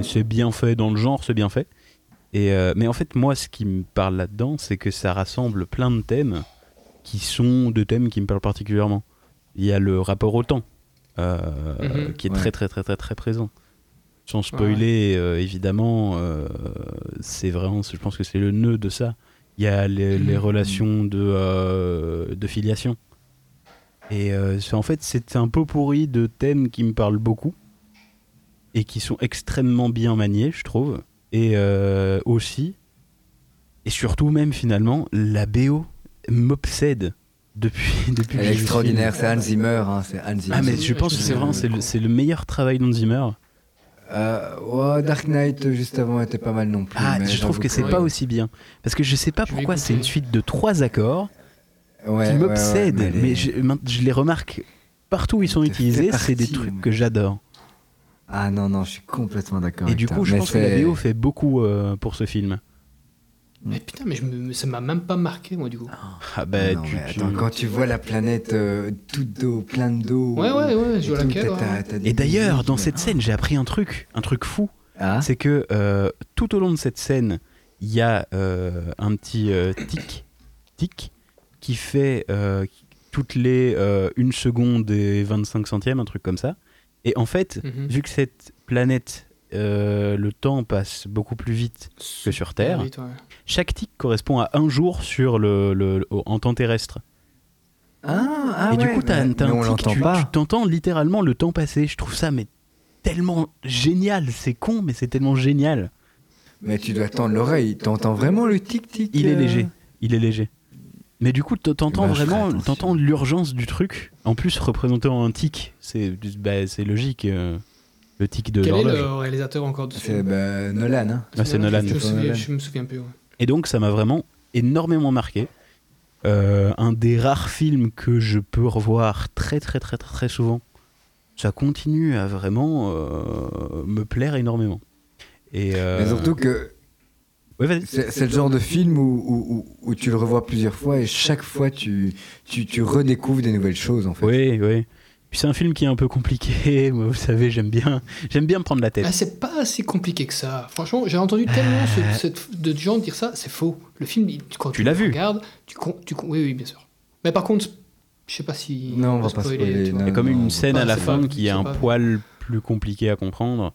c'est bien fait dans le genre, c'est bien fait. Et euh, mais en fait, moi, ce qui me parle là-dedans, c'est que ça rassemble plein de thèmes qui sont de thèmes qui me parlent particulièrement. Il y a le rapport au temps euh, Mhm. qui est Ouais. très très très très très présent. Sans spoiler, euh, évidemment, euh, c'est vraiment, je pense que c'est le nœud de ça. Il y a les, Mm. les relations de, euh, de filiation. Et euh, c'est- en fait, c'est un pot pourri de thèmes qui me parlent beaucoup et qui sont extrêmement bien maniés, je trouve. Et euh, aussi, et surtout même finalement, la BO m'obsède depuis, depuis que Elle j'ai est vu le extraordinaire, film. c'est Hans Zimmer. hein, c'est Hans Zimmer. Ah mais je pense que c'est vraiment c'est le, c'est le meilleur travail d'Hans Zimmer. Euh, ouais, Dark Knight, euh, juste avant, était pas mal non plus. Ah, mais je j'en trouve que veux c'est plus. pas aussi bien. Parce que je sais pas Je vais pourquoi écouter. c'est une suite de trois accords Ouais, qui ouais, ouais, m'obsèdent. elle est- mais je, maint- je les remarque partout où ils sont Elle utilisés. fait C'est des partie, trucs ouais. que j'adore. Ah non, non, je suis complètement d'accord. Et avec du toi, coup, je mais pense que la c'est- BO fait beaucoup euh, pour ce film. Mais putain, mais je me- ça m'a même pas marqué, moi, du coup. Mm. Ah bah, Non, tu- mais tu- attends, quand tu vois la planète euh, toute d'eau, plein d'eau. Ouais, ouais, ouais, et je vois tout, laquelle, t'as- t'as- ouais. t'as des Et d'ailleurs, musiques, dans mais- cette scène, j'ai appris un truc, un truc fou. Ah, C'est que euh, tout au long de cette scène, il y a euh, un petit euh, tic, tic, qui fait euh, toutes les 1 seconde et 25 centièmes, un truc comme ça. Et en fait, Mhm. vu que cette planète, euh, le temps passe beaucoup plus vite que Ah sur Terre, Ah Oui, toi, ouais. chaque tic correspond à un jour sur le, le- le- en temps terrestre. ah, ah et du ouais, coup, t'as, mais- t'as mais on un tic, l'entend tu, tu pas. t'entends littéralement le temps passer. Je trouve ça mais tellement génial. C'est con, mais c'est tellement génial. Mais tu dois tendre l'oreille. T'entends vraiment le tic-tic Il est euh, léger. Il est léger. Mais du coup, t- Eh t'entends ben, je ferai vraiment, attention. t'entends l'urgence du truc. En plus, représenté en un tic, c'est, bah, c'est logique. euh, le tic de Quel est l'horloge. le réalisateur encore de ce C'est film bah, Nolan. Hein. Ah, c'est Nolan. Je me, souviens, Nolan. je me souviens plus. ouais. Et donc, ça m'a vraiment énormément marqué. Euh, un des rares films que je peux revoir très, très, très, très, très souvent. Ça continue à vraiment euh, me plaire énormément. Et euh, Mais surtout que ouais, vas-y. c'est c'est le genre de film où, où- où- où tu le revois plusieurs fois et chaque fois tu, tu, tu redécouvres des nouvelles choses en fait. Oui, oui. Puis c'est un film qui est un peu compliqué. Moi, vous savez, j'aime bien, j'aime bien me prendre la tête. Ah, c'est pas si compliqué que ça. Franchement, j'ai entendu tellement ce- cette- de gens dire ça, c'est faux. Le film, il- quand Euh. Tu l'as le vu regardes, tu, con- tu con- oui, oui, bien sûr. Mais par contre, je sais pas si. Non, on va peut pas tu spoiler. vois. Il y a comme Non, une on scène peut pas, à la c'est fin pas- qui est c'est un pas- poil plus compliqué à comprendre.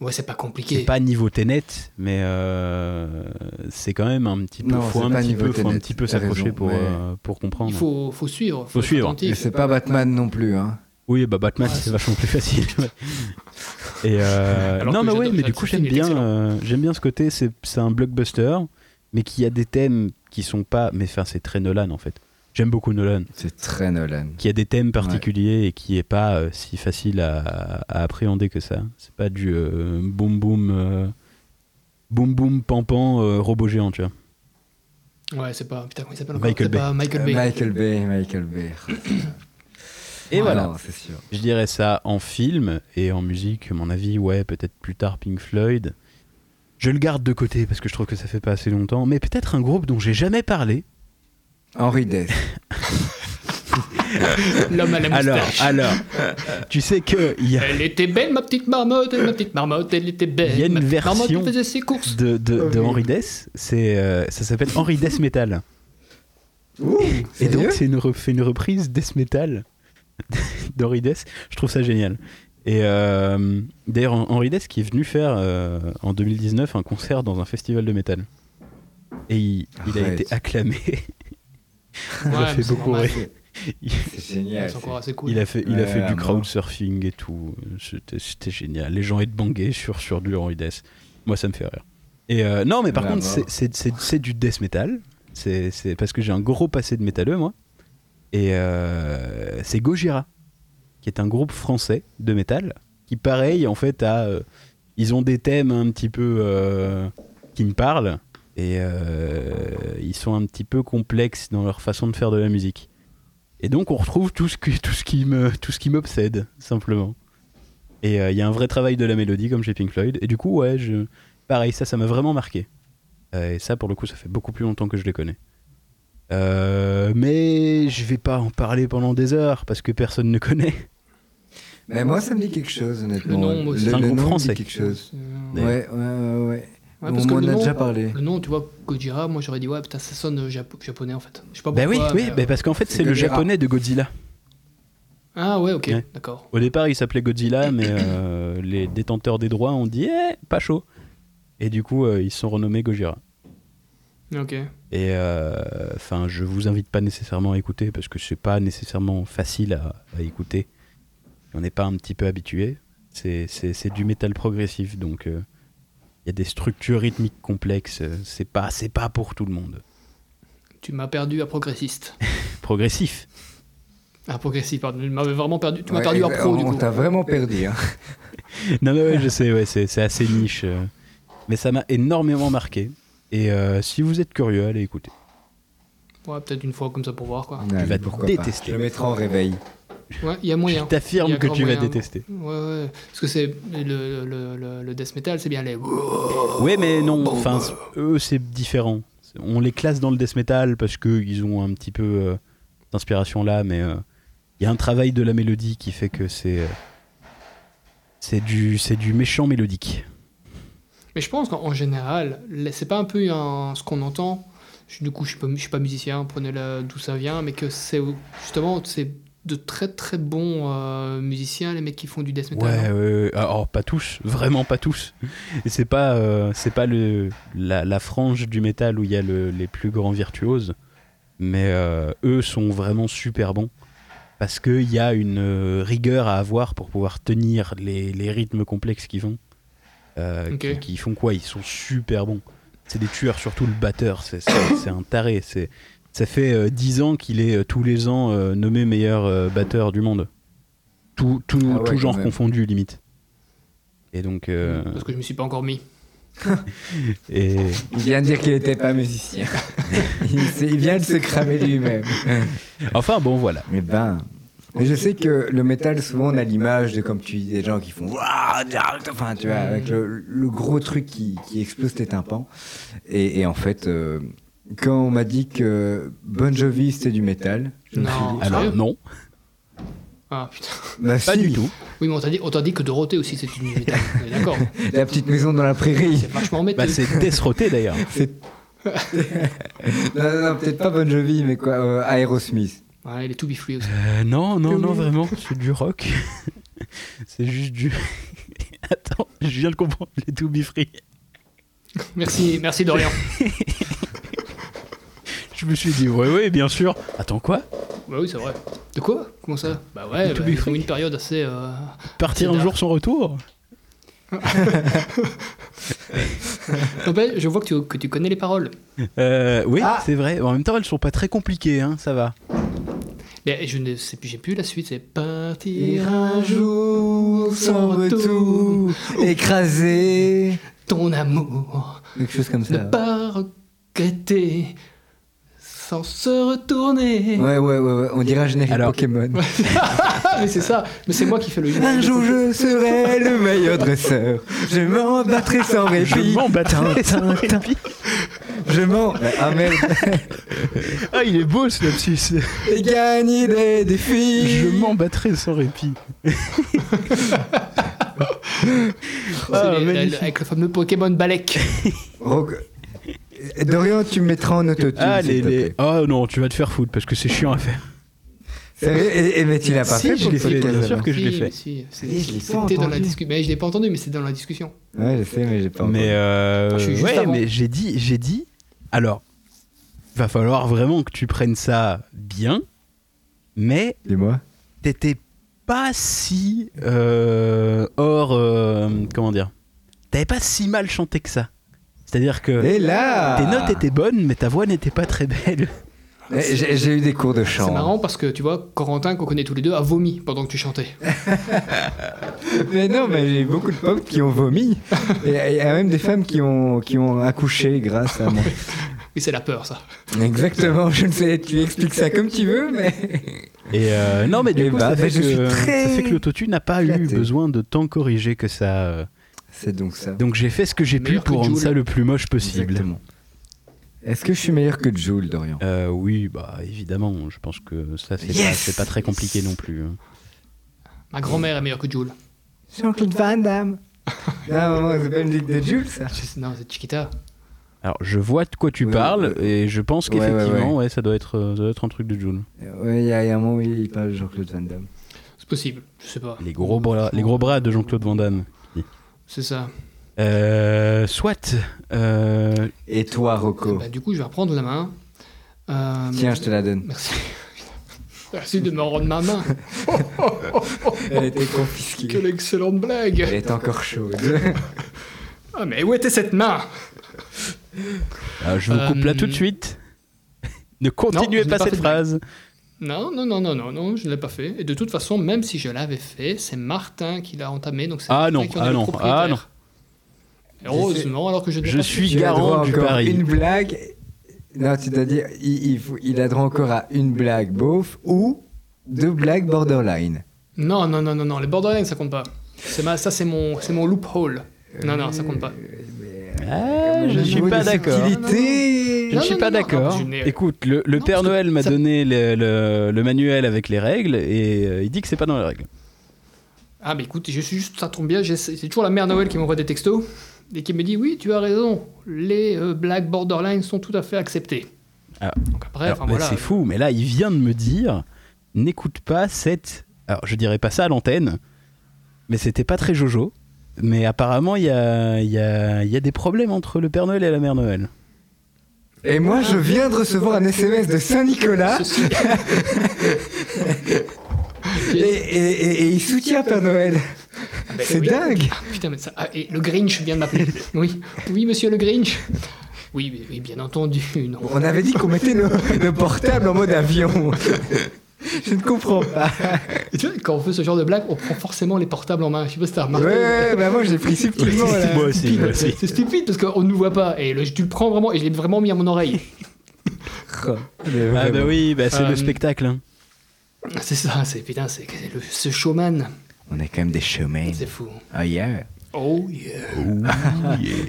Ouais, c'est pas C'est compliqué. pas niveau Tenet, mais euh, c'est quand même un petit peu, Non, faut c'est un pas petit niveau peu, faut un Tenet, petit peu t'as s'accrocher raison, pour, mais- euh, pour comprendre. Il faut, faut suivre. Faut être suivre. Et attentif. c'est pas Batman non plus. Hein. Oui, bah Batman, Ouais, c'est c'est- vachement plus facile. ouais. Et euh, Alors non, que mais ouais, j'adore mais du Jack coup, Nicholson, j'aime il est bien, excellent. euh, j'aime bien ce côté. C'est c'est un blockbuster, mais qui a des thèmes qui sont pas. Mais enfin, c'est très Nolan en fait. J'aime beaucoup Nolan, C'est très Nolan. qui a des thèmes particuliers et qui est pas euh, si facile à, à appréhender que ça. C'est pas du euh, boum boum. euh, Boum boum pan pan euh, robot géant tu vois. Ouais, c'est pas. Putain, comment il s'appelle encore Michael C'est Bay. pas Michael Euh, Bay. Michael Bay, Michael Bay. Et voilà. Non, c'est sûr. Je dirais ça en film et en musique, à mon avis, ouais, peut-être plus tard Pink Floyd. Je le garde de côté parce que je trouve que ça fait pas assez longtemps, mais peut-être un groupe dont j'ai jamais parlé. Henri Dess. L'homme à la Alors, moustache. alors, tu sais que il y a Elle était belle, ma petite marmotte, ma petite marmotte, elle était belle. Il y a une ma petite Marmotte version qui faisait ses courses. de, de, de Henry Death, c'est euh, ça s'appelle Henry Death Metal. Et Sérieux donc, c'est une, re- fait une reprise Death Metal d'Henri Je trouve ça génial. Et euh, d'ailleurs, Hen- Henri Dess qui est venu faire euh, en 2019 un concert dans un festival de métal. Et il, il a Arrête. été acclamé. Ça Ouais, mais fait c'est beaucoup normal. rire. Il, C'est génial. C'est encore assez cool. il a fait, il a Ouais, fait à du mort. crowdsurfing et tout. C'était c'était génial. Les gens headbangaient sur, sur du Henri Dess. Moi, ça me fait rire. Et euh, non, mais par À contre, mort. c'est- c'est c'est- c'est du death metal. C'est c'est- parce que j'ai un gros passé de métalleux, moi. Et euh, c'est Gojira, qui est un groupe français de métal, qui, pareil, en fait, a, euh, ils ont des thèmes un petit peu euh, qui me parlent. Et euh, ils sont un petit peu complexes dans leur façon de faire de la musique. Et donc on retrouve tout ce qui, tout ce qui me, tout ce qui m'obsède simplement. Et euh, il y a un vrai travail de la mélodie comme chez Pink Floyd. Et du coup ouais, je, pareil ça, ça m'a vraiment marqué. Euh, et ça pour le coup, ça fait beaucoup plus longtemps que je les connais. Euh, mais je vais pas en parler pendant des heures parce que personne ne connaît. Mais moi, ça me dit quelque chose, honnêtement. Le nom, moi aussi. le, C'est un le groupe nom me dit français. quelque chose. Euh, Ouais, D'ailleurs. ouais, ouais. ouais. Ouais, on parce que m'en a le nom- déjà parlé. Le nom, tu vois, Gojira, moi j'aurais dit ouais, putain, ça sonne euh, japo- japonais en fait. Je sais pas bah Ben pourquoi. oui, oui, Oh, mais, euh, bah parce qu'en fait c'est c'est le Gojira. japonais de Godzilla. Ah ouais, ok, Ouais. d'accord. Au départ, il s'appelait Godzilla, mais euh, les détenteurs des droits ont dit eh, pas chaud. Et du coup, euh, ils se sont renommés Gojira. Ok. Et euh, enfin, je vous invite pas nécessairement à écouter parce que c'est pas nécessairement facile à, à écouter. On n'est pas un petit peu habitué. C'est c'est- c'est du métal progressif, donc euh, il y a des structures rythmiques complexes. euh, C'est pas c'est pas pour tout le monde. Tu m'as perdu à progressiste. Progressif. Ah, progressif, pardon. Tu m'avais vraiment perdu. Tu m'as Ouais, perdu à exa- pro, du On coup. t'a vraiment perdu. hein. Non, mais ouais, je sais, ouais, c'est c'est assez niche. euh, mais ça m'a énormément marqué. Et euh, si vous êtes curieux, allez écouter. Ouais, peut-être une fois comme ça pour voir, quoi. Allez, vas pourquoi détester. Pas. Je le mettrai en réveil. Ouais, il y a moyen. Je t'affirme hein. Il y a que grave tu vas moyen. détester. Ouais, ouais. Parce que c'est le, le, le, le death metal, c'est bien les. Ouais, mais non, enfin, c- eux, c'est différent. C'est- On les classe dans le death metal parce qu'ils ont un petit peu euh, d'inspiration là, mais euh, il y a un travail de la mélodie qui fait que c'est. euh, c'est du, c'est du méchant mélodique. Mais je pense qu'en en général, les- c'est pas un peu un- ce qu'on entend. Je- du coup, je suis pas, je suis pas musicien, prenez le d'où ça vient, mais que c'est justement c'est de très très bons euh, musiciens, les mecs qui font du death metal. Ouais, hein. ouais, ouais. Alors, pas tous, vraiment pas tous. Et c'est pas, euh, c'est pas le, la, la frange du métal où il y a le- les plus grands virtuoses, mais euh, eux sont vraiment super bons parce qu'il y a une euh, rigueur à avoir pour pouvoir tenir les, les rythmes complexes qu'ils font. Euh, Ok. qui, qui font quoi Ils sont super bons. C'est des tueurs, surtout le batteur, c'est c'est- c'est un taré. c'est- Ça fait euh, 10 ans qu'il est euh, tous les ans euh, nommé meilleur euh, batteur du monde. Tout, tout, Ah ouais, tout quand genre même. confondu, limite. Et donc. euh, Parce que je me suis pas encore mis. et... Il vient de dire qu'il n'était pas musicien. il, s'est- il vient de se cramer lui-même. Enfin, bon, voilà. Mais ben. Mais je sais que le métal, souvent, on a l'image de, comme tu dis, des gens qui font Waouh, Dark enfin, tu vois, avec le, le gros truc qui, qui explose tes tympans. Et, et en fait, euh, quand on m'a dit que Bon Jovi, c'était du métal, je me suis Non. dit, Alors, Sérieux non, Ah putain. Bah, pas si, du tout. Oui, mais on t'a dit, on t'a dit que Dorothée aussi c'est du métal. On est d'accord. La petite maison dans la prairie. C'est vachement métal. Bah, c'est Desroté d'ailleurs. C'est. non, non, non, peut-être pas Bon Jovi, mais quoi, euh, Aerosmith. Ouais, les To Be Free aussi. Euh, non, non, non, vraiment, c'est du rock. c'est juste du. Attends, je viens de comprendre les To Be Free. Merci, merci Dorian. Je me suis dit, ouais, ouais, bien sûr. Attends, quoi bah oui, c'est vrai. De quoi Comment ça Bah ouais, Les To bah, Be ils Free. ont eu une période assez. euh, Partir C'est un dark. jour sans retour Non, bah, je vois que tu, que tu connais les paroles. Euh, Oui, Ah. c'est vrai. En même temps, elles sont pas très compliquées, hein, ça va. Mais je ne sais plus, j'ai plus la suite. C'est partir un jour sans retour, écrasé. ton amour, Quelque chose comme ne ça. pas regretter, sans se retourner. Ouais, ouais, ouais, ouais, on dirait un générique Alors- Pokémon. Ah, mais c'est ça, mais c'est moi qui fais le jeu. Un jour je serai le meilleur dresseur. Je m'en battrai sans répit. Je m'en battrai sans Tin, tin, tin. Je m'en. Ah merde. Ah, il est beau ce lapsus. Et gagner des défis. Je m'en battrai sans répit. C'est Ah, les- la- magnifique. avec le fameux Pokémon Balek. Rock- Dorian, tu me mettras en autotune. Ah, les, s'il te les- plaît. Ah non, tu vas te faire foutre parce que c'est chiant à faire. Sérieux et, et- mais tu l'as pas Si, fait je pour l'ai le fait, podcast, bien sûr alors que je l'ai Si, fait. si, c'est- Oui, je l'ai pas C'était dans la entendu. discussion. Mais je l'ai pas entendu, mais c'est dans la discussion. Ouais, je sais, mais j'ai pas Mais, entendu. euh, Ah, je suis juste ouais, avant. mais j'ai dit, j'ai dit. Alors, va falloir vraiment que tu prennes ça bien, mais Dis-moi. t'étais pas si euh, hors euh, comment dire t'avais pas si mal chanté que ça c'est à dire que Et là bah. tes notes étaient bonnes mais ta voix n'était pas très belle Eh, J'ai j'ai eu des cours de chant. C'est marrant parce que tu vois, Corentin, qu'on connaît tous les deux, a vomi pendant que tu chantais. Mais non, mais j'ai beaucoup de potes qui ont vomi. Et il y a même des femmes qui ont, qui ont accouché grâce à moi. Et c'est la peur, ça. Exactement, je ne sais, tu expliques ça comme tu veux, mais. et euh, non mais du Eh coup bah, ça, fait je suis que, euh, très ça fait que l'autotune n'a pas eu flatté. besoin de tant corriger que ça euh. C'est donc ça. donc j'ai fait ce que j'ai pu Meilleur que pour rendre Joule. ça le plus moche possible Exactement. Est-ce que je suis meilleur que Jules, Dorian Euh, oui bah évidemment je pense que ça c'est Yes pas, c'est pas très compliqué non plus hein. Ma grand-mère est meilleure que Jules. Jean-Claude Van Damme Non, maman, c'est pas une ligue de Jules, ça Je- Non, c'est Chiquita. alors je vois de quoi tu Ouais, parles ouais. et je pense Ouais, ouais, qu'effectivement ouais, ça doit être euh, ça doit être un truc de Joule Ouais, il y, a- il y a un moment où il parle de Jean-Claude Van Damme. C'est possible, je sais pas. Les gros bras, les gros bras de Jean-Claude Van Damme. C'est ça. Euh, soit. euh, Et toi, Rocco Bah, du coup, je vais reprendre la main. Euh, Tiens, je te la donne. Merci. Merci de me rendre ma main. Elle était Quelle confisquée. excellente blague. Elle est encore chaude. Ah, mais où était cette main ah, je vous Euh, coupe là tout de suite. ne continuez je n'ai pas pas cette fait de blague. phrase. Non, non, non, non, non, non, je ne l'ai pas fait. Et de toute façon, même si je l'avais fait, c'est Martin qui l'a entamé, donc c'est Ah Martin non, qui en est ah le non, propriétaire. ah non. Et Heureusement, alors que je n'ai Je pas suis Tu as garant droit du encore à pari. Une blague. Non, c'est-à-dire, il, il faut- il a droit encore à une blague beauf ou deux blagues borderline. Non, non, non, non, non, les borderline, ça compte pas. C'est ma- ça, c'est mon, c'est mon loophole. Non, non, ça compte pas. Ah, je Au suis niveau pas des d'accord. subtilités- Je ne Non, suis non, pas non, non, d'accord. je n'ai- Écoute, le, le Non, Père parce que Noël m'a ça- donné le, le- le manuel avec les règles et euh, il dit que c'est pas dans les règles. Ah, mais écoute, je suis juste, ça tombe bien, j'ai- c'est toujours la mère Noël qui m'envoie des textos et qui me dit Oui, tu as raison, les euh, blagues borderline sont tout à fait acceptées. Ah. Donc après, Alors, enfin bah, voilà. C'est fou, mais là, il vient de me dire n'écoute pas cette. Alors, je dirais pas ça à l'antenne, mais c'était pas très jojo. Mais apparemment, il y a, il y, a, il y a des problèmes entre le Père Noël et la Mère Noël. Et moi, je viens de recevoir un SMS de Saint-Nicolas Ceci- et, et- et- et il soutient Père Noël. Ben C'est oui. dingue. Ah, Putain, mais ça. ah, et le Grinch vient de m'appeler. Oui, oui, monsieur le Grinch. Oui, oui, oui, bien entendu. Non. On avait dit qu'on mettait nos, nos portables en mode avion. Je ne comprends pas. Et tu vois, quand on fait ce genre de blague, on prend forcément les portables en main. Je sais pas si t'as remarqué. Ouais, bah moi, je l'ai pris subtilement. là. moi aussi, moi aussi. C'est stupide parce qu'on ne nous voit pas. Et le- tu le prends vraiment, et je l'ai vraiment mis à mon oreille. Mais Ah, bah vraiment. oui, bah, c'est Euh, le spectacle. hein. C'est ça, c'est putain, c'est c'est le- ce showman. On est quand même des chemins. C'est fou. Oh yeah. Oh yeah.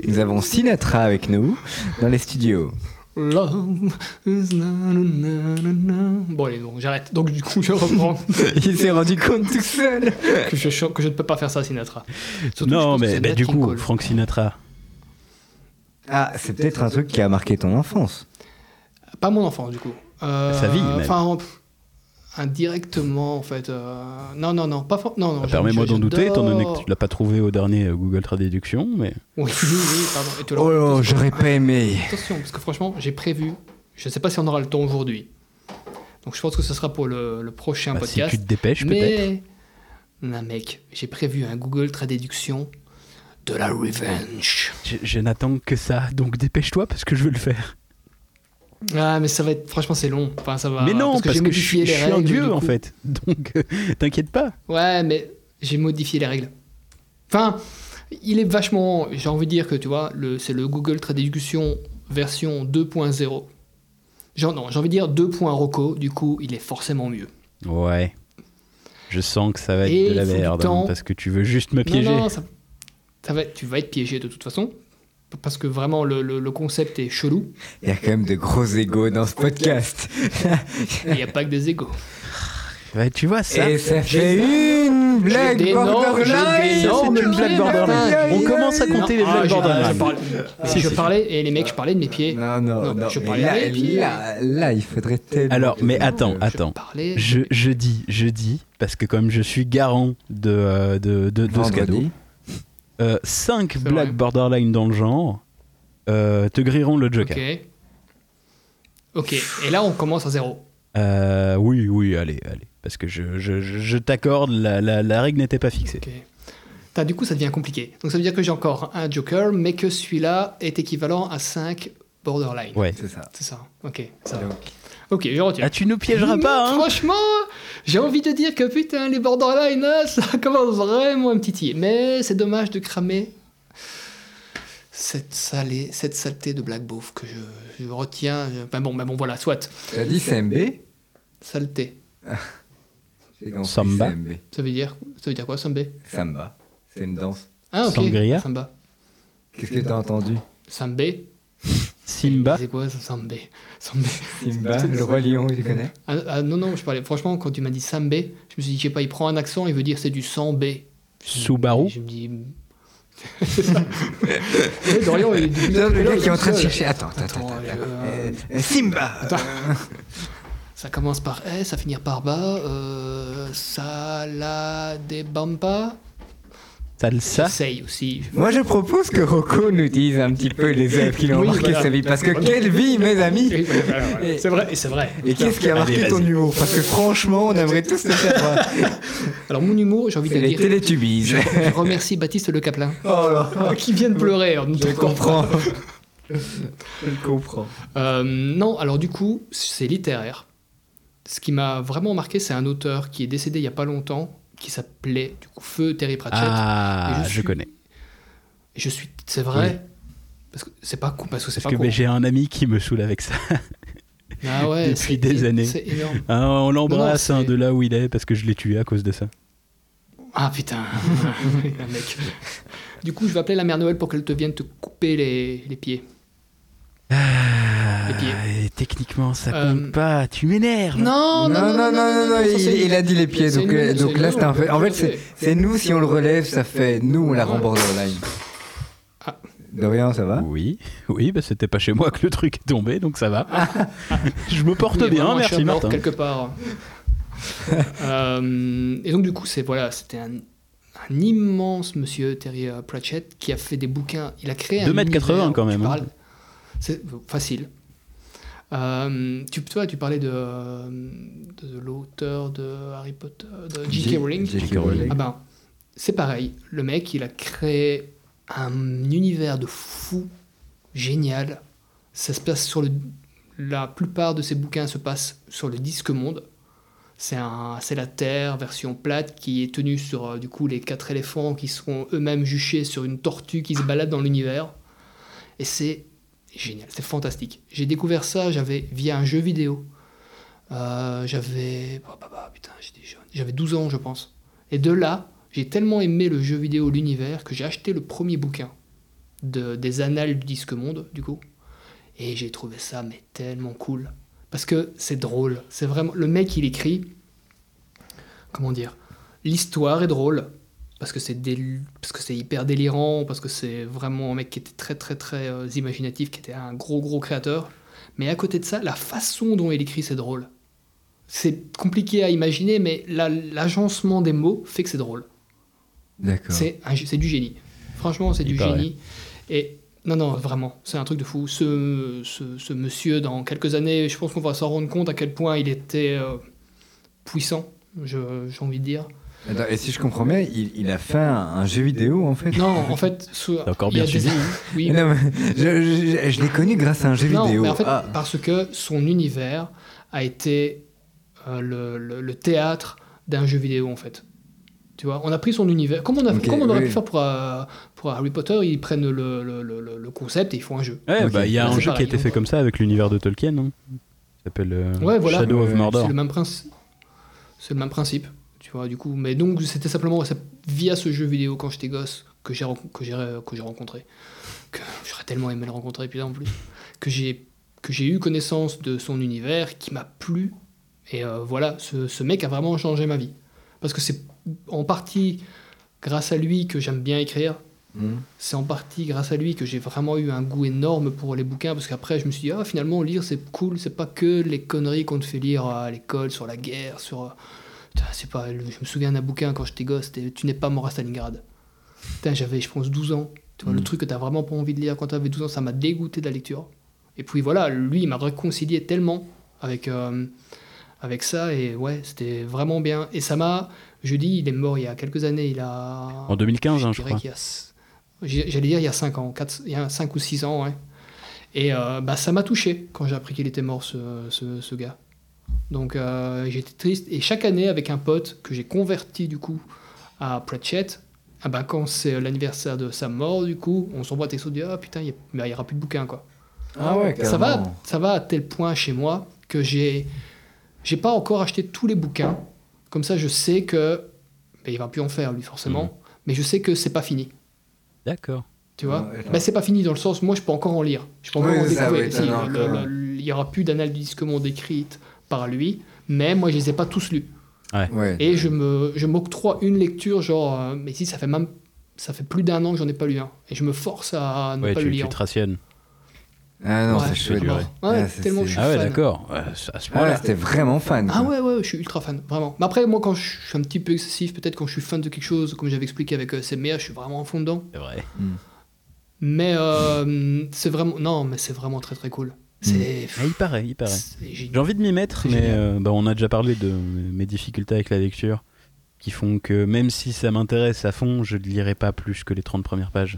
Nous avons Sinatra avec nous dans les studios. Love is na- na- na- na- Bon, allez, donc j'arrête. Donc, du coup, je reprends Il s'est rendu compte tout seul. que je, ch- que je ne peux pas faire ça à Sinatra. Surtout que je Non, pense que mais c'est bah, Nat du King coup, Cole. Frank Sinatra. Ah, c'est peut-être un truc qui a marqué ton enfance. Pas mon enfance, du coup. Euh, Sa vie, même. Enfin, en- indirectement, en fait. euh, Non, non, non, pas for- Non, non. Bah, j'aime- Permets-moi j'adore. d'en douter, étant donné que tu l'as pas trouvé au dernier euh, Google Traduction. Mais... Oui, oui, oui, pardon. Et tu l'as- Oh non, j'aurais pas aimé. Attention, parce que franchement, j'ai prévu. Je ne sais pas si on aura le temps aujourd'hui. Donc, je pense que ce sera pour le, le prochain Bah, si podcast. tu te dépêches, peut-être. mais. Non, mec, j'ai prévu un Google Traduction de la revenge. Je, je n'attends que ça, donc dépêche-toi parce que je veux le faire. Ah, mais ça va être. Franchement, c'est long. Enfin, ça va. mais non, Ah, parce que, j'ai je, suis, modifié les je suis un règles, du dieu en coup. fait. Donc, euh, t'inquiète pas. Ouais, mais j'ai modifié les règles. Enfin, il est vachement. J'ai envie de dire que tu vois, le, c'est le Google Traduction version 2.0. Genre, non, j'ai envie de dire 2.roco, du coup, il est forcément mieux. Ouais. Je sens que ça va être Et de la il faut du merde, hein, temps. parce que tu veux juste me piéger. Non, non, ça, ça va être- tu vas être piégé de toute façon. Parce que vraiment, le, le- le concept est chelou. Il y a quand même de gros égos dans ce podcast. Il n'y a pas que des égaux. Bah, tu vois ça. Et ça fait une blague des noms, j'ai borderline des noms, C'est mais une blague oui, borderline. mais On oui, commence à oui. compter les Ah, blagues j'ai- borderline. je parlais- Si je parlais, et les mecs, je parlais de mes pieds. Non, non, non. Non, je mais parlais là, avec lui. là, là, il faudrait tellement. Alors, que- mais attends, attends. Parler. Je, je dis, je dis, parce que comme je suis garant de, euh, de, de, de ce cadeau, Vendredi. 5 C'est blagues vrai. borderline dans le genre euh, te grilleront le Joker. Ok. Ok, et là, on commence à zéro. Euh, oui, oui, allez, allez. Parce que je, je, je- je t'accorde, la, la- la règle n'était pas fixée. Ok. Putain, du coup, ça devient compliqué. Donc, ça veut dire que j'ai encore un Joker, mais que celui-là est équivalent à 5 borderline. Ouais. C'est ça. C'est ça. Ok, ça va. Donc, Ok, je retiens. Ah, tu nous piégeras pas, hein Franchement, j'ai envie de dire que putain, les borderline, là, ça commence vraiment à me titiller. Mais c'est dommage de cramer cette, salée, cette saleté de Black Beauf que je, je retiens. Je- Ben bon, ben bon, voilà, soit. t'as dit CMB Saleté. J'ai compris, Samba. CMB. Ça veut dire, ça veut dire quoi, Samba Samba. C'est une danse. Ah, ok. Sangria Samba. Qu'est-ce que t'as entendu Samba. Simba C'est quoi, ça, Samba Samba. Simba, le roi lion, tu connais Ah, ah, non, non, je parlais. Franchement, quand tu m'as dit Samba, je me suis dit, je sais pas, il prend un accent, il veut dire c'est du Samba. Subaru Je me dis. C'est ça. Et Dorian, il est depuis Non, tout à le gars l'heure, qui est en train de seul. chercher. Attends, attends, attends. Attends, attends. euh, Euh, Simba Ça commence par S, ça finit par bas. Euh, Saladebamba. Salsa J'essaye aussi. Moi, je propose que Rocco nous dise un petit peu les œuvres qui l'ont Oui, marqué voilà. sa vie. Parce que quelle vie, mes amis C'est vrai, et c'est vrai. Et qu'est-ce qui a marqué Allez, ton vas-y. humour Parce que franchement, on aimerait tous le faire. voir. Alors, mon humour, j'ai envie de C'est les dire. Télétubies. Je remercie Baptiste Le Caplin, Oh là là, qui vient de pleurer. en nous je trouvant. comprends. Je comprends. Euh, non, alors du coup, c'est littéraire. Ce qui m'a vraiment marqué, c'est un auteur qui est décédé il y a pas longtemps, qui s'appelait du coup Feu Terry Pratchett. Ah, Et je, suis- connais. et Je suis, c'est vrai. Parce que c'est pas cool, parce que c'est Parce pas que cool. ben, j'ai un ami qui me saoule avec ça. Ah ouais, depuis c'est- des années. C'est énorme. Hein, on l'embrasse Non, non, hein, c'est- de là où il est parce que je l'ai tué à cause de ça. Ah putain, un mec. Du coup, je vais appeler la mère Noël pour qu'elle te vienne te couper les, les pieds. Les pieds. Ah, Et techniquement, ça Euh, compte pas. Tu m'énerves. Oh, Non, Non, non, non, non, non, non, il, c'est- il a dit les pieds. c'est Donc, nous, euh, c'est donc là, nous. c'est un fait. En fait, c'est- c'est nous, si on le relève, ça fait nous, on la rend borderline. Ah. Dorian, ça va Oui, oui, bah, c'était pas chez moi que le truc est tombé, donc ça va. je me porte Il y a Ah. vraiment bien, un merci chat mort Martin. quelque part. Euh, et donc du coup, c'est voilà, c'était un, un immense monsieur Terry euh, Pratchett qui a fait des bouquins. Il a créé un 2m80 univers où quand tu même, hein. parles- C'est facile. Euh, tu, toi, tu parlais de, euh, de l'auteur de Harry Potter, de J.K. Rowling. J.K. Rowling. Ah ben, c'est pareil. Le mec, il a créé un univers de fou, génial. Ça se passe sur le. La plupart de ses bouquins se passent sur le disque monde. C'est un, c'est la Terre version plate qui est tenue sur euh, du coup les quatre éléphants qui seront eux-mêmes juchés sur une tortue qui se balade dans l'univers. Et c'est génial, c'est fantastique. J'ai découvert ça, j'avais via un jeu vidéo. Euh, j'avais, oh, bah, bah, putain, j'étais jeune. j'avais 12 ans je pense. Et de là, j'ai tellement aimé le jeu vidéo, l'univers, que j'ai acheté le premier bouquin de, des annales du disque monde, du coup. Et j'ai trouvé ça mais tellement cool. Parce que c'est drôle. C'est vraiment. Le mec, il écrit. Comment dire L'histoire est drôle. Parce que c'est dél- parce que c'est hyper délirant. Parce que c'est vraiment un mec qui était très, très, très euh, imaginatif. Qui était un gros, gros créateur. Mais à côté de ça, la façon dont il écrit, c'est drôle. C'est compliqué à imaginer, mais la- l'agencement des mots fait que c'est drôle. D'accord. C'est un gé- c'est du génie. Franchement, c'est Il du paraît. génie. Et non, non, vraiment, c'est un truc de fou. Ce, ce, ce monsieur, dans quelques années, je pense qu'on va s'en rendre compte à quel point il était euh, puissant, je- j'ai envie de dire. Attends, et si je comprends bien, il, il a fait un, un jeu vidéo en fait Non, en fait, ce- encore il y a bien hein. des- suivi, Oui, Non, mais je, je- je- je l'ai connu grâce à un jeu non, vidéo. mais en fait, Ah. parce que son univers a été euh, le, le- le théâtre d'un jeu vidéo, en fait. Tu vois, on a pris son univers. Comme on, a, Ok, comme on aurait oui. pu faire pour, euh, pour Harry Potter, ils prennent le, le- le- le- le concept et ils font un jeu. Ouais, Ok, bah, il y a bah, un c'est jeu pareil, qui a été on fait voit. comme ça avec l'univers de Tolkien. hein. Ça s'appelle euh, Ouais, voilà. Shadow of Ouais, Mordor. C'est le même principe. C'est le même principe, tu vois, du coup. Mais donc, c'était simplement c'est via ce jeu vidéo quand j'étais gosse que j'ai, renco- que j'ai, que j'ai rencontré. Que j'aurais tellement aimé le rencontrer, puis là en plus. Que j'ai, que j'ai eu connaissance de son univers qui m'a plu. Et euh, voilà, ce, ce mec a vraiment changé ma vie. Parce que c'est en partie grâce à lui que j'aime bien écrire. Mhm. C'est en partie grâce à lui que j'ai vraiment eu un goût énorme pour les bouquins, parce qu'après je me suis dit, ah finalement lire c'est cool, c'est pas que les conneries qu'on te fait lire à l'école sur la guerre, sur... euh, Putain, c'est pas... Je me souviens d'un bouquin quand j'étais gosse, c'était Tu n'es pas mort à Stalingrad. Putain, j'avais je pense 12 ans. Tu vois, le truc que t'as vraiment pas envie de lire quand t'avais 12 ans, ça m'a dégoûté de la lecture. Et puis voilà, lui il m'a réconcilié tellement avec, euh, avec ça, et ouais, c'était vraiment bien. Et ça m'a... Je dis, il est mort il y a quelques années, il a... En 2015, hein, je dirais crois. qu'il y a s- j'ai- J'allais dire il y a 5 ans, quatre- il y a 5 ou 6 ans, ouais. Et euh, bah, ça m'a touché quand j'ai appris qu'il était mort, ce, ce- ce gars. Donc euh, j'étais triste. Et chaque année, avec un pote que j'ai converti du coup à Pratchett, ah ben, quand c'est l'anniversaire de sa mort, du coup, on s'envoie des texto, on dit Ah putain, il y a- bah, il n'y aura plus de bouquin, quoi. Ah ouais, Ça va, carrément. ça va à tel point chez moi que j'ai j'ai pas encore acheté tous les bouquins. Comme ça, je sais que ben, il va plus en faire lui Mm. forcément, mais je sais que c'est pas fini. D'accord. Tu vois Ouais, Ben, C'est pas fini dans le sens, moi je peux encore en lire. Je peux encore Oui, en c'est ça, découvrir. oui, Si, t'en as le- encore. le- Il y aura plus d'analyses comment décrites par lui, mais moi je les ai pas tous lus. Ouais. Et je me je m'octroie une lecture, genre, euh, mais si ça fait même ça fait plus d'un an que j'en ai pas lu un. Et je me force à ne Ouais, pas le tu, lire. tu te rationnes. Ah non, Ouais, c'est je chouette. fais durer. Ah, Ouais, c'est- tellement c'est- je suis Ah ouais, fan. d'accord. Ouais, à ce Ah point-là. ouais, c'était vraiment fan. Ah quoi. ouais, ouais, je suis ultra fan, vraiment. Mais après, moi, quand je suis un petit peu excessif, peut-être quand je suis fan de quelque chose, comme j'avais expliqué avec euh, CMR, je suis vraiment à fond dedans. C'est vrai. Mais euh, c'est vraiment. Non, mais c'est vraiment très très cool. C'est. Ah, il paraît, il paraît. c'est- j'ai- J'ai envie de m'y mettre, C'est mais génial. euh, bah, on a déjà parlé de mes difficultés avec la lecture, qui font que même si ça m'intéresse à fond, je ne lirai pas plus que les 30 premières pages.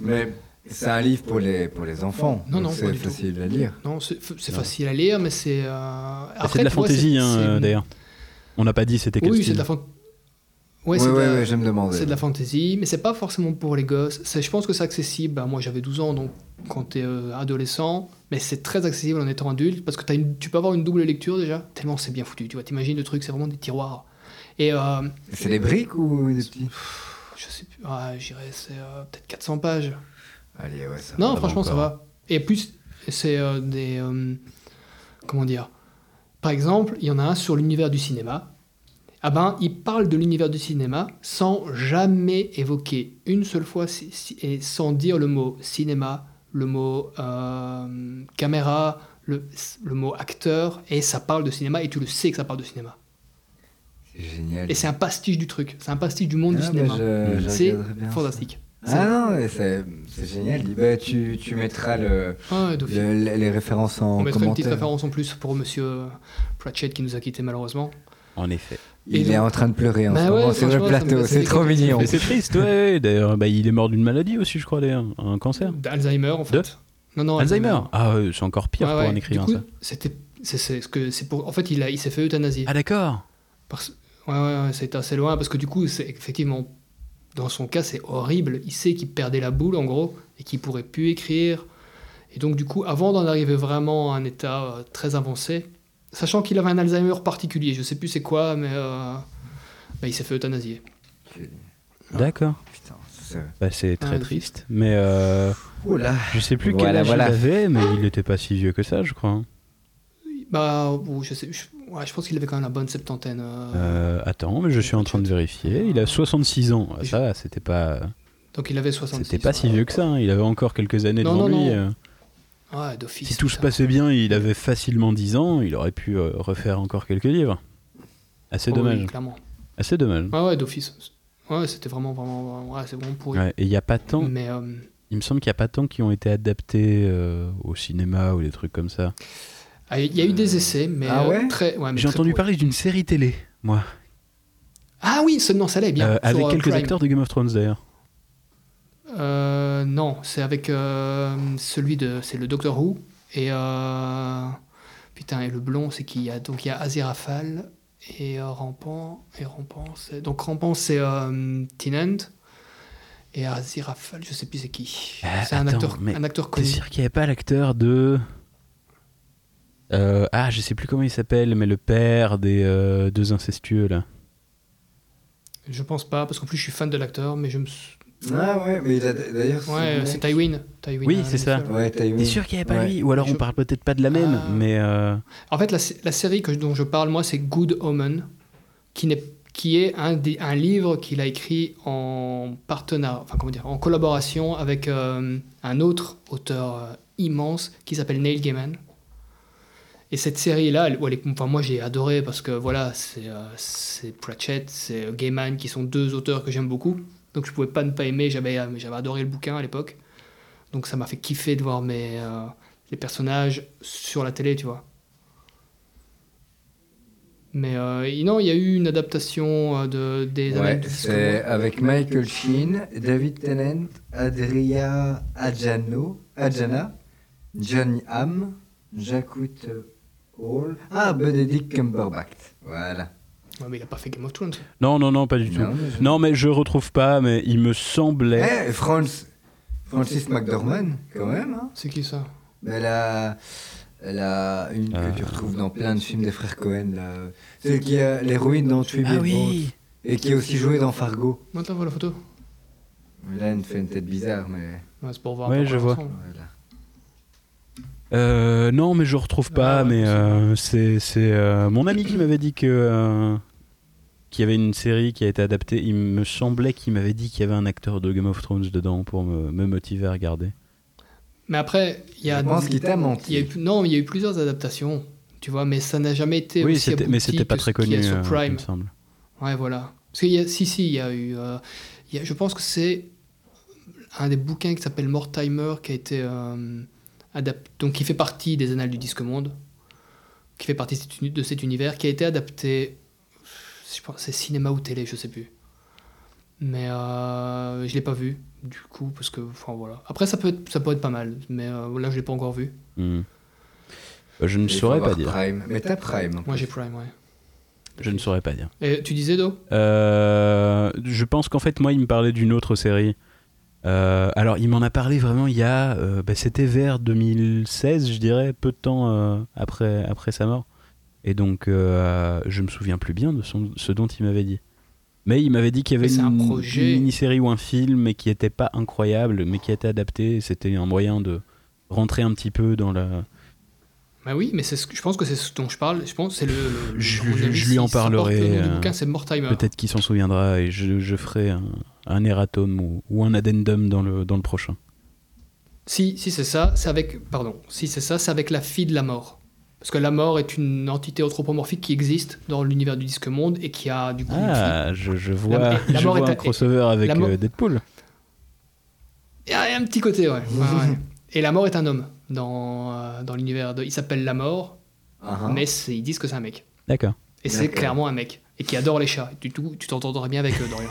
Mais c'est un livre pour les, pour les enfants. Non, donc non, pas C'est du tout. facile à lire. Non, c'est c'est facile à lire, mais c'est. euh, Ah, après, c'est de la tu vois, fantaisie, c'est- hein, c'est- euh, d'ailleurs. On n'a pas dit c'était quel Oui, c'est style. de la fantaisie. Ouais, Ouais, ouais, c'est de la- ouais, je me demandais. C'est de la fantaisie, mais c'est pas forcément pour les gosses. C'est- Je pense que c'est accessible. Bah, moi, j'avais 12 ans, donc quand t'es euh, adolescent, mais c'est très accessible en étant adulte parce que t'as une- tu peux avoir une double lecture déjà. Tellement c'est bien foutu. Tu vois, t'imagines le truc, c'est vraiment des tiroirs. Et euh, C'est des briques ou des petits je sais plus, ah, j'irais, c'est euh, peut-être 400 pages. Allez, ouais, ça Non, va franchement, ça encore. va. Et plus, c'est euh, des. euh, comment dire Par exemple, il y en a un sur l'univers du cinéma. Ah ben, il parle de l'univers du cinéma sans jamais évoquer une seule fois si- si- et sans dire le mot cinéma, le mot euh, caméra, le, le mot acteur, et ça parle de cinéma et tu le sais que ça parle de cinéma. C'est génial. Et c'est un pastiche du truc, c'est un pastiche du monde Ah, du bah, cinéma. je- je c'est regarderai bien ça. fantastique. Ah non, mais c'est c'est génial. Dis, bah, tu, tu mettras le, Ah, de le- le- les références en On mettra une petite commentaire. référence en plus pour Monsieur Pratchett qui nous a quittés malheureusement. En effet. Et Il donc- est en train de pleurer en Bah ce ouais, moment sur le franchement, ça me- plateau. ça C'est me trop fait- mignon. Mais c'est triste, ouais, ouais. D'ailleurs, bah, il est mort d'une maladie aussi, je crois, d'ailleurs. Un cancer. D'Alzheimer en fait. De non, non, Alzheimer. Ah, ouais, c'est encore pire Ouais, pour ouais. un écrivain, Du ça. coup, C'était. C'est, c'est ce que, c'est pour... En fait, il, a, il s'est fait euthanasier. Ah, d'accord. Parce- Ouais, ouais, ouais, c'est assez loin parce que du coup, c'est effectivement. Dans son cas, c'est horrible. Il sait qu'il perdait la boule en gros et qu'il pourrait plus écrire. Et donc, du coup, avant d'en arriver vraiment à un état euh, très avancé, sachant qu'il avait un Alzheimer particulier, je sais plus c'est quoi, mais euh, bah, il s'est fait euthanasier. D'accord. Putain, c'est- Bah, c'est très Ah, triste. Mais euh, Oh là. je sais plus quel Voilà, âge voilà. il avait, mais il n'était pas si vieux que ça, je crois. hein. Bah, ou je sais, je, ouais, je pense qu'il avait quand même la bonne septantaine. euh. Euh, attends, mais je suis en train de vérifier. Il a 66 ans. Ah, ça, va, c'était pas, donc il avait 66. c'était pas si vieux que ça. hein. Il avait encore quelques années Non, devant non, lui. non. euh. Ouais, d'office. Si tout se putain. passait bien, il avait facilement 10 ans. Il aurait pu euh, refaire encore quelques livres. Assez Oh, dommage. oui, clairement. Assez dommage. Ouais, ouais, d'office. Ouais, c'était vraiment, vraiment, ouais, c'est vraiment pourri. Ouais, et il y a pas tant. Mais euh, Il me semble qu'il n'y a pas tant qui ont été adaptés euh, au cinéma ou des trucs comme ça. ah, il y a eu des essais, mais Ah euh, ouais très. ouais, mais J'ai très entendu pourris. parler d'une série télé, moi, Ah oui, ce, non, ça allait bien. euh, sur, avec euh, quelques Prime. acteurs de Game of Thrones d'ailleurs. Euh, non, c'est avec euh, celui de, c'est le Doctor Who et euh, putain et le blond, c'est qui Il y a donc il y a Aziraphale et euh, Rampant et Rampant, c'est donc Rampant c'est euh, Tennant et Aziraphale, je sais plus c'est qui. Ah, c'est un attends, acteur, mais un acteur T'es connu. sûr qu'il n'y avait pas l'acteur de. Euh, ah, je sais plus comment il s'appelle, mais le père des euh, deux incestueux là. Je pense pas parce qu'en plus je suis fan de l'acteur, mais je me sou- Ah ouais, mais il a- d'ailleurs. ce Ouais, mec- c'est Tywin. Tywin, Oui, euh, c'est ça. seul. Ouais, Taïwan. T'es sûr qu'il n'y avait pas Ouais. lui Ou alors on Je- parle peut-être pas de la même, Ah. mais. euh, En fait, la, sé- la série que, dont je parle, moi, c'est Good Omen, qui, n'est- qui est un, des- un livre qu'il a écrit en partenariat, enfin, comment dire, en collaboration avec euh, un autre auteur euh, immense qui s'appelle Neil Gaiman. Et cette série-là, elle- elle est- enfin, moi j'ai adoré parce que voilà, c'est euh, c'est Pratchett, c'est euh, Gaiman qui sont deux auteurs que j'aime beaucoup. Donc je pouvais pas ne pas aimer, j'avais euh, j'avais adoré le bouquin à l'époque. Donc ça m'a fait kiffer de voir mes, euh, les personnages sur la télé, tu vois. Mais euh, et non, il y a eu une adaptation euh, de, des Ouais, Annales de c'est Fiskamore. avec Michael Sheen, David Tennant, Adria Adjano, Adjana, Johnny Hamm, Jakut Hall, ah, Benedict Cumberbatch. Voilà. Ouais, mais il a pas fait Game of Thrones. Non, non, non, pas du tout. Non, mais je- Non, mais je retrouve pas, mais il me Eh, semblait. France- Francis McDormand, quand même. Hein. C'est qui ça Mais Elle a, elle a une que Euh, tu retrouves dans plein de films des frères Cohen. Là. Celle qui est l'héroïne dans Three Ah Billboards oui et qui est aussi jouée dans Fargo. Non, t'as vu la photo Là, elle me fait une tête bizarre, mais Ouais, C'est pour voir. Ouais, à peu je près vois. ensemble. voilà. Euh, non, mais je retrouve pas, Ah, ouais, mais c'est euh, c'est c'est, euh, mon ami qui m'avait dit que. euh, qu'il y avait une série qui a été adaptée. Il me semblait qu'il m'avait dit qu'il y avait un acteur de Game of Thrones dedans pour me, me motiver à regarder. Mais après, il y a. Je pense qu'il t'a Il y a menti. eu- non, il y a eu plusieurs adaptations, tu vois, mais ça n'a jamais été. Oui, aussi c'était- mais abouti c'était pas que très ce qu'il y connu, a euh, sur il Prime. me semble. Ouais, voilà. Parce qu'il y a, si, si, il y a eu. euh, il y a- je pense que c'est un des bouquins qui s'appelle Mortimer qui a été euh, adapté. Donc, qui fait partie des Annales du Disque Monde, qui fait partie de cet uni- de cet univers, qui a été adapté. Je pense c'est cinéma ou télé, je sais plus. Mais euh, je l'ai pas vu, du coup, parce que. Enfin, voilà. Après, ça peut être, ça peut être pas mal, mais euh, là, je l'ai pas encore vu. Hmm. Euh, Je ne Il faut saurais pas avoir dire. Prime. Mais t'as Prime. en Moi, plus. j'ai Prime, ouais. Je ne saurais pas dire. Et tu disais, Do Euh, je pense qu'en fait, moi, il me parlait d'une autre série. Euh, alors, il m'en a parlé vraiment il y a. euh, bah, C'était vers 2016, je dirais, peu de temps euh, après, après sa mort. Et donc, euh, je me souviens plus bien de son- ce dont il m'avait dit. Mais il m'avait dit qu'il y avait Mais c'est une, un projet. une mini-série ou un film, mais qui n'était pas incroyable, mais qui était adapté. et C'était un moyen de rentrer un petit peu dans la. Bah oui, mais c'est ce que- je pense que c'est ce dont je parle. Je pense que c'est le. le- le- Je- à mon je- avis, je lui en si ça porte le parlerai, nom du euh, bouquin, c'est Mortimer. Peut-être qu'il s'en souviendra et je, je ferai un, un erratum ou, ou un addendum dans le, dans le prochain. Si, si c'est ça, c'est avec. Pardon. Si c'est ça, c'est avec la fille de la mort. Parce que la mort est une entité anthropomorphique qui existe dans l'univers du disque monde et qui a du coup. une fille. Ah, je, je vois, la je mort vois est- un crossover avec la mort- euh, Deadpool. Il y a un petit côté, ouais. Ouais, ouais. Et la mort est un homme dans, euh, dans l'univers de. Il s'appelle la mort, Ah, ah. mais c'est- ils disent que c'est un mec. D'accord. Et c'est D'accord. clairement un mec. Et qui adore les chats. Du coup, tu t'entendrais bien avec euh, Dorian.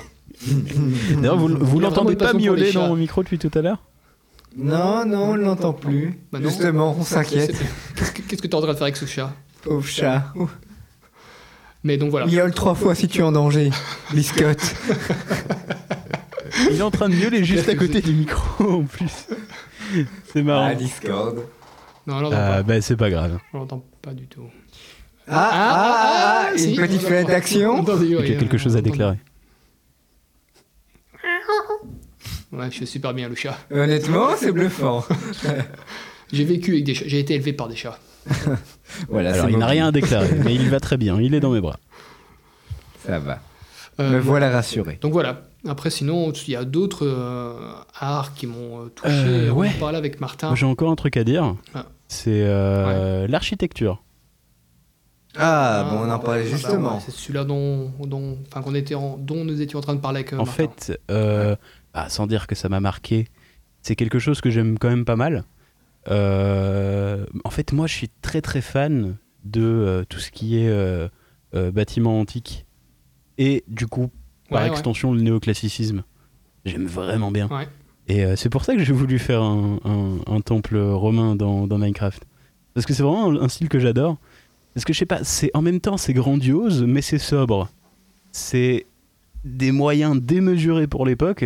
D'ailleurs, vous, vous Il a vraiment l'entendez une pas passion pour les miauler dans chats. mon micro depuis tout à l'heure Non, non, on ne l'entend plus. Bah non. Justement, on Je s'inquiète. sais plus. Qu'est-ce que- Qu'est-ce que tu es en train de faire avec ce chat Pauvre chat. Mais donc voilà. Miaule trois fois si tu es en danger. Biscotte. Il est en train de miauler juste à côté du micro en plus. C'est marrant. Ah, Discord. Non, on l'entend Ah, pas. bah, c'est pas grave. On l'entend pas du tout. Ah, ah, ah, ah, si, Une petite on fenêtre l'entend. d'action. Attendez, Il y ouais, a quelque euh, chose à attendez. déclarer. Ouais, je suis super bien le chat. Honnêtement, c'est bluffant. J'ai vécu avec des chats. J'ai été élevé par des chats. Voilà, Alors, c'est il n'a mobile. rien à déclarer, mais il va très bien. Il est dans mes bras. Ça va. Euh, Me voilà rassuré. Donc voilà. Après, sinon, il y a d'autres euh, arts qui m'ont euh, touché. Euh, On ouais. en parlait avec Martin. Moi, J'ai encore un truc à dire. Ah. C'est euh, l'architecture. Ah, bon, on en Ah, parlait bah, justement. ouais, c'est celui-là dont, dont, enfin, qu'on était en- dont nous étions en train de parler avec euh, en Martin. fait, euh, bah, sans dire que ça m'a marqué, c'est quelque chose que j'aime quand même pas mal. Euh, en fait, moi, je suis très très fan de euh, tout ce qui est euh, euh, bâtiment antique et du coup, par Ouais, ouais. extension, le néoclassicisme. J'aime vraiment bien. Ouais. Et euh, c'est pour ça que j'ai voulu faire un, un- un temple romain dans, dans Minecraft. Parce que c'est vraiment un, un style que j'adore. Parce que je sais pas, c'est en même temps c'est grandiose, mais c'est sobre. C'est des moyens démesurés pour l'époque,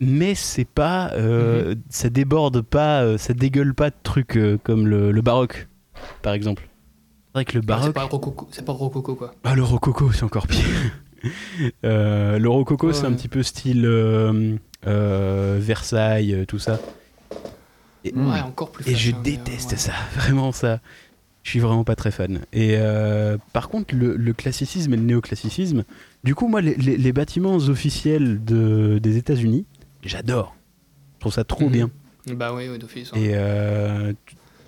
mais c'est pas, euh, ça déborde pas, euh, ça dégueule pas de trucs euh, comme le, le baroque, par exemple. C'est vrai que le Ouais, baroque, C'est pas rococo, c'est pas rococo quoi. ah, le rococo, c'est encore pire. Euh, le rococo, Ouais, c'est un ouais. petit peu style euh, euh, Versailles, euh, tout ça. Et, Hmm. Ouais, encore plus et flash, je hein, mais, euh, déteste ouais. ça, vraiment ça. Je suis vraiment pas très fan. Et euh, par contre, le, le classicisme et le néoclassicisme, du coup, moi, les, les- les bâtiments officiels de- des États-Unis, j'adore. Je trouve ça trop Mhm. bien. Bah oui, oui, d'office. hein. Et euh,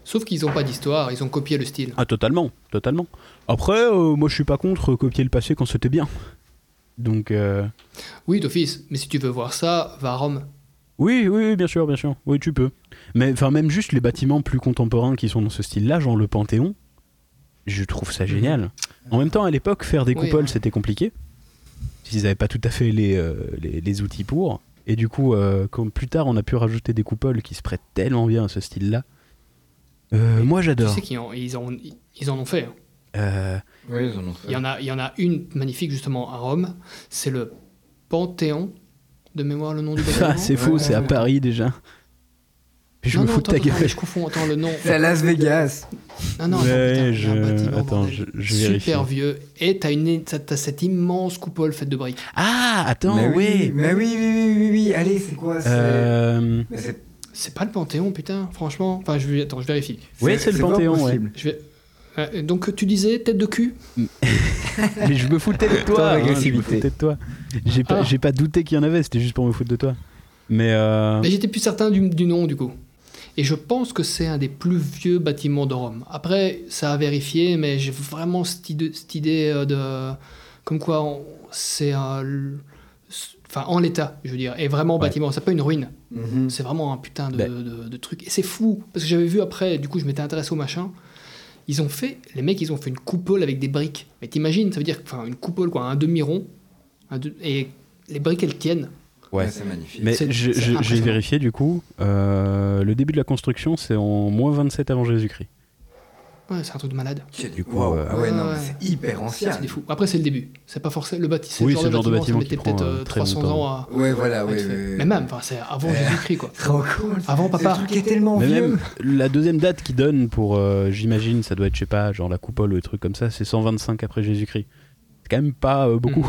Sauf qu'ils ont pas d'histoire, ils ont copié le style. ah, totalement, totalement. Après, euh, moi, je suis pas contre copier le passé quand c'était bien. Donc, euh, Oui, d'office, mais si tu veux voir ça, va à Rome. oui, oui, oui, bien sûr, bien sûr. Oui, tu peux. Mais enfin, même juste les bâtiments plus contemporains qui sont dans ce style-là, genre le Panthéon, je trouve ça génial. En même temps, à l'époque, faire des Mhm. Oui, coupoles, hein. c'était compliqué. Ils n'avaient pas tout à fait les, euh, les, les outils pour. Et du coup, euh, comme plus tard, on a pu rajouter des coupoles qui se prêtent tellement bien à ce style-là. Euh, moi, Tu j'adore. sais qu'ils en, ils en, ils en ont fait. hein. Euh, Oui, ils en ont Il y fait. en a, il y en a une magnifique justement à Rome. C'est le Panthéon. De mémoire, le nom du bâtiment. Ah, c'est faux, c'est à Paris déjà. Puis je Non, me non, fous de ta attends, attends, mais gueule. je confonds. Attends le nom. C'est à Las Vegas. Non, non, Ouais, attends, putain, il y je- a un bâtiment, attends, bordel. je- je Super vérifie. vieux. Et t'as une, t'as- t'as cette immense coupole faite de briques. Ah, attends, mais oui, ouais. mais oui, oui, oui, oui, oui. Allez, c'est quoi c'est- Euh, Mais c'est- C'est pas le Panthéon, putain. Franchement, enfin, je vais, attends, je vérifie. Ouais, c'est le pas Panthéon, ouais. possible. Je vais. Euh, Donc tu disais tête de cul mais je me foutais de toi. Tant hein, je me d'agressivité. foutais de toi. J'ai pas, Ah. j'ai pas douté qu'il y en avait, c'était juste pour me foutre de toi. Mais euh, Mais j'étais plus certain du, du nom du coup. Et je pense que c'est un des plus vieux bâtiments de Rome. Après, ça a vérifié, mais j'ai vraiment cette idée, cette idée, euh, de. Comme quoi, on- c'est. un l- s- Enfin, en l'état, je veux dire. Et vraiment, Ouais. bâtiment, c'est pas une ruine. Mhm. C'est vraiment un putain de, Ben. de- de truc. Et c'est fou, parce que j'avais vu après, du coup, je m'étais intéressé au machin. Ils ont fait, les mecs, ils ont fait une coupole avec des briques. Mais t'imagines, ça veut dire, enfin, une coupole, quoi, un demi-rond. un de- et les briques, elles tiennent. Ouais. c'est magnifique. mais c'est- je- c'est je- j'ai impressionnant. vérifié du coup. euh, le début de la construction, c'est en moins 27 avant Jésus-Christ. Ouais, c'est un truc de malade. C'est du coup. Waouh. Ah ouais, non, Ouais, mais ouais. c'est hyper ancien. C'est des fous. Après, c'est le début. C'est pas forcément le bâtiment. Oui, le genre de bâtiment, ça qui mettait prend, peut-être euh, euh, très 300 longtemps. ans à. Ouais, voilà, à ouais. être fait. ouais, ouais. Mais même, enfin, c'est avant Jésus-Christ, quoi. Trop cool. Avant papa. Le truc est tellement Mais vieux. même la deuxième date qu'ils donnent pour, euh, j'imagine, ça doit être, je sais pas, genre la coupole ou des trucs comme ça, c'est 125 après Jésus-Christ. C'est quand même pas euh, beaucoup.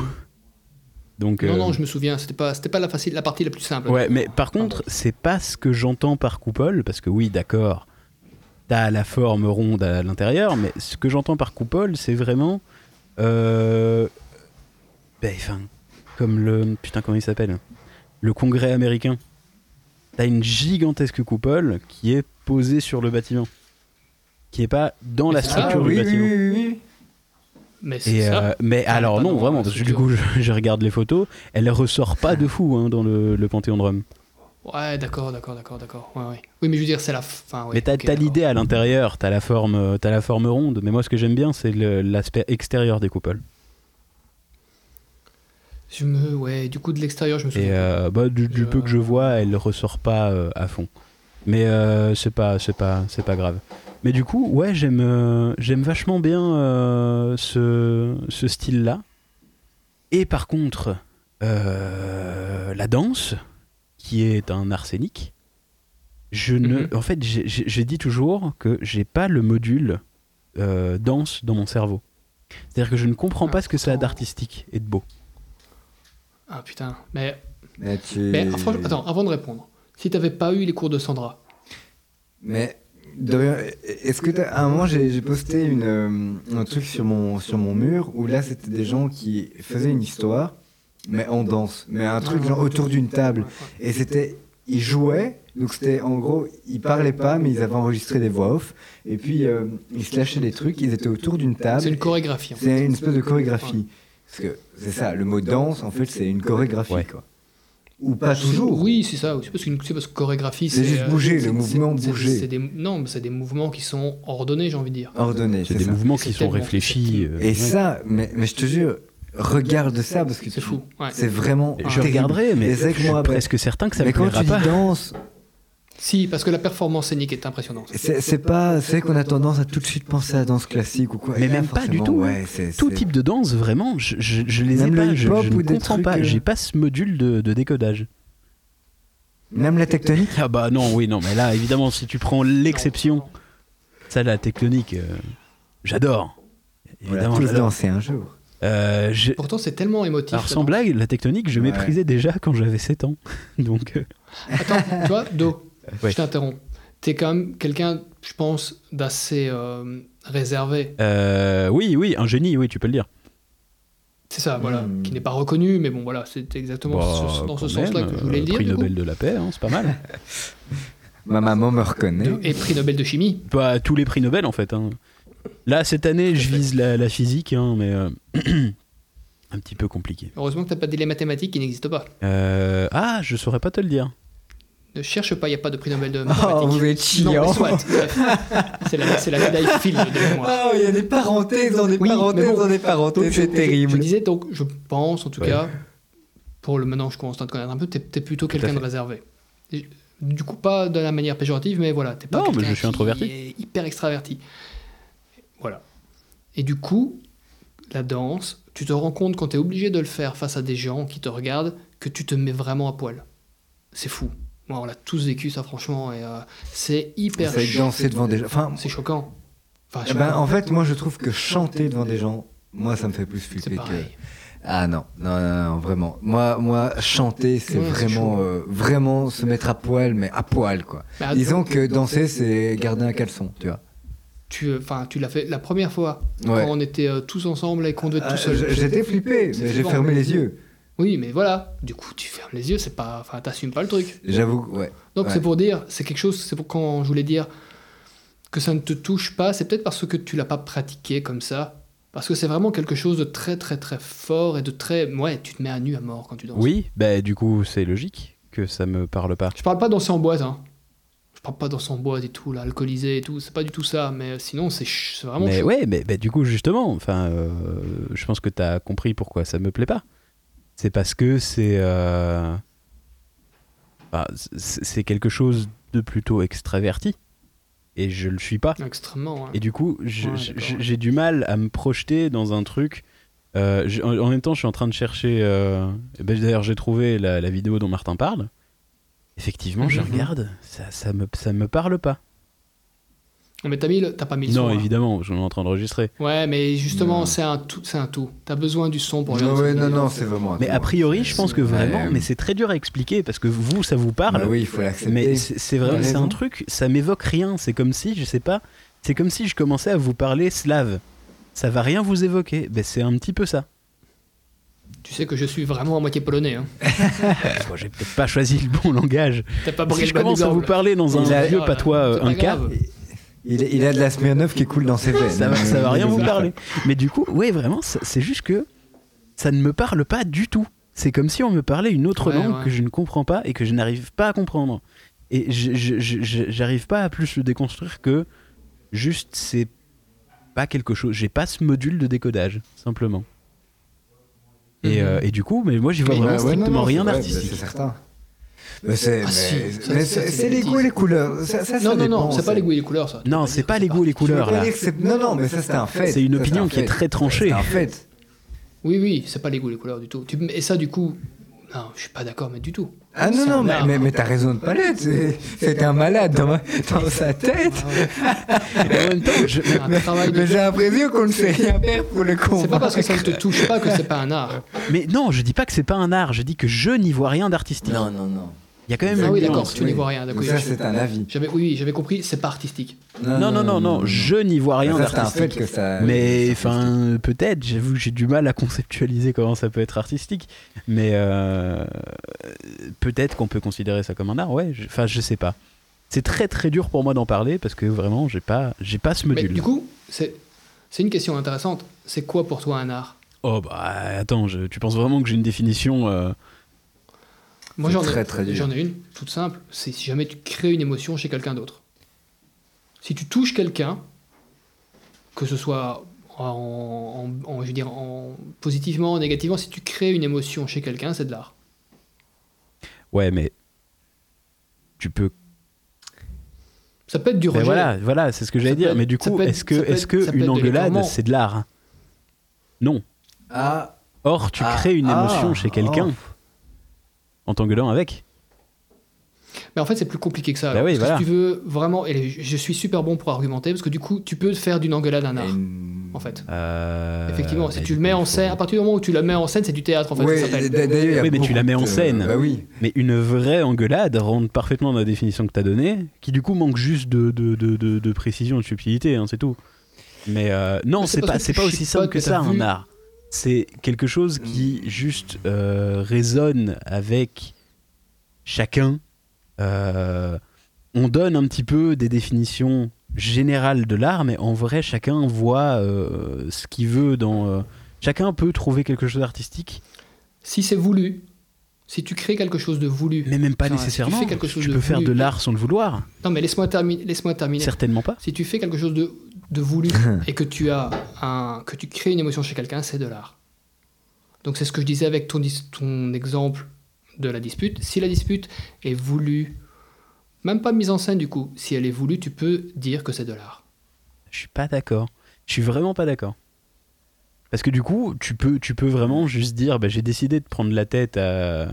Donc, Mm. Non, euh, non, je me souviens. C'était pas, c'était pas la, facile, la partie la plus simple. ouais, mais par contre, c'est pas ce que j'entends par coupole, parce que oui, d'accord, t'as la forme ronde à l'intérieur, mais ce que j'entends par coupole, c'est vraiment, euh, ben, enfin, comme le, putain, comment il s'appelle, le Congrès américain. T'as une gigantesque coupole qui est posée sur le bâtiment, qui est pas dans Mais la c'est ça, structure Ah, du oui, oui, bâtiment. oui, oui. Mais c'est Et ça. euh, mais Ah, alors pas non, dans vraiment, la parce que du coup, je, je regarde les photos, elle ressort pas de fou hein, dans le, le Panthéon de Rome. Ouais, d'accord, d'accord, d'accord, d'accord. Ouais, ouais. Oui, mais je veux dire, c'est la fin. Ah Ouais, mais t'as ok, t'as d'accord. l'idée à l'intérieur, t'as la forme, euh, t'as la forme ronde. Mais moi, ce que j'aime bien, c'est le- l'aspect extérieur des coupoles. Je me, ouais, du coup, de l'extérieur, je me Et souviens. euh, bah, du, du Je- peu que je vois, elle ressort pas euh, à fond. Mais euh, c'est pas, c'est pas, c'est pas grave. Mais du coup, ouais, j'aime, euh, j'aime vachement bien euh, ce, ce style-là. Et par contre, euh, la danse, qui est un arsenic. Je ne, Mhm. en fait, j'ai- j'ai j'ai dit toujours que j'ai pas le module euh, danse dans mon cerveau. C'est-à-dire que je ne comprends pas ce que ça a Ah, pourtant. d'artistique et de beau. Ah putain. Mais, Mais tu. mais ah, franchement, attends, avant de répondre, si t'avais pas eu les cours de Sandra, Mais Dorian, est-ce que t'as- à un moment j'ai j'ai posté une, euh, un truc sur mon sur mon mur où là c'était des gens qui faisaient une histoire mais en danse, mais un truc genre autour d'une Ah, table et c'était ils jouaient donc c'était en gros ils parlaient pas mais ils avaient enregistré des voix off et puis euh, ils se lâchaient des trucs, ils étaient autour d'une table. c'est Ah, une chorégraphie. en fait. C'est une espèce de chorégraphie parce que c'est ça le mot danse en fait c'est une chorégraphie Ouais. quoi. Ou pas C'est- toujours. Oui, c'est ça. C'est parce, qu'une- c'est parce que chorégraphie, C'est juste euh, bouger, c'est- c'est- le mouvement c'est- bouger. Ah. c'est des- Non, mais c'est des mouvements qui sont ordonnés, j'ai envie de dire. Ordonné, C'est c'est des ça. mouvements C'est qui sont tellement réfléchis. perceptible. euh, Et ouais. ça, mais, mais je te jure, regarde ça parce que C'est tu- fou. ouais. C'est vraiment. Je terrible. regarderai, mais Et je c'est vrai que suis moi, après- presque certain que ça mais me quand plaira tu pas. dis danse, Si, parce que la performance scénique est impressionnante. c'est c'est pas. C'est vrai qu'on a tendance à tout de suite penser à danse classique ou quoi. Mais Et là, même pas du forcément, tout, Ouais, c'est- Tout c'est- type de danse, vraiment, je, je- je les ai Même le pas, je, hip-hop je ou ne des comprends trucs, pas, euh, j'ai pas ce module de, de décodage. Même la tectonique. Ah bah non, oui, non, mais là, évidemment, si tu prends l'exception, Non. ça, la tectonique, euh, j'adore. On l'a Évidemment, tous j'adore. dansé un jour. Euh, je- Pourtant, c'est tellement émotif. Alors sans blague, la tectonique, je Ouais. méprisais déjà quand j'avais 7 ans. Donc, euh, Attends, tu vois, Do, Ouais. je t'interromps. T'es quand même quelqu'un, je pense, d'assez euh, réservé. euh, oui, oui, un génie, oui, tu peux le dire. C'est ça, voilà, Hmm. qui n'est pas reconnu, mais bon, voilà, c'est exactement ce- Bah, dans ce quand sens-là même, que je voulais euh, le dire. Prix du coup. Nobel de la paix, hein, c'est pas mal. Ma maman me reconnaît. Et prix Nobel de chimie. Bah, tous les prix Nobel en fait. hein. Là, cette année, je vise la, la physique, hein, mais euh, un petit peu compliqué. Heureusement que t'as pas des mathématiques qui n'existent pas. Euh, ah, je saurais pas te le dire. Ne cherche pas, il n'y a pas de prix Nobel de Oh, mathématiques. vous êtes non, mais chiant. soit. bref. C'est la, c'est la médaille Field de moi. Ah, il y a des parenthèses dans des Oui, mais parenthèses bon. dans des parenthèses, c'est Je terrible. disais donc, je pense en tout Ouais. cas, pour le maintenant je commence à te connaître un peu, t'es t'es plutôt Tout à quelqu'un de fait. réservé. Et- du coup, pas de la manière péjorative, mais voilà, t'es pas Non, mais quelqu'un je suis qui introverti. est hyper extraverti. Voilà. Et du coup, la danse, tu te rends compte quand t'es obligé de le faire face à des gens qui te regardent que tu te mets vraiment à poil. C'est fou. Moi, on l'a tous vécu ça, franchement, et euh, c'est hyper. Ça chiant. danser devant des gens. Enfin, C'est choquant. Enfin, eh ben, en fait, moi, je trouve que chanter devant des gens, moi, ça me fait plus c'est flipper que. pareil. Ah non, non, non, non, vraiment. Moi, moi, chanter, c'est Ouais, c'est vraiment, chaud. euh, vraiment se mettre à poil, mais à poil, quoi. Bah, Disons que danser, c'est garder un caleçon, tu vois. tu enfin tu l'as fait la première fois Ouais. quand on était euh, tous ensemble et qu'on devait être Ah, tout seul. je- J'étais flippé, C'est mais j'ai bon. fermé les yeux. Oui, mais voilà, du coup tu fermes les yeux, c'est pas enfin t'assumes pas le truc. J'avoue, que- ouais. Donc Ouais. c'est pour dire, c'est quelque chose, c'est pour quand je voulais dire que ça ne te touche pas, c'est peut-être parce que tu l'as pas pratiqué comme ça. Parce que c'est vraiment quelque chose de très très très fort et de très ouais, tu te mets à nu à mort quand tu danses. Oui, bah du coup, c'est logique que ça me parle pas. Je parle pas danser en boîte hein. Je parle pas danser en boîte et tout là, alcoolisé et tout, c'est pas du tout ça, mais sinon c'est ch- c'est vraiment mais chaud. ouais, mais bah, du coup, justement, enfin, euh, je pense que t'as compris pourquoi ça me plaît pas. C'est parce que c'est euh, bah, c'est c'est quelque chose de plutôt extraverti et je le suis pas. extrêmement. hein. Et du coup, je- Ouais, je- d'accord. je- j'ai du mal à me projeter dans un truc. euh, j'ai- en, en même temps, je suis en train de chercher. euh, eh ben, D'ailleurs, j'ai trouvé la, la vidéo dont Martin parle. Effectivement, je Mhm. regarde, ça, ça, me, ça me parle pas. Mais t'as mis le- t'as pas mis le son, Non, hein. évidemment, je suis en train d'enregistrer. Ouais, mais justement, Non. c'est un tout. C'est un tout. T'as besoin du son pour Non, regarder ouais, cette non, vidéo. non, c'est vraiment. un Mais tout, a priori, hein. je pense que Ouais, vraiment, euh, mais c'est très dur à expliquer parce que vous, ça vous bah parle. oui, il faut l'accepter. Mais c'est c'est vraiment, T'as c'est un raison. truc, ça m'évoque rien. C'est comme si, je sais pas, c'est comme si je commençais à vous parler slave. Ça va rien vous évoquer. Ben, c'est un petit peu ça. Tu sais que je suis vraiment à moitié polonais. Hein. Bon, j'ai peut-être pas choisi le bon langage. T'as pas Si brûlé je le bon commence à vous exemple. parler dans un Il a- vieux Ah, patois c'est euh, pas inca, grave. Il, il a de la Smirnoff qui coule dans ses veines. ça va, hein. ça va rien vous C'est parler. Mais du coup, ouais, vraiment, ça- c'est juste que ça ne me parle pas du tout. C'est comme si on me parlait une autre Ouais, langue ouais. que je ne comprends pas et que je n'arrive pas à comprendre. Et je- je- je- je- j'arrive pas à plus le déconstruire que juste c'est pas quelque chose. J'ai pas ce module de décodage, simplement. Mhm. Et, euh, et du coup, mais moi j'y vois Mais vraiment Bah ouais, non, strictement non, rien c'est vrai, d'artistique. C'est certain. Mais c'est Ah, si, mais- ça, mais ça, c'est- c'est c'est les petit. goûts et les couleurs. Ça, ça, ça Non, non, dépend, non, c'est pas les goûts et les couleurs, ça. Tu Non, peux pas c'est dire pas que les c'est goûts et les parti. Tu peux couleurs pas là. dire que c'est- Non, non, mais ça c'est un fait. C'est une Ça, un opinion qui est fait. très C'est tranchée. un fait. Oui, oui, c'est pas les goûts et les couleurs du tout. Tu- Et ça, du coup. Non, je suis pas d'accord, mais du tout. Ah non, C'est non, un mais, art. mais, mais t'as raison de pas l'être. c'est- C'est un malade dans, ma- dans sa tête. Mais en même temps, je- C'est Ah, un travail de. Mais j'ai l'impression qu'on ne sait rien faire pour le C'est pas comprendre. parce que ça ne te touche pas que c'est pas un art. Mais non, je dis pas que c'est pas un art, je dis que je n'y vois rien d'artistique. Non, non, non. Il y a quand même Ah une oui, nuance. d'accord, tu n'y vois rien, d'accord. Ça, c'est un avis. J'avais, oui, oui, j'avais compris, c'est pas artistique. Non, non, non, non, je n'y vois rien Ah, Ça, c'est un fait d'artistique. que ça. Mais ça- enfin, peut-être, j'avoue que j'ai du mal à conceptualiser comment ça peut être artistique. Mais euh, peut-être qu'on peut considérer ça comme un art, ouais. je- Enfin, je sais pas. C'est très très dur pour moi d'en parler parce que vraiment, j'ai pas, j'ai pas ce Mais module. du coup, c'est, c'est une question intéressante. C'est quoi pour toi un art Oh bah attends, je- tu penses vraiment que j'ai une définition euh, Moi, C'est j'en très, ai, très dur. j'en ai une, toute simple. C'est si jamais tu crées une émotion chez quelqu'un d'autre. Si tu touches quelqu'un, que ce soit en, en- en- je veux dire, en, positivement, négativement, si tu crées une émotion chez quelqu'un, c'est de l'art. Ouais, mais tu peux Ça peut être du Mais rejet. Ben voilà, voilà, c'est ce que j'allais Ça peut dire. être- Mais du ça coup, peut être- est-ce que, ça peut est-ce être- ça que peut être une de engueulade, l'écœurement. c'est de l'art Non. Ah, Or, tu Ah, crées une ah, Ah. émotion chez quelqu'un en t'engueulant avec. Mais en fait, c'est plus compliqué que ça. Bah alors, oui, parce que voilà. Si tu veux vraiment. Et je- je suis super bon pour argumenter parce que du coup, tu peux faire d'une engueulade un art, en fait. Ben, Euh, Effectivement, si bah, tu du le mets coup, en il faut- scène, à partir du moment où tu la mets en scène, c'est du théâtre en fait. Ouais, ça s'appelle. d'a- d'ailleurs, il y a Oui, mais tu beaucoup la mets en de- scène. Bah oui. Mais une vraie engueulade rentre parfaitement dans la définition que tu as donnée, qui du coup manque juste de, de, de, de- de précision, de subtilité, hein, c'est tout. Mais euh, non, Mais c'est c'est parce pas, que c'est tu pas aussi chipotes simple que que t'as ça un vu. art. C'est quelque chose qui juste euh, résonne avec chacun. Euh, on donne un petit peu des définitions générales de l'art, mais en vrai, chacun voit euh, ce qu'il veut dans. euh, chacun peut trouver quelque chose d'artistique Si c'est voulu, si tu crées quelque chose de voulu. Mais même pas Enfin, nécessairement. si tu fais quelque chose tu de peux faire voulu- de l'art sans le vouloir. Non, mais laisse-moi terminer. Laisse-moi terminer. Certainement pas. Si tu fais quelque chose de, de voulu et que tu as un, que tu crées une émotion chez quelqu'un, c'est de l'art. Donc c'est ce que je disais avec ton, dis- ton exemple de la dispute. Si la dispute est voulue, même pas mise en scène du coup, si elle est voulue, tu peux dire que c'est de l'art. Je suis pas d'accord. Je suis vraiment pas d'accord. Parce que du coup, tu peux, tu peux vraiment juste dire bah, j'ai décidé de prendre la tête à,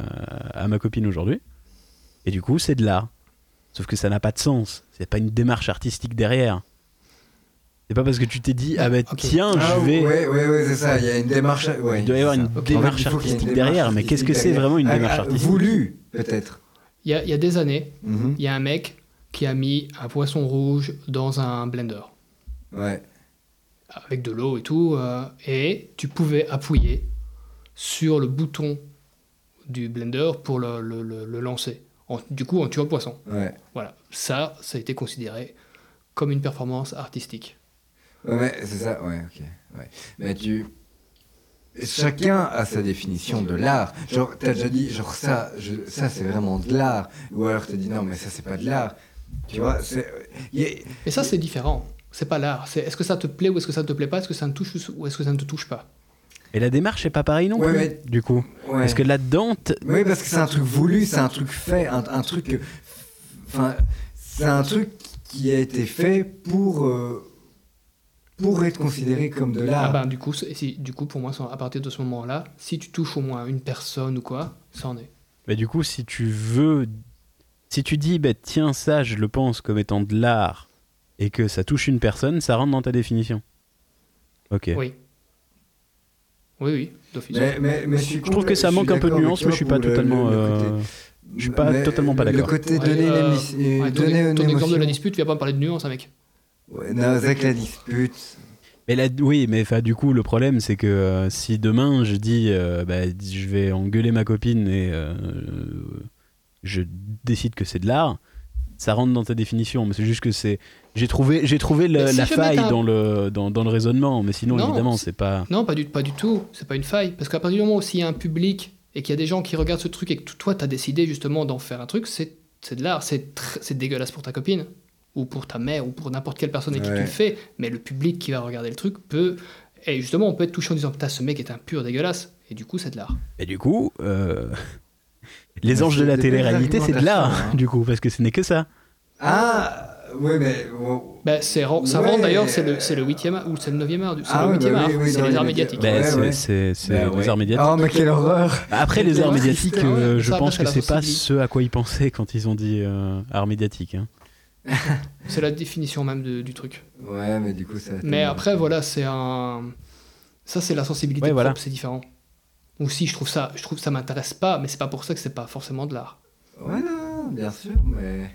à ma copine aujourd'hui. Et du coup, c'est de l'art. Sauf que ça n'a pas de sens. C'est pas une démarche artistique derrière. C'est pas parce que tu t'es dit ah bah Ok. tiens, Ah, je vais. Ouais, ouais, ouais, c'est ça. Il y a une démarche. Ouais, Il doit y avoir c'est une ça. démarche En fait, il faut qu'il y ait une artistique démarche derrière, mais qu'est-ce que c'est artistique vraiment une derrière. démarche Ah, ah, artistique Voulue, peut-être. Il y a, il y a des années, Mhm. il y a un mec qui a mis un poisson rouge dans un blender Ouais. avec de l'eau et tout, euh, et tu pouvais appuyer sur le bouton du blender pour le, le- le- le lancer. En- du coup, en tuant le poisson. Ouais. Voilà, ça, ça a été considéré comme une performance artistique. Ouais, c'est ça, ouais, ok. Ouais. Mais tu. Chacun a sa définition de l'art. Genre, t'as déjà dit, genre, ça, je- ça c'est vraiment de l'art. Ou alors t'as dit, non, mais ça, c'est pas de l'art. Tu vois, c'est. il y a- Mais ça, c'est différent. C'est pas l'art. C'est est-ce que ça te plaît ou est-ce que ça te plaît pas Est-ce que ça te touche ou- ou est-ce que ça ne te touche pas Et la démarche est pas pareille non Ouais, plus. mais- Du coup, Ouais. parce que là-dedans, t- Oui, parce que c'est un truc voulu, c'est un truc fait, un, un truc. que- Enfin, c'est un truc qui a été fait pour. euh, pour être considéré comme de Ah l'art. bah, ben, du coup, c'est- si, du coup, pour moi, c'est- à partir de ce moment-là, si tu touches au moins une personne ou quoi, ça en est. Bah, du coup, si tu veux. Si tu dis, bah, tiens, ça, je le pense comme étant de l'art, et que ça touche une personne, ça rentre dans ta définition. Ok. Oui. Oui, oui, d'office. Mais, mais, mais je, suis Je trouve que ça compl- manque un peu de d'accord nuance, avec mais toi je suis pas pour le- le- totalement. le euh, côté- je suis pas Mais totalement pas d'accord. Le côté Ouais, donner, une euh, émi- euh, ouais, ton donner ton exemple une de la émotion. dispute, tu vas pas me parler de nuance, mec. Ouais, non, avec la dispute. Mais là, oui, mais enfin, du coup, le problème, c'est que euh, si demain je dis, euh, bah, je vais engueuler ma copine et euh, je décide que c'est de l'art, ça rentre dans ta définition. Mais c'est juste que c'est, j'ai trouvé, j'ai trouvé le- Mais si la jamais faille t'as- dans le dans, dans le raisonnement. Mais sinon, Non, évidemment, c'est- c'est pas. Non, pas du, pas du tout. C'est pas une faille. Parce qu'à partir du moment où s'il y a un public et qu'il y a des gens qui regardent ce truc et que t- toi, t'as décidé justement d'en faire un truc, c'est c'est de l'art. C'est tr- c'est dégueulasse pour ta copine ou pour ta mère ou pour n'importe quelle personne avec qui tu Ouais. le fais. Mais le public qui va regarder le truc peut. Et justement, on peut être touché en disant Putain, ce mec est un pur dégueulasse. Et du coup, c'est de l'art. Et du coup, euh, les Mais anges c'est de la des télé-réalité, belles c'est de l'art, argumentations, hein. du coup, parce que ce n'est que ça. Ah, ouais, mais. wow. Bah, Ben, c'est ran- ça Ouais. rentre d'ailleurs, c'est le, c'est le 8e art ou c'est le 9e art. du- C'est Ah le ouais, 8e bah art. oui, oui, c'est dans les les arts médias. médiatiques. Bah, Ben, Ouais, c'est ouais. c'est- c'est Bah, les ouais. arts médiatiques. Oh, mais quelle horreur! Après, les Mais arts ouais, médiatiques, c'est- ouais, hein. euh, ça, je après, pense c'est que la c'est pas sensibilité. ce à quoi ils pensaient quand ils ont dit euh, art médiatique. hein. C'est la définition même de- du truc. Ouais, mais du coup, ça. Mais après, voilà, c'est un. Ça, c'est la sensibilité Ouais, propre, voilà. c'est différent. Ou si je trouve ça, je trouve que ça m'intéresse pas, mais c'est pas pour ça que c'est pas forcément de l'art. Ouais, non, non, bien sûr, mais.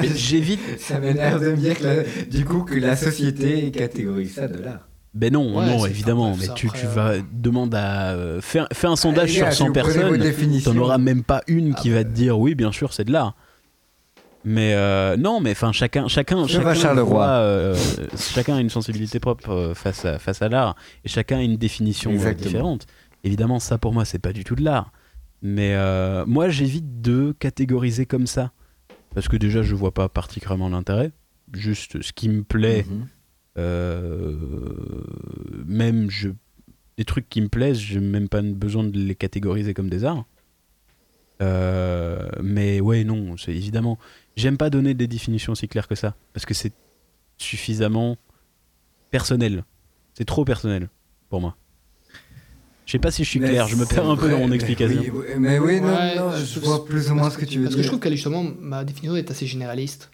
Mais J'évite. Ça m'énerve de me dire que la- du coup que la société catégorise ça de l'art. Ben non, Ouais, non, c'est- évidemment. enfin, Mais ça, tu, après, tu euh, vas demander à euh, fais un- fais un sondage les sur gars, 100 si vous prenez vos personnes. définitions- T'en auras même pas une qui Ah va bah. te dire oui, bien sûr, c'est de l'art. Mais euh, non, mais enfin chacun, chacun, Je chacun, vois Charleroi. voit, euh, chacun a une sensibilité propre euh, face à face à l'art et chacun a une définition euh, Exactement. différente. Évidemment, ça pour moi c'est pas du tout de l'art. Mais euh, moi j'évite de catégoriser comme ça parce que déjà je vois pas particulièrement l'intérêt. Juste ce qui me plaît, Mhm. euh, même je des trucs qui me plaisent, j'ai même pas besoin de les catégoriser comme des arts. Euh, mais ouais, non, c'est évidemment. J'aime pas donner des définitions aussi claires que ça, parce que c'est suffisamment personnel. C'est trop personnel pour moi. Je sais pas si je suis Mais clair, je me c'est perds un peu dans vrai, mon mais explication. oui, oui, mais oui, non, Ouais, non, je vois plus ou moins ce que tu veux Parce dire. que je trouve qu'elle, justement, ma définition est assez généraliste.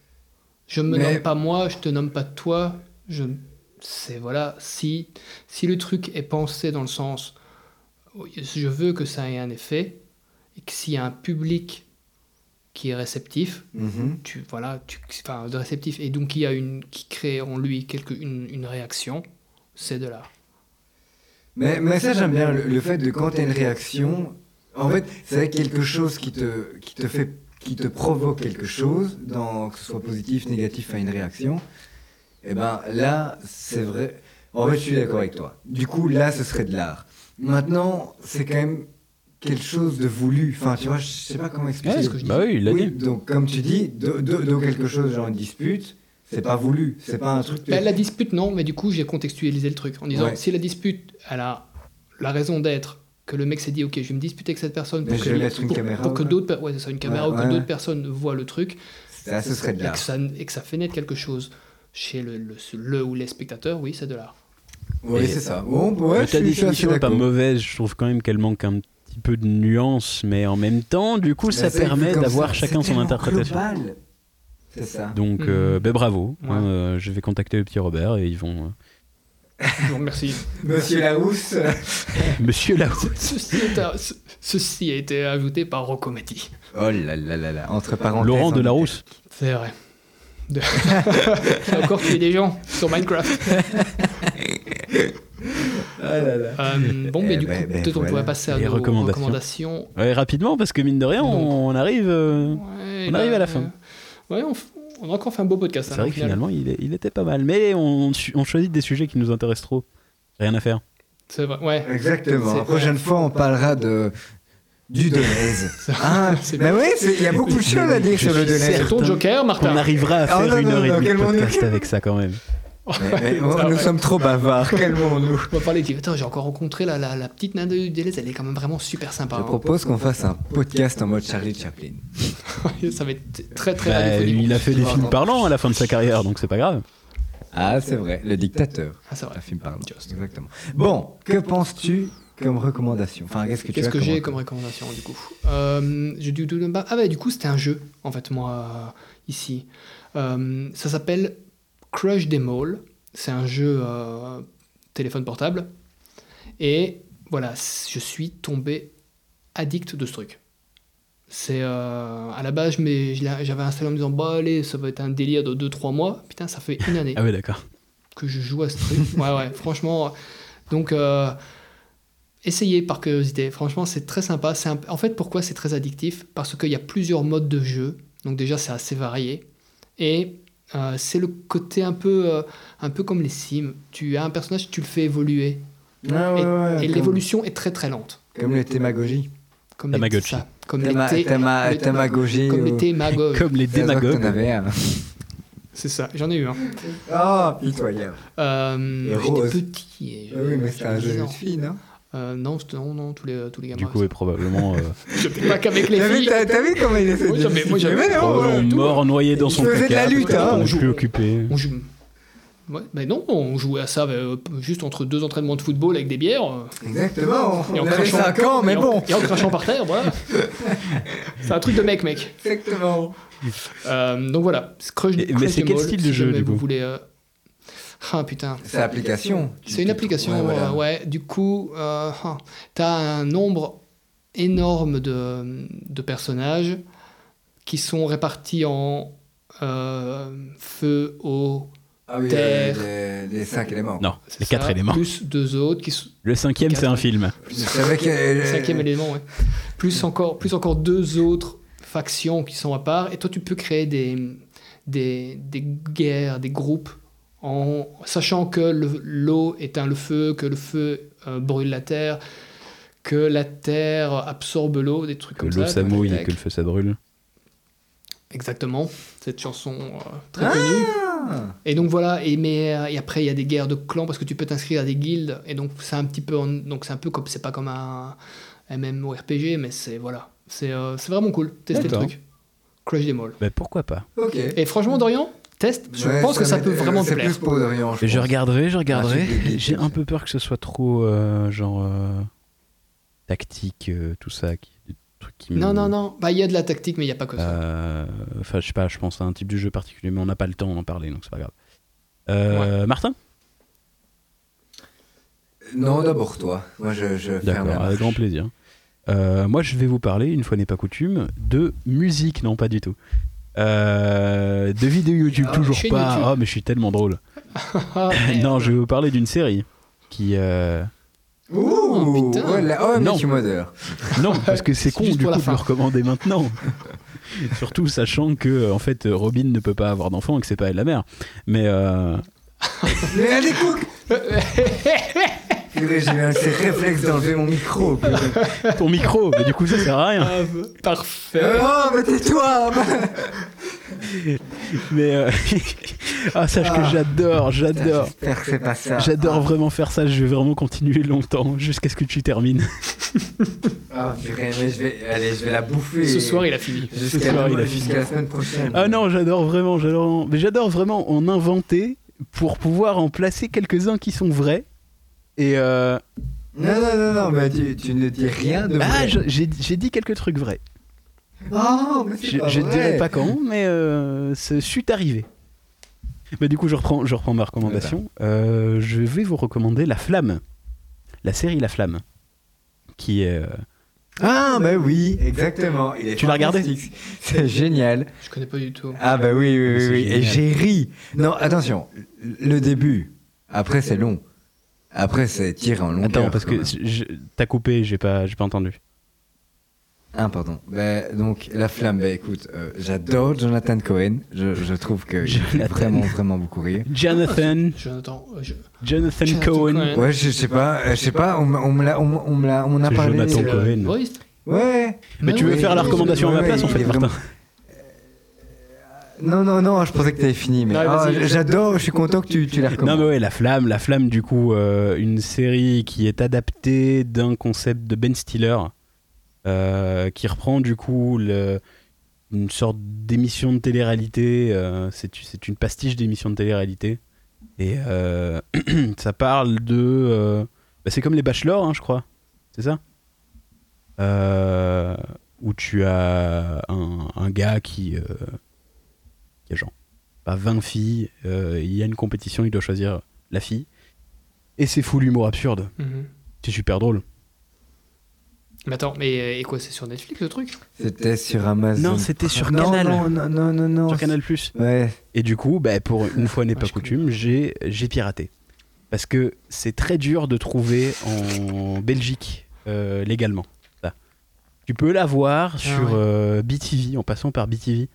Je me Mais- nomme pas moi, je te nomme pas toi. Je... C'est voilà, si, si le truc est pensé dans le sens je veux que ça ait un effet, et que s'il y a un public qui est réceptif, Mhm. tu voilà, tu, enfin, de réceptif, et donc il y a une qui crée en lui quelque, une, une réaction, c'est de l'art. Mais, mais ça, j'aime bien le, le fait de quand t'as une réaction. En fait, c'est quelque chose qui te, qui te fait, qui te provoque quelque chose, dans, que ce soit positif, négatif à une réaction. Et ben là, c'est vrai. En fait, je suis d'accord avec toi. Du coup, là, ce serait de l'art. Maintenant, c'est quand même quelque chose de voulu. Enfin, tu vois, je sais pas comment expliquer. Ouais, ce que je dis. bah oui, il l'a Oui, dit. donc comme tu dis, de, de- de quelque chose genre une dispute, c'est pas voulu, c'est pas un truc. que- Bah, la dispute, non, mais du coup, j'ai contextualisé le truc en disant Ouais. si la dispute, elle a la raison d'être, que le mec s'est dit, ok, je vais me disputer avec cette personne Mais pour je que, vais les- mettre une pour- caméra pour ou que quoi d'autres per- ouais, c'est ça, une caméra Ouais, ou que ouais. d'autres personnes voient le truc Ça, Ah, ce serait de et l'art. que, ça, et que ça fait naître quelque chose chez le, le, le ou les spectateurs, oui, c'est de l'art. Oui, Et- c'est ça. Bon, ouais, Mais je ta suis- je suis assez définition est pas d'accord. mauvaise, je trouve quand même qu'elle manque un petit peu de nuance, mais en même temps, du coup, ça Mais Bah, c'est permet comme d'avoir ça, chacun c'est son tellement interprétation. global. C'est ça. Donc, Mhm. euh, ben, bravo. Ouais. hein, euh, je vais contacter le petit Robert et ils vont. euh, Je vous remercie. Monsieur Larousse. Monsieur Laoui. Ceci, est un- ce- ceci a été ajouté par Rocomati. Oh là là là là, entre parenthèses. Laurent en- hein, Delarousse. C'est vrai. De... J'ai encore tué des gens sur Minecraft. Ah là là. Euh, bon, mais Eh du coup, ben, ben peut-être on voilà. pourrait passer à Les nos recommandations. recommandations Ouais, rapidement, parce que mine de rien, on, on arrive. euh, Ouais, On là, arrive à la euh, fin. Ouais, on, f- on a encore fait un beau podcast. C'est hein, vrai au que final. finalement, il, est- il était pas mal, mais on, su- on choisit des sujets qui nous intéressent trop. Rien à faire. C'est vrai, ouais. Exactement. C'est- La prochaine fois, on parlera de. Du Deleuze. Ah, C'est- mais oui, c'est- il y a beaucoup de choses à dire Je sur le suis Deleuze. C'est ton Certain joker, On Martin. arrivera à Ah, faire non, une non, heure non, et demie de calmons-nous. podcast avec ça quand même. Mais- mais bon, Ah ouais. nous sommes trop bavards, calmons-nous. On va parler de Attends, j'ai encore rencontré la, la, la petite naine du Délez, elle est quand même vraiment super sympa. Je hein. propose qu'on fasse un podcast en mode Charlie Chaplin. Ça va être très très Bah, radiophonique. il a fait des Ah, films parlants à la fin de sa carrière, donc c'est pas grave. Ah, c'est vrai, le dictateur. Ah, c'est vrai. Un film parlant. Just. Exactement. Bon, que penses-tu comme recommandation Enfin, qu'est-ce que tu Qu'est-ce as que j'ai comme recommandé recommandation du coup euh, j'ai du- du- du- bah, Ah bah du coup c'était un jeu en fait moi euh, ici. Euh, ça s'appelle Crush Them All. C'est un jeu euh, téléphone portable. Et voilà, c- je suis tombé addict de ce truc. C'est euh, à la base je m'ai- je l'ai- j'avais installé en me disant bah allez ça va être un délire de 2-3 mois. Putain ça fait une année Ah ouais, d'accord. que je joue à ce truc. Ouais, ouais, franchement. Donc, euh, essayez par curiosité. Franchement, c'est très sympa. C'est un- En fait, pourquoi c'est très addictif Parce qu'il y a plusieurs modes de jeu. Donc, déjà, c'est assez varié. Et euh, c'est le côté un peu, euh, un peu comme les Sims. Tu as un personnage, tu le fais évoluer. Ah, ouais, Et- ouais, et comme- l'évolution est très très lente. Comme les Témagogies. Comme les- Tamagotchi. ça, Comme les Téma- thé- téma- les- Témagogie. Comme les ou- Témagogues. Comme les C'est ça que T'en démagogues. avais un. C'est ça, j'en ai eu un. Ah, pitoyable. Euh, Et j'étais rose. petit. et Ah Oui, mais j'avais c'est un jeu 10 de ans. filles, non Euh, non, c'était- non, non, tous les, tous les gamins. Du coup, est probablement euh, J'étais pas qu'avec les T'as vu, filles. t'as- t'as vu comment il essaie Moi, de j'avais- moi, j'avais- Mais non, probablement Ah hein. ouais. mort, noyé dans son Il faisait de la placard. lutte, hein. On est On plus joue- occupé. On joue. Ouais, mais non, on jouait à ça euh, juste entre deux entraînements de football avec des bières. euh, Exactement, on en avait crachant- 5 ans, mais et en- bon. Et en crachant par terre, voilà. C'est un truc de mec, mec. Exactement. Euh, donc voilà, Crush, Et- mais Crush c'est Them quel All, style de si jeu, jamais du vous coup voulez. euh, Ah putain. C'est l'application. C'est une application, euh, ouais. voilà. Du coup, euh, ah, t'as un nombre énorme de, de personnages qui sont répartis en euh, feu, eau, Ah oui, Terre. euh, les 5 éléments. Non, c'est les quatre ça, éléments. Plus deux autres qui sont. Le cinquième, Quatre. c'est un film. Je savais que. euh, Cinquième élément, ouais. Plus encore, plus encore deux autres factions qui sont à part. Et toi, tu peux créer des, des, des guerres, des groupes, en sachant que le- l'eau éteint le feu, que le feu euh, brûle la terre, que la terre absorbe l'eau, des trucs Que comme l'eau ça. ça mouille et Tac. que le feu ça brûle. Exactement. Cette chanson euh, très connue. Ah. Et donc voilà, et, mais, euh, et après il y a des guerres de clans parce que tu peux t'inscrire à des guildes, et donc c'est un petit peu, en- donc c'est un peu comme, c'est pas comme un MMORPG, mais c'est voilà, c'est euh, c'est vraiment cool, testez le D'accord. truc. Crush des Malls. Bah pourquoi pas Ok. Et franchement, Dorian, teste, je Ouais, pense que ça m'étonne- peut vraiment te C'est plaire. plus pour Dorian, je Je pense. regarderai, je regarderai. Ah, c'est J'ai un compliqué, peu peur que ce soit trop euh, genre euh, tactique, euh, tout ça, qui, des trucs qui Non, me- non, non. Bah, il y a de la tactique, mais il n'y a pas que ça. Euh, Enfin, je sais pas, je pense à un type de jeu particulier, mais on n'a pas le temps d'en parler, donc c'est pas grave. Euh, Martin Non, d'abord toi. Moi, je, je ferme la D'accord, avec marche. grand plaisir. Euh, moi, je vais vous parler, une fois n'est pas coutume, de musique, non pas du tout. Euh, de vidéos YouTube, Ah, toujours chaîne pas. YouTube. Oh, mais je suis tellement drôle. Ah, merde. non, je vais vous parler d'une série qui. euh, Ouh, putain. oh là, oh, mais Non. tu m'odeurs. Non, parce que c'est C'est con juste du pour coup la de fin. le recommander maintenant. Surtout sachant que euh, en fait Robin ne peut pas avoir d'enfant et que c'est pas elle la mère. Mais euh, Mais allez, cook Purée, j'ai eu un ces réflexes d'enlever mon micro. purée. ton micro, mais du coup ça sert à rien. Ah, v- Euh. parfait. oh, mais tais-toi Mais euh, ah sache que j'adore, j'adore. J'espère que c'est pas ça. J'adore vraiment faire ça, je vais vraiment continuer longtemps jusqu'à ce que tu termines. Ah, purée, mais je vais, allez, je vais la bouffer. Ce soir, il a fini. ce soir, Jusqu'à il a jusqu'à la semaine prochaine. Ah non, j'adore vraiment, j'adore. Mais j'adore vraiment en inventer pour pouvoir en placer quelques-uns qui sont vrais. Et euh, Non, non, non, non, mais tu, tu ne dis rien de ah, vrai. je- j'ai j'ai dit quelques trucs vrais. Oh, mais Je c'est pas je te vrai. dirai pas quand, mais euh, ce fut arrivé. Mais du coup, je reprends, je reprends ma recommandation. Eh ben. Euh, je vais vous recommander La Flamme, la série La Flamme, qui est. euh, Ah, bah oui, exactement. Il est Tu l'as regardé fantastique. C'est génial. Je connais pas du tout. Ah, bah oui, oui, oui, C'est oui. Et génial. j'ai ri. Non, attention, le début. Après, c'est long. Après, c'est tiré en longueur. Attends, parce quand que même. je- t'as coupé, j'ai pas, j'ai pas entendu. Ah, pardon. Bah, donc, La Flamme, bah écoute, euh, j'adore Jonathan Cohen. Je, je trouve que il fait Jonathan. vraiment, vraiment beaucoup rire. Jonathan, Jonathan, euh, je- Jonathan Jonathan Cohen. Cohen. Ouais, je, je sais pas, euh, je sais pas, on, m'a- on me l'a, on, m'a- on me l'a, on en a C'est parlé. euh, Jonathan c'est Tom le Cohen. humoriste Ouais. Mais tu veux Ah oui, faire la oui, recommandation à ma oui, place, en il fait, est vraiment- Martin Non, non, non, je pensais que t'avais fini, mais Ouais, Ah, vas-y. j'adore, je suis content que tu, tu la Non recommandes. mais ouais, La Flamme, La Flamme du coup, euh, une série qui est adaptée d'un concept de Ben Stiller, euh, qui reprend du coup le- une sorte d'émission de télé-réalité, euh, c'est c'est une pastiche d'émission de télé-réalité, et euh, ça parle de... euh, bah, c'est comme les Bachelors, hein, je crois, c'est ça Euh, Où tu as un, un gars qui... euh, qui a genre bah, 20 filles, euh, il y a une compétition, il doit choisir la fille. Et c'est fou l'humour absurde, Mhm. c'est super drôle. Mais attends, mais euh, et quoi, c'est sur Netflix le truc C'était sur Amazon. Non, c'était sur Non, Canal. Non, non, non, non, non. Sur Canal Plus. Ouais. Et du coup, bah, pour une fois n'est Ouais, pas je connais. coutume, j'ai j'ai piraté. Parce que c'est très dur de trouver en Belgique euh, légalement. ça. Tu peux l'avoir sur Ah ouais. euh, BTV en passant par BTV,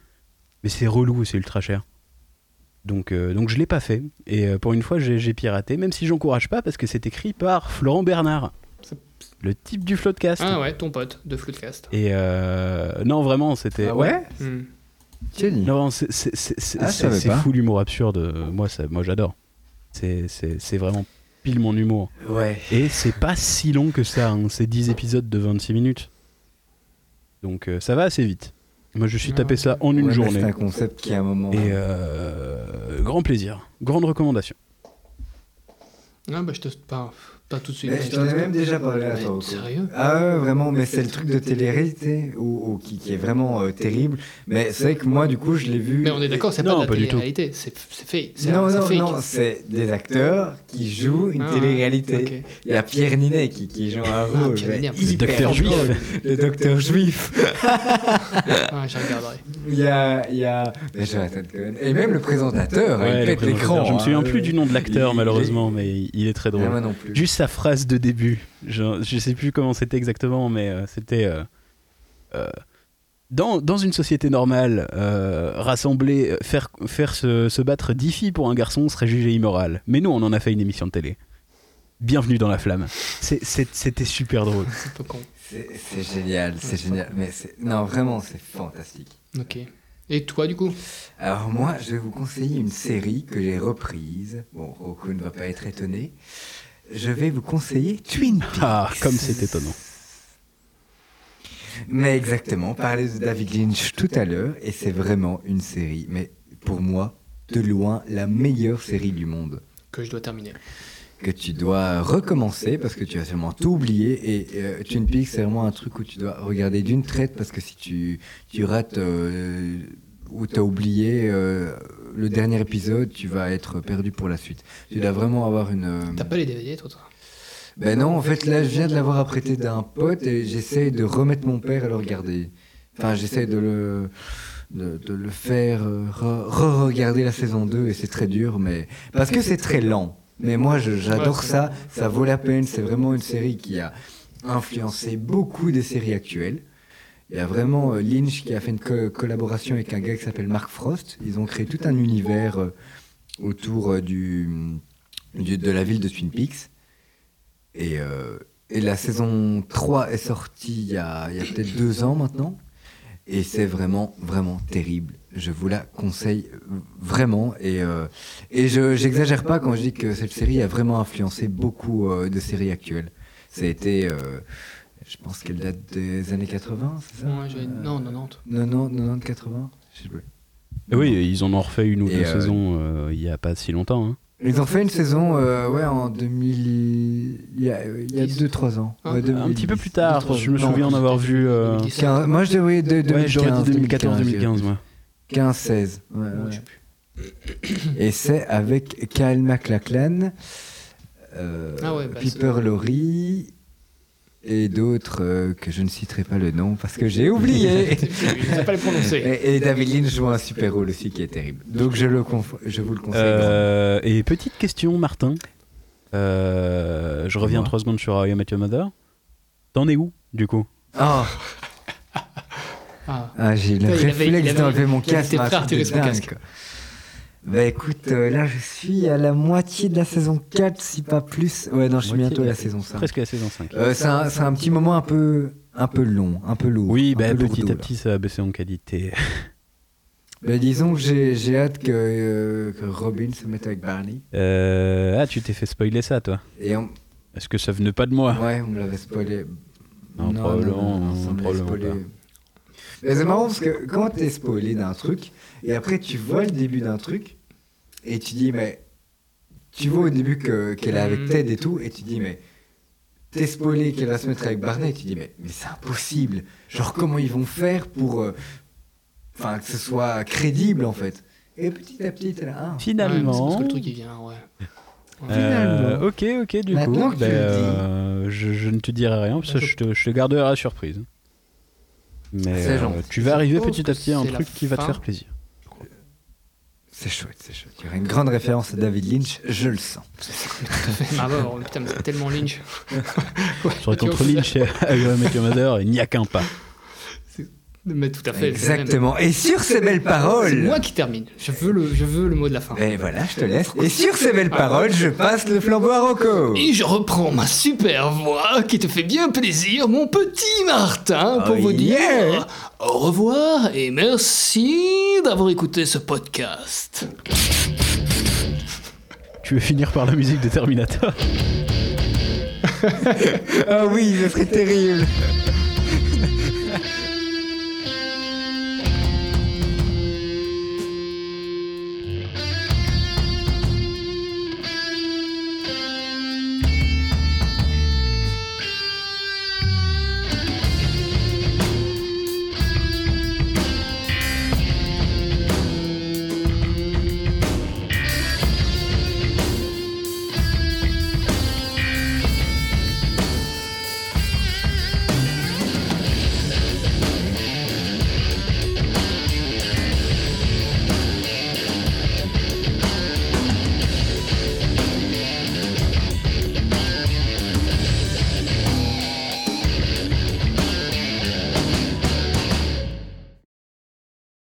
mais c'est relou et c'est ultra cher. Donc, euh, donc je l'ai pas fait. Et euh, pour une fois, j'ai j'ai piraté, même si j'encourage pas, parce que c'est écrit par Florent Bernard, C'est- le type du Floodcast. Ah ouais, ton pote de Floodcast. Et euh, non, vraiment, c'était. Ah ouais Hmm. Jenny. Non, c'est- c'est- c'est c'est- Ah, je c'est- savais c'est pas. fou l'humour absurde. Euh, Moi, ça, moi j'adore. C'est- C'est c'est vraiment pile mon humour. Ouais. Et c'est pas si long que ça. hein. C'est 10 épisodes de 26 minutes. Donc euh, ça va assez vite. Moi, je suis tapé ça en une Ouais, mais journée. C'est un concept qui, à un moment. Et euh, grand plaisir. Grande recommandation. Ah bah je te pas pas tout de suite. Mais je t'en ai même déjà parlé à toi. Mais Sérieux Ah ouais, vraiment, mais c'est le truc de télé-réalité ou, ou qui, qui est vraiment euh, terrible. Mais c'est vrai que moi, du coup, je l'ai vu. Mais on est d'accord, c'est pas Non, de la pas du tout. télé-réalité, c'est c'est fake. c'est- Non, c'est non, fake. non, c'est des acteurs qui jouent une Ah, télé-réalité. ok. Ah, Il y a Pierre Ninet qui, qui joue un rôle. Pierre mais Ninet, hyper Le docteur juif. drôle. Le docteur juif. Ah, je regarderai. Il y a. Il y a... mais Jonathan Cohen. Et même le présentateur, Ouais, il le pète l'écran. présentateur. je me hein. souviens plus du nom de l'acteur, Il- il- malheureusement, mais il est très Ah, drôle. moi non plus. Juste sa phrase de début. Je, je sais plus comment c'était exactement, mais euh, c'était. euh, euh, dans, dans une société normale, euh, rassembler, euh, faire, faire se, se battre 10 filles pour un garçon serait jugé immoral. Mais nous, on en a fait une émission de télé. Bienvenue dans la flamme. C'est- c'est- C'était super drôle. C'est un peu con. C'est c'est génial, c'est génial. Mais c'est- non, vraiment, c'est fantastique. Ok. Et toi du coup Alors moi, je vais vous conseiller une série que j'ai reprise. Bon, Roku ne va pas être étonné. Je vais vous conseiller Twin Peaks. Ah, comme c'est étonnant. Mais exactement, parler de David Lynch tout à l'heure, et c'est vraiment une série, mais pour moi, de loin, la meilleure série du monde. que je dois terminer. que tu dois recommencer parce que tu as sûrement tout oublié. Et euh, Twin Peaks, c'est vraiment un truc où tu dois regarder d'une traite parce que si tu, tu rates euh, ou t'as oublié euh, le dernier épisode, tu vas être perdu pour la suite. Tu dois vraiment avoir une. euh, T'as pas les DVD, toi, toi Ben non, en fait, là, je viens de l'avoir apprêté d'un pote et j'essaye de remettre mon père à le regarder. Enfin, j'essaye de le. De, de le faire euh, re- re-regarder la saison 2 et c'est très dur mais parce que c'est très lent mais moi je- j'adore ça ça vaut la peine c'est vraiment une série qui a influencé beaucoup des séries actuelles il y a vraiment euh, Lynch qui a fait une co- collaboration avec un gars qui s'appelle Mark Frost ils ont créé tout un univers euh, autour euh, du, du- de la ville de Twin Peaks et, euh, et la saison 3 est sortie il y a, il y a peut-être deux ans maintenant. Et c'est vraiment, vraiment terrible. Je vous la conseille euh, vraiment. Et, euh, et je n'exagère pas quand je dis que cette série a vraiment influencé beaucoup euh, de séries actuelles. Ça a été, euh, je pense qu'elle date des années 80, c'est ça Ouais, j'ai- Non, non, non. toi. Non, non, 90, 80 je sais plus. Et Eh Oui, ils en ont refait une ou Et, deux euh, saisons euh, il y a pas si longtemps. hein. Ils ont fait une saison euh, ouais, en 2000. Il y a 2-3 ans. Un Ouais, peu- Un 2010. petit peu plus tard, Deux, trois- je me non, souviens en avoir vu. euh, 2010. Quin- moi, je dirais de- Ouais, 2015, j'aurais dit 2014-2015, moi. 15, 16. Ouais, ouais. je sais plus. Et c'est avec Kyle MacLachlan, euh, Ah ouais, bah, Piper Laurie et d'autres euh, que je ne citerai pas le nom parce que j'ai oublié. Je sais pas les prononcer. et, et David Lynch joue un super rôle aussi qui est terrible. Donc je, le conf- je vous le conseille. Euh, et petite question, Martin. Euh, je reviens Moi. trois secondes sur How I Met Your Mother. T'en es où, du coup Oh, Ah. ah, j'ai eu le Ouais, il avait- il réflexe avait- d'enlever mon il était casque. prêt à un truc retirer de son dingue, casque. quoi. Bah écoute, euh, là je suis à la moitié de la saison 4, si pas plus. Ouais, non, je suis Moitié bientôt à de la saison 5. Presque la saison 5. Euh, c'est un, c'est un petit moment un peu, un peu long, un peu lourd. oui, un bah, peu petit lourdeau, à là. petit, ça a baissé en qualité. Bah, disons que j'ai j'ai hâte que, euh, que Robin se mette avec Barney. Euh, ah, tu t'es fait spoiler ça, toi Et on, Est-ce que ça venait pas de moi ouais, on me l'avait spoilé. Non, probablement, ça me l'avait probablement spoilé. pas. Mais c'est marrant parce que quand t'es spoilé d'un truc, et après tu vois le début d'un truc, et tu dis, mais. Tu vois au début que- qu'elle est avec Ted et tout, et tu dis, mais. T'es spoilé qu'elle va se mettre avec Barney, et tu dis, mais, mais c'est impossible. Genre, comment ils vont faire pour. euh, Enfin, que ce soit crédible en fait. Et petit à petit, t'es là. ah. Ouais, mais c'est parce Finalement. que le truc il vient, ouais. Euh, ok, ok, du Maintenant coup, que tu bah, le dis. euh, je, je ne te dirai rien parce que je te, je te garderai la surprise. Mais C'est euh, gentil. Oh, tu vas arriver Je pense petit à que petit à un c'est la truc qui va te fin. faire plaisir. C'est chouette, c'est chouette. Il y aura une grande référence à David Lynch, je le sens. Marvel, Ah, bah, oh, putain, mais c'est tellement Lynch. Sur contre Lynch et How I Met Your Mother, euh, il n'y a qu'un pas. Mais tout à fait. c'est le même. Exactement. Et sur ces belles C'est paroles. moi qui termine. Je veux le, je veux le mot de la fin. Et voilà, je te laisse. Et sur ces belles paroles, je passe le flambeau à Rocco. Et je reprends ma super voix qui te fait bien plaisir, mon petit Martin, pour Oh vous yeah. dire au revoir et merci d'avoir écouté ce podcast. Tu veux finir par la musique de Terminator Ah oui, ce serait terrible.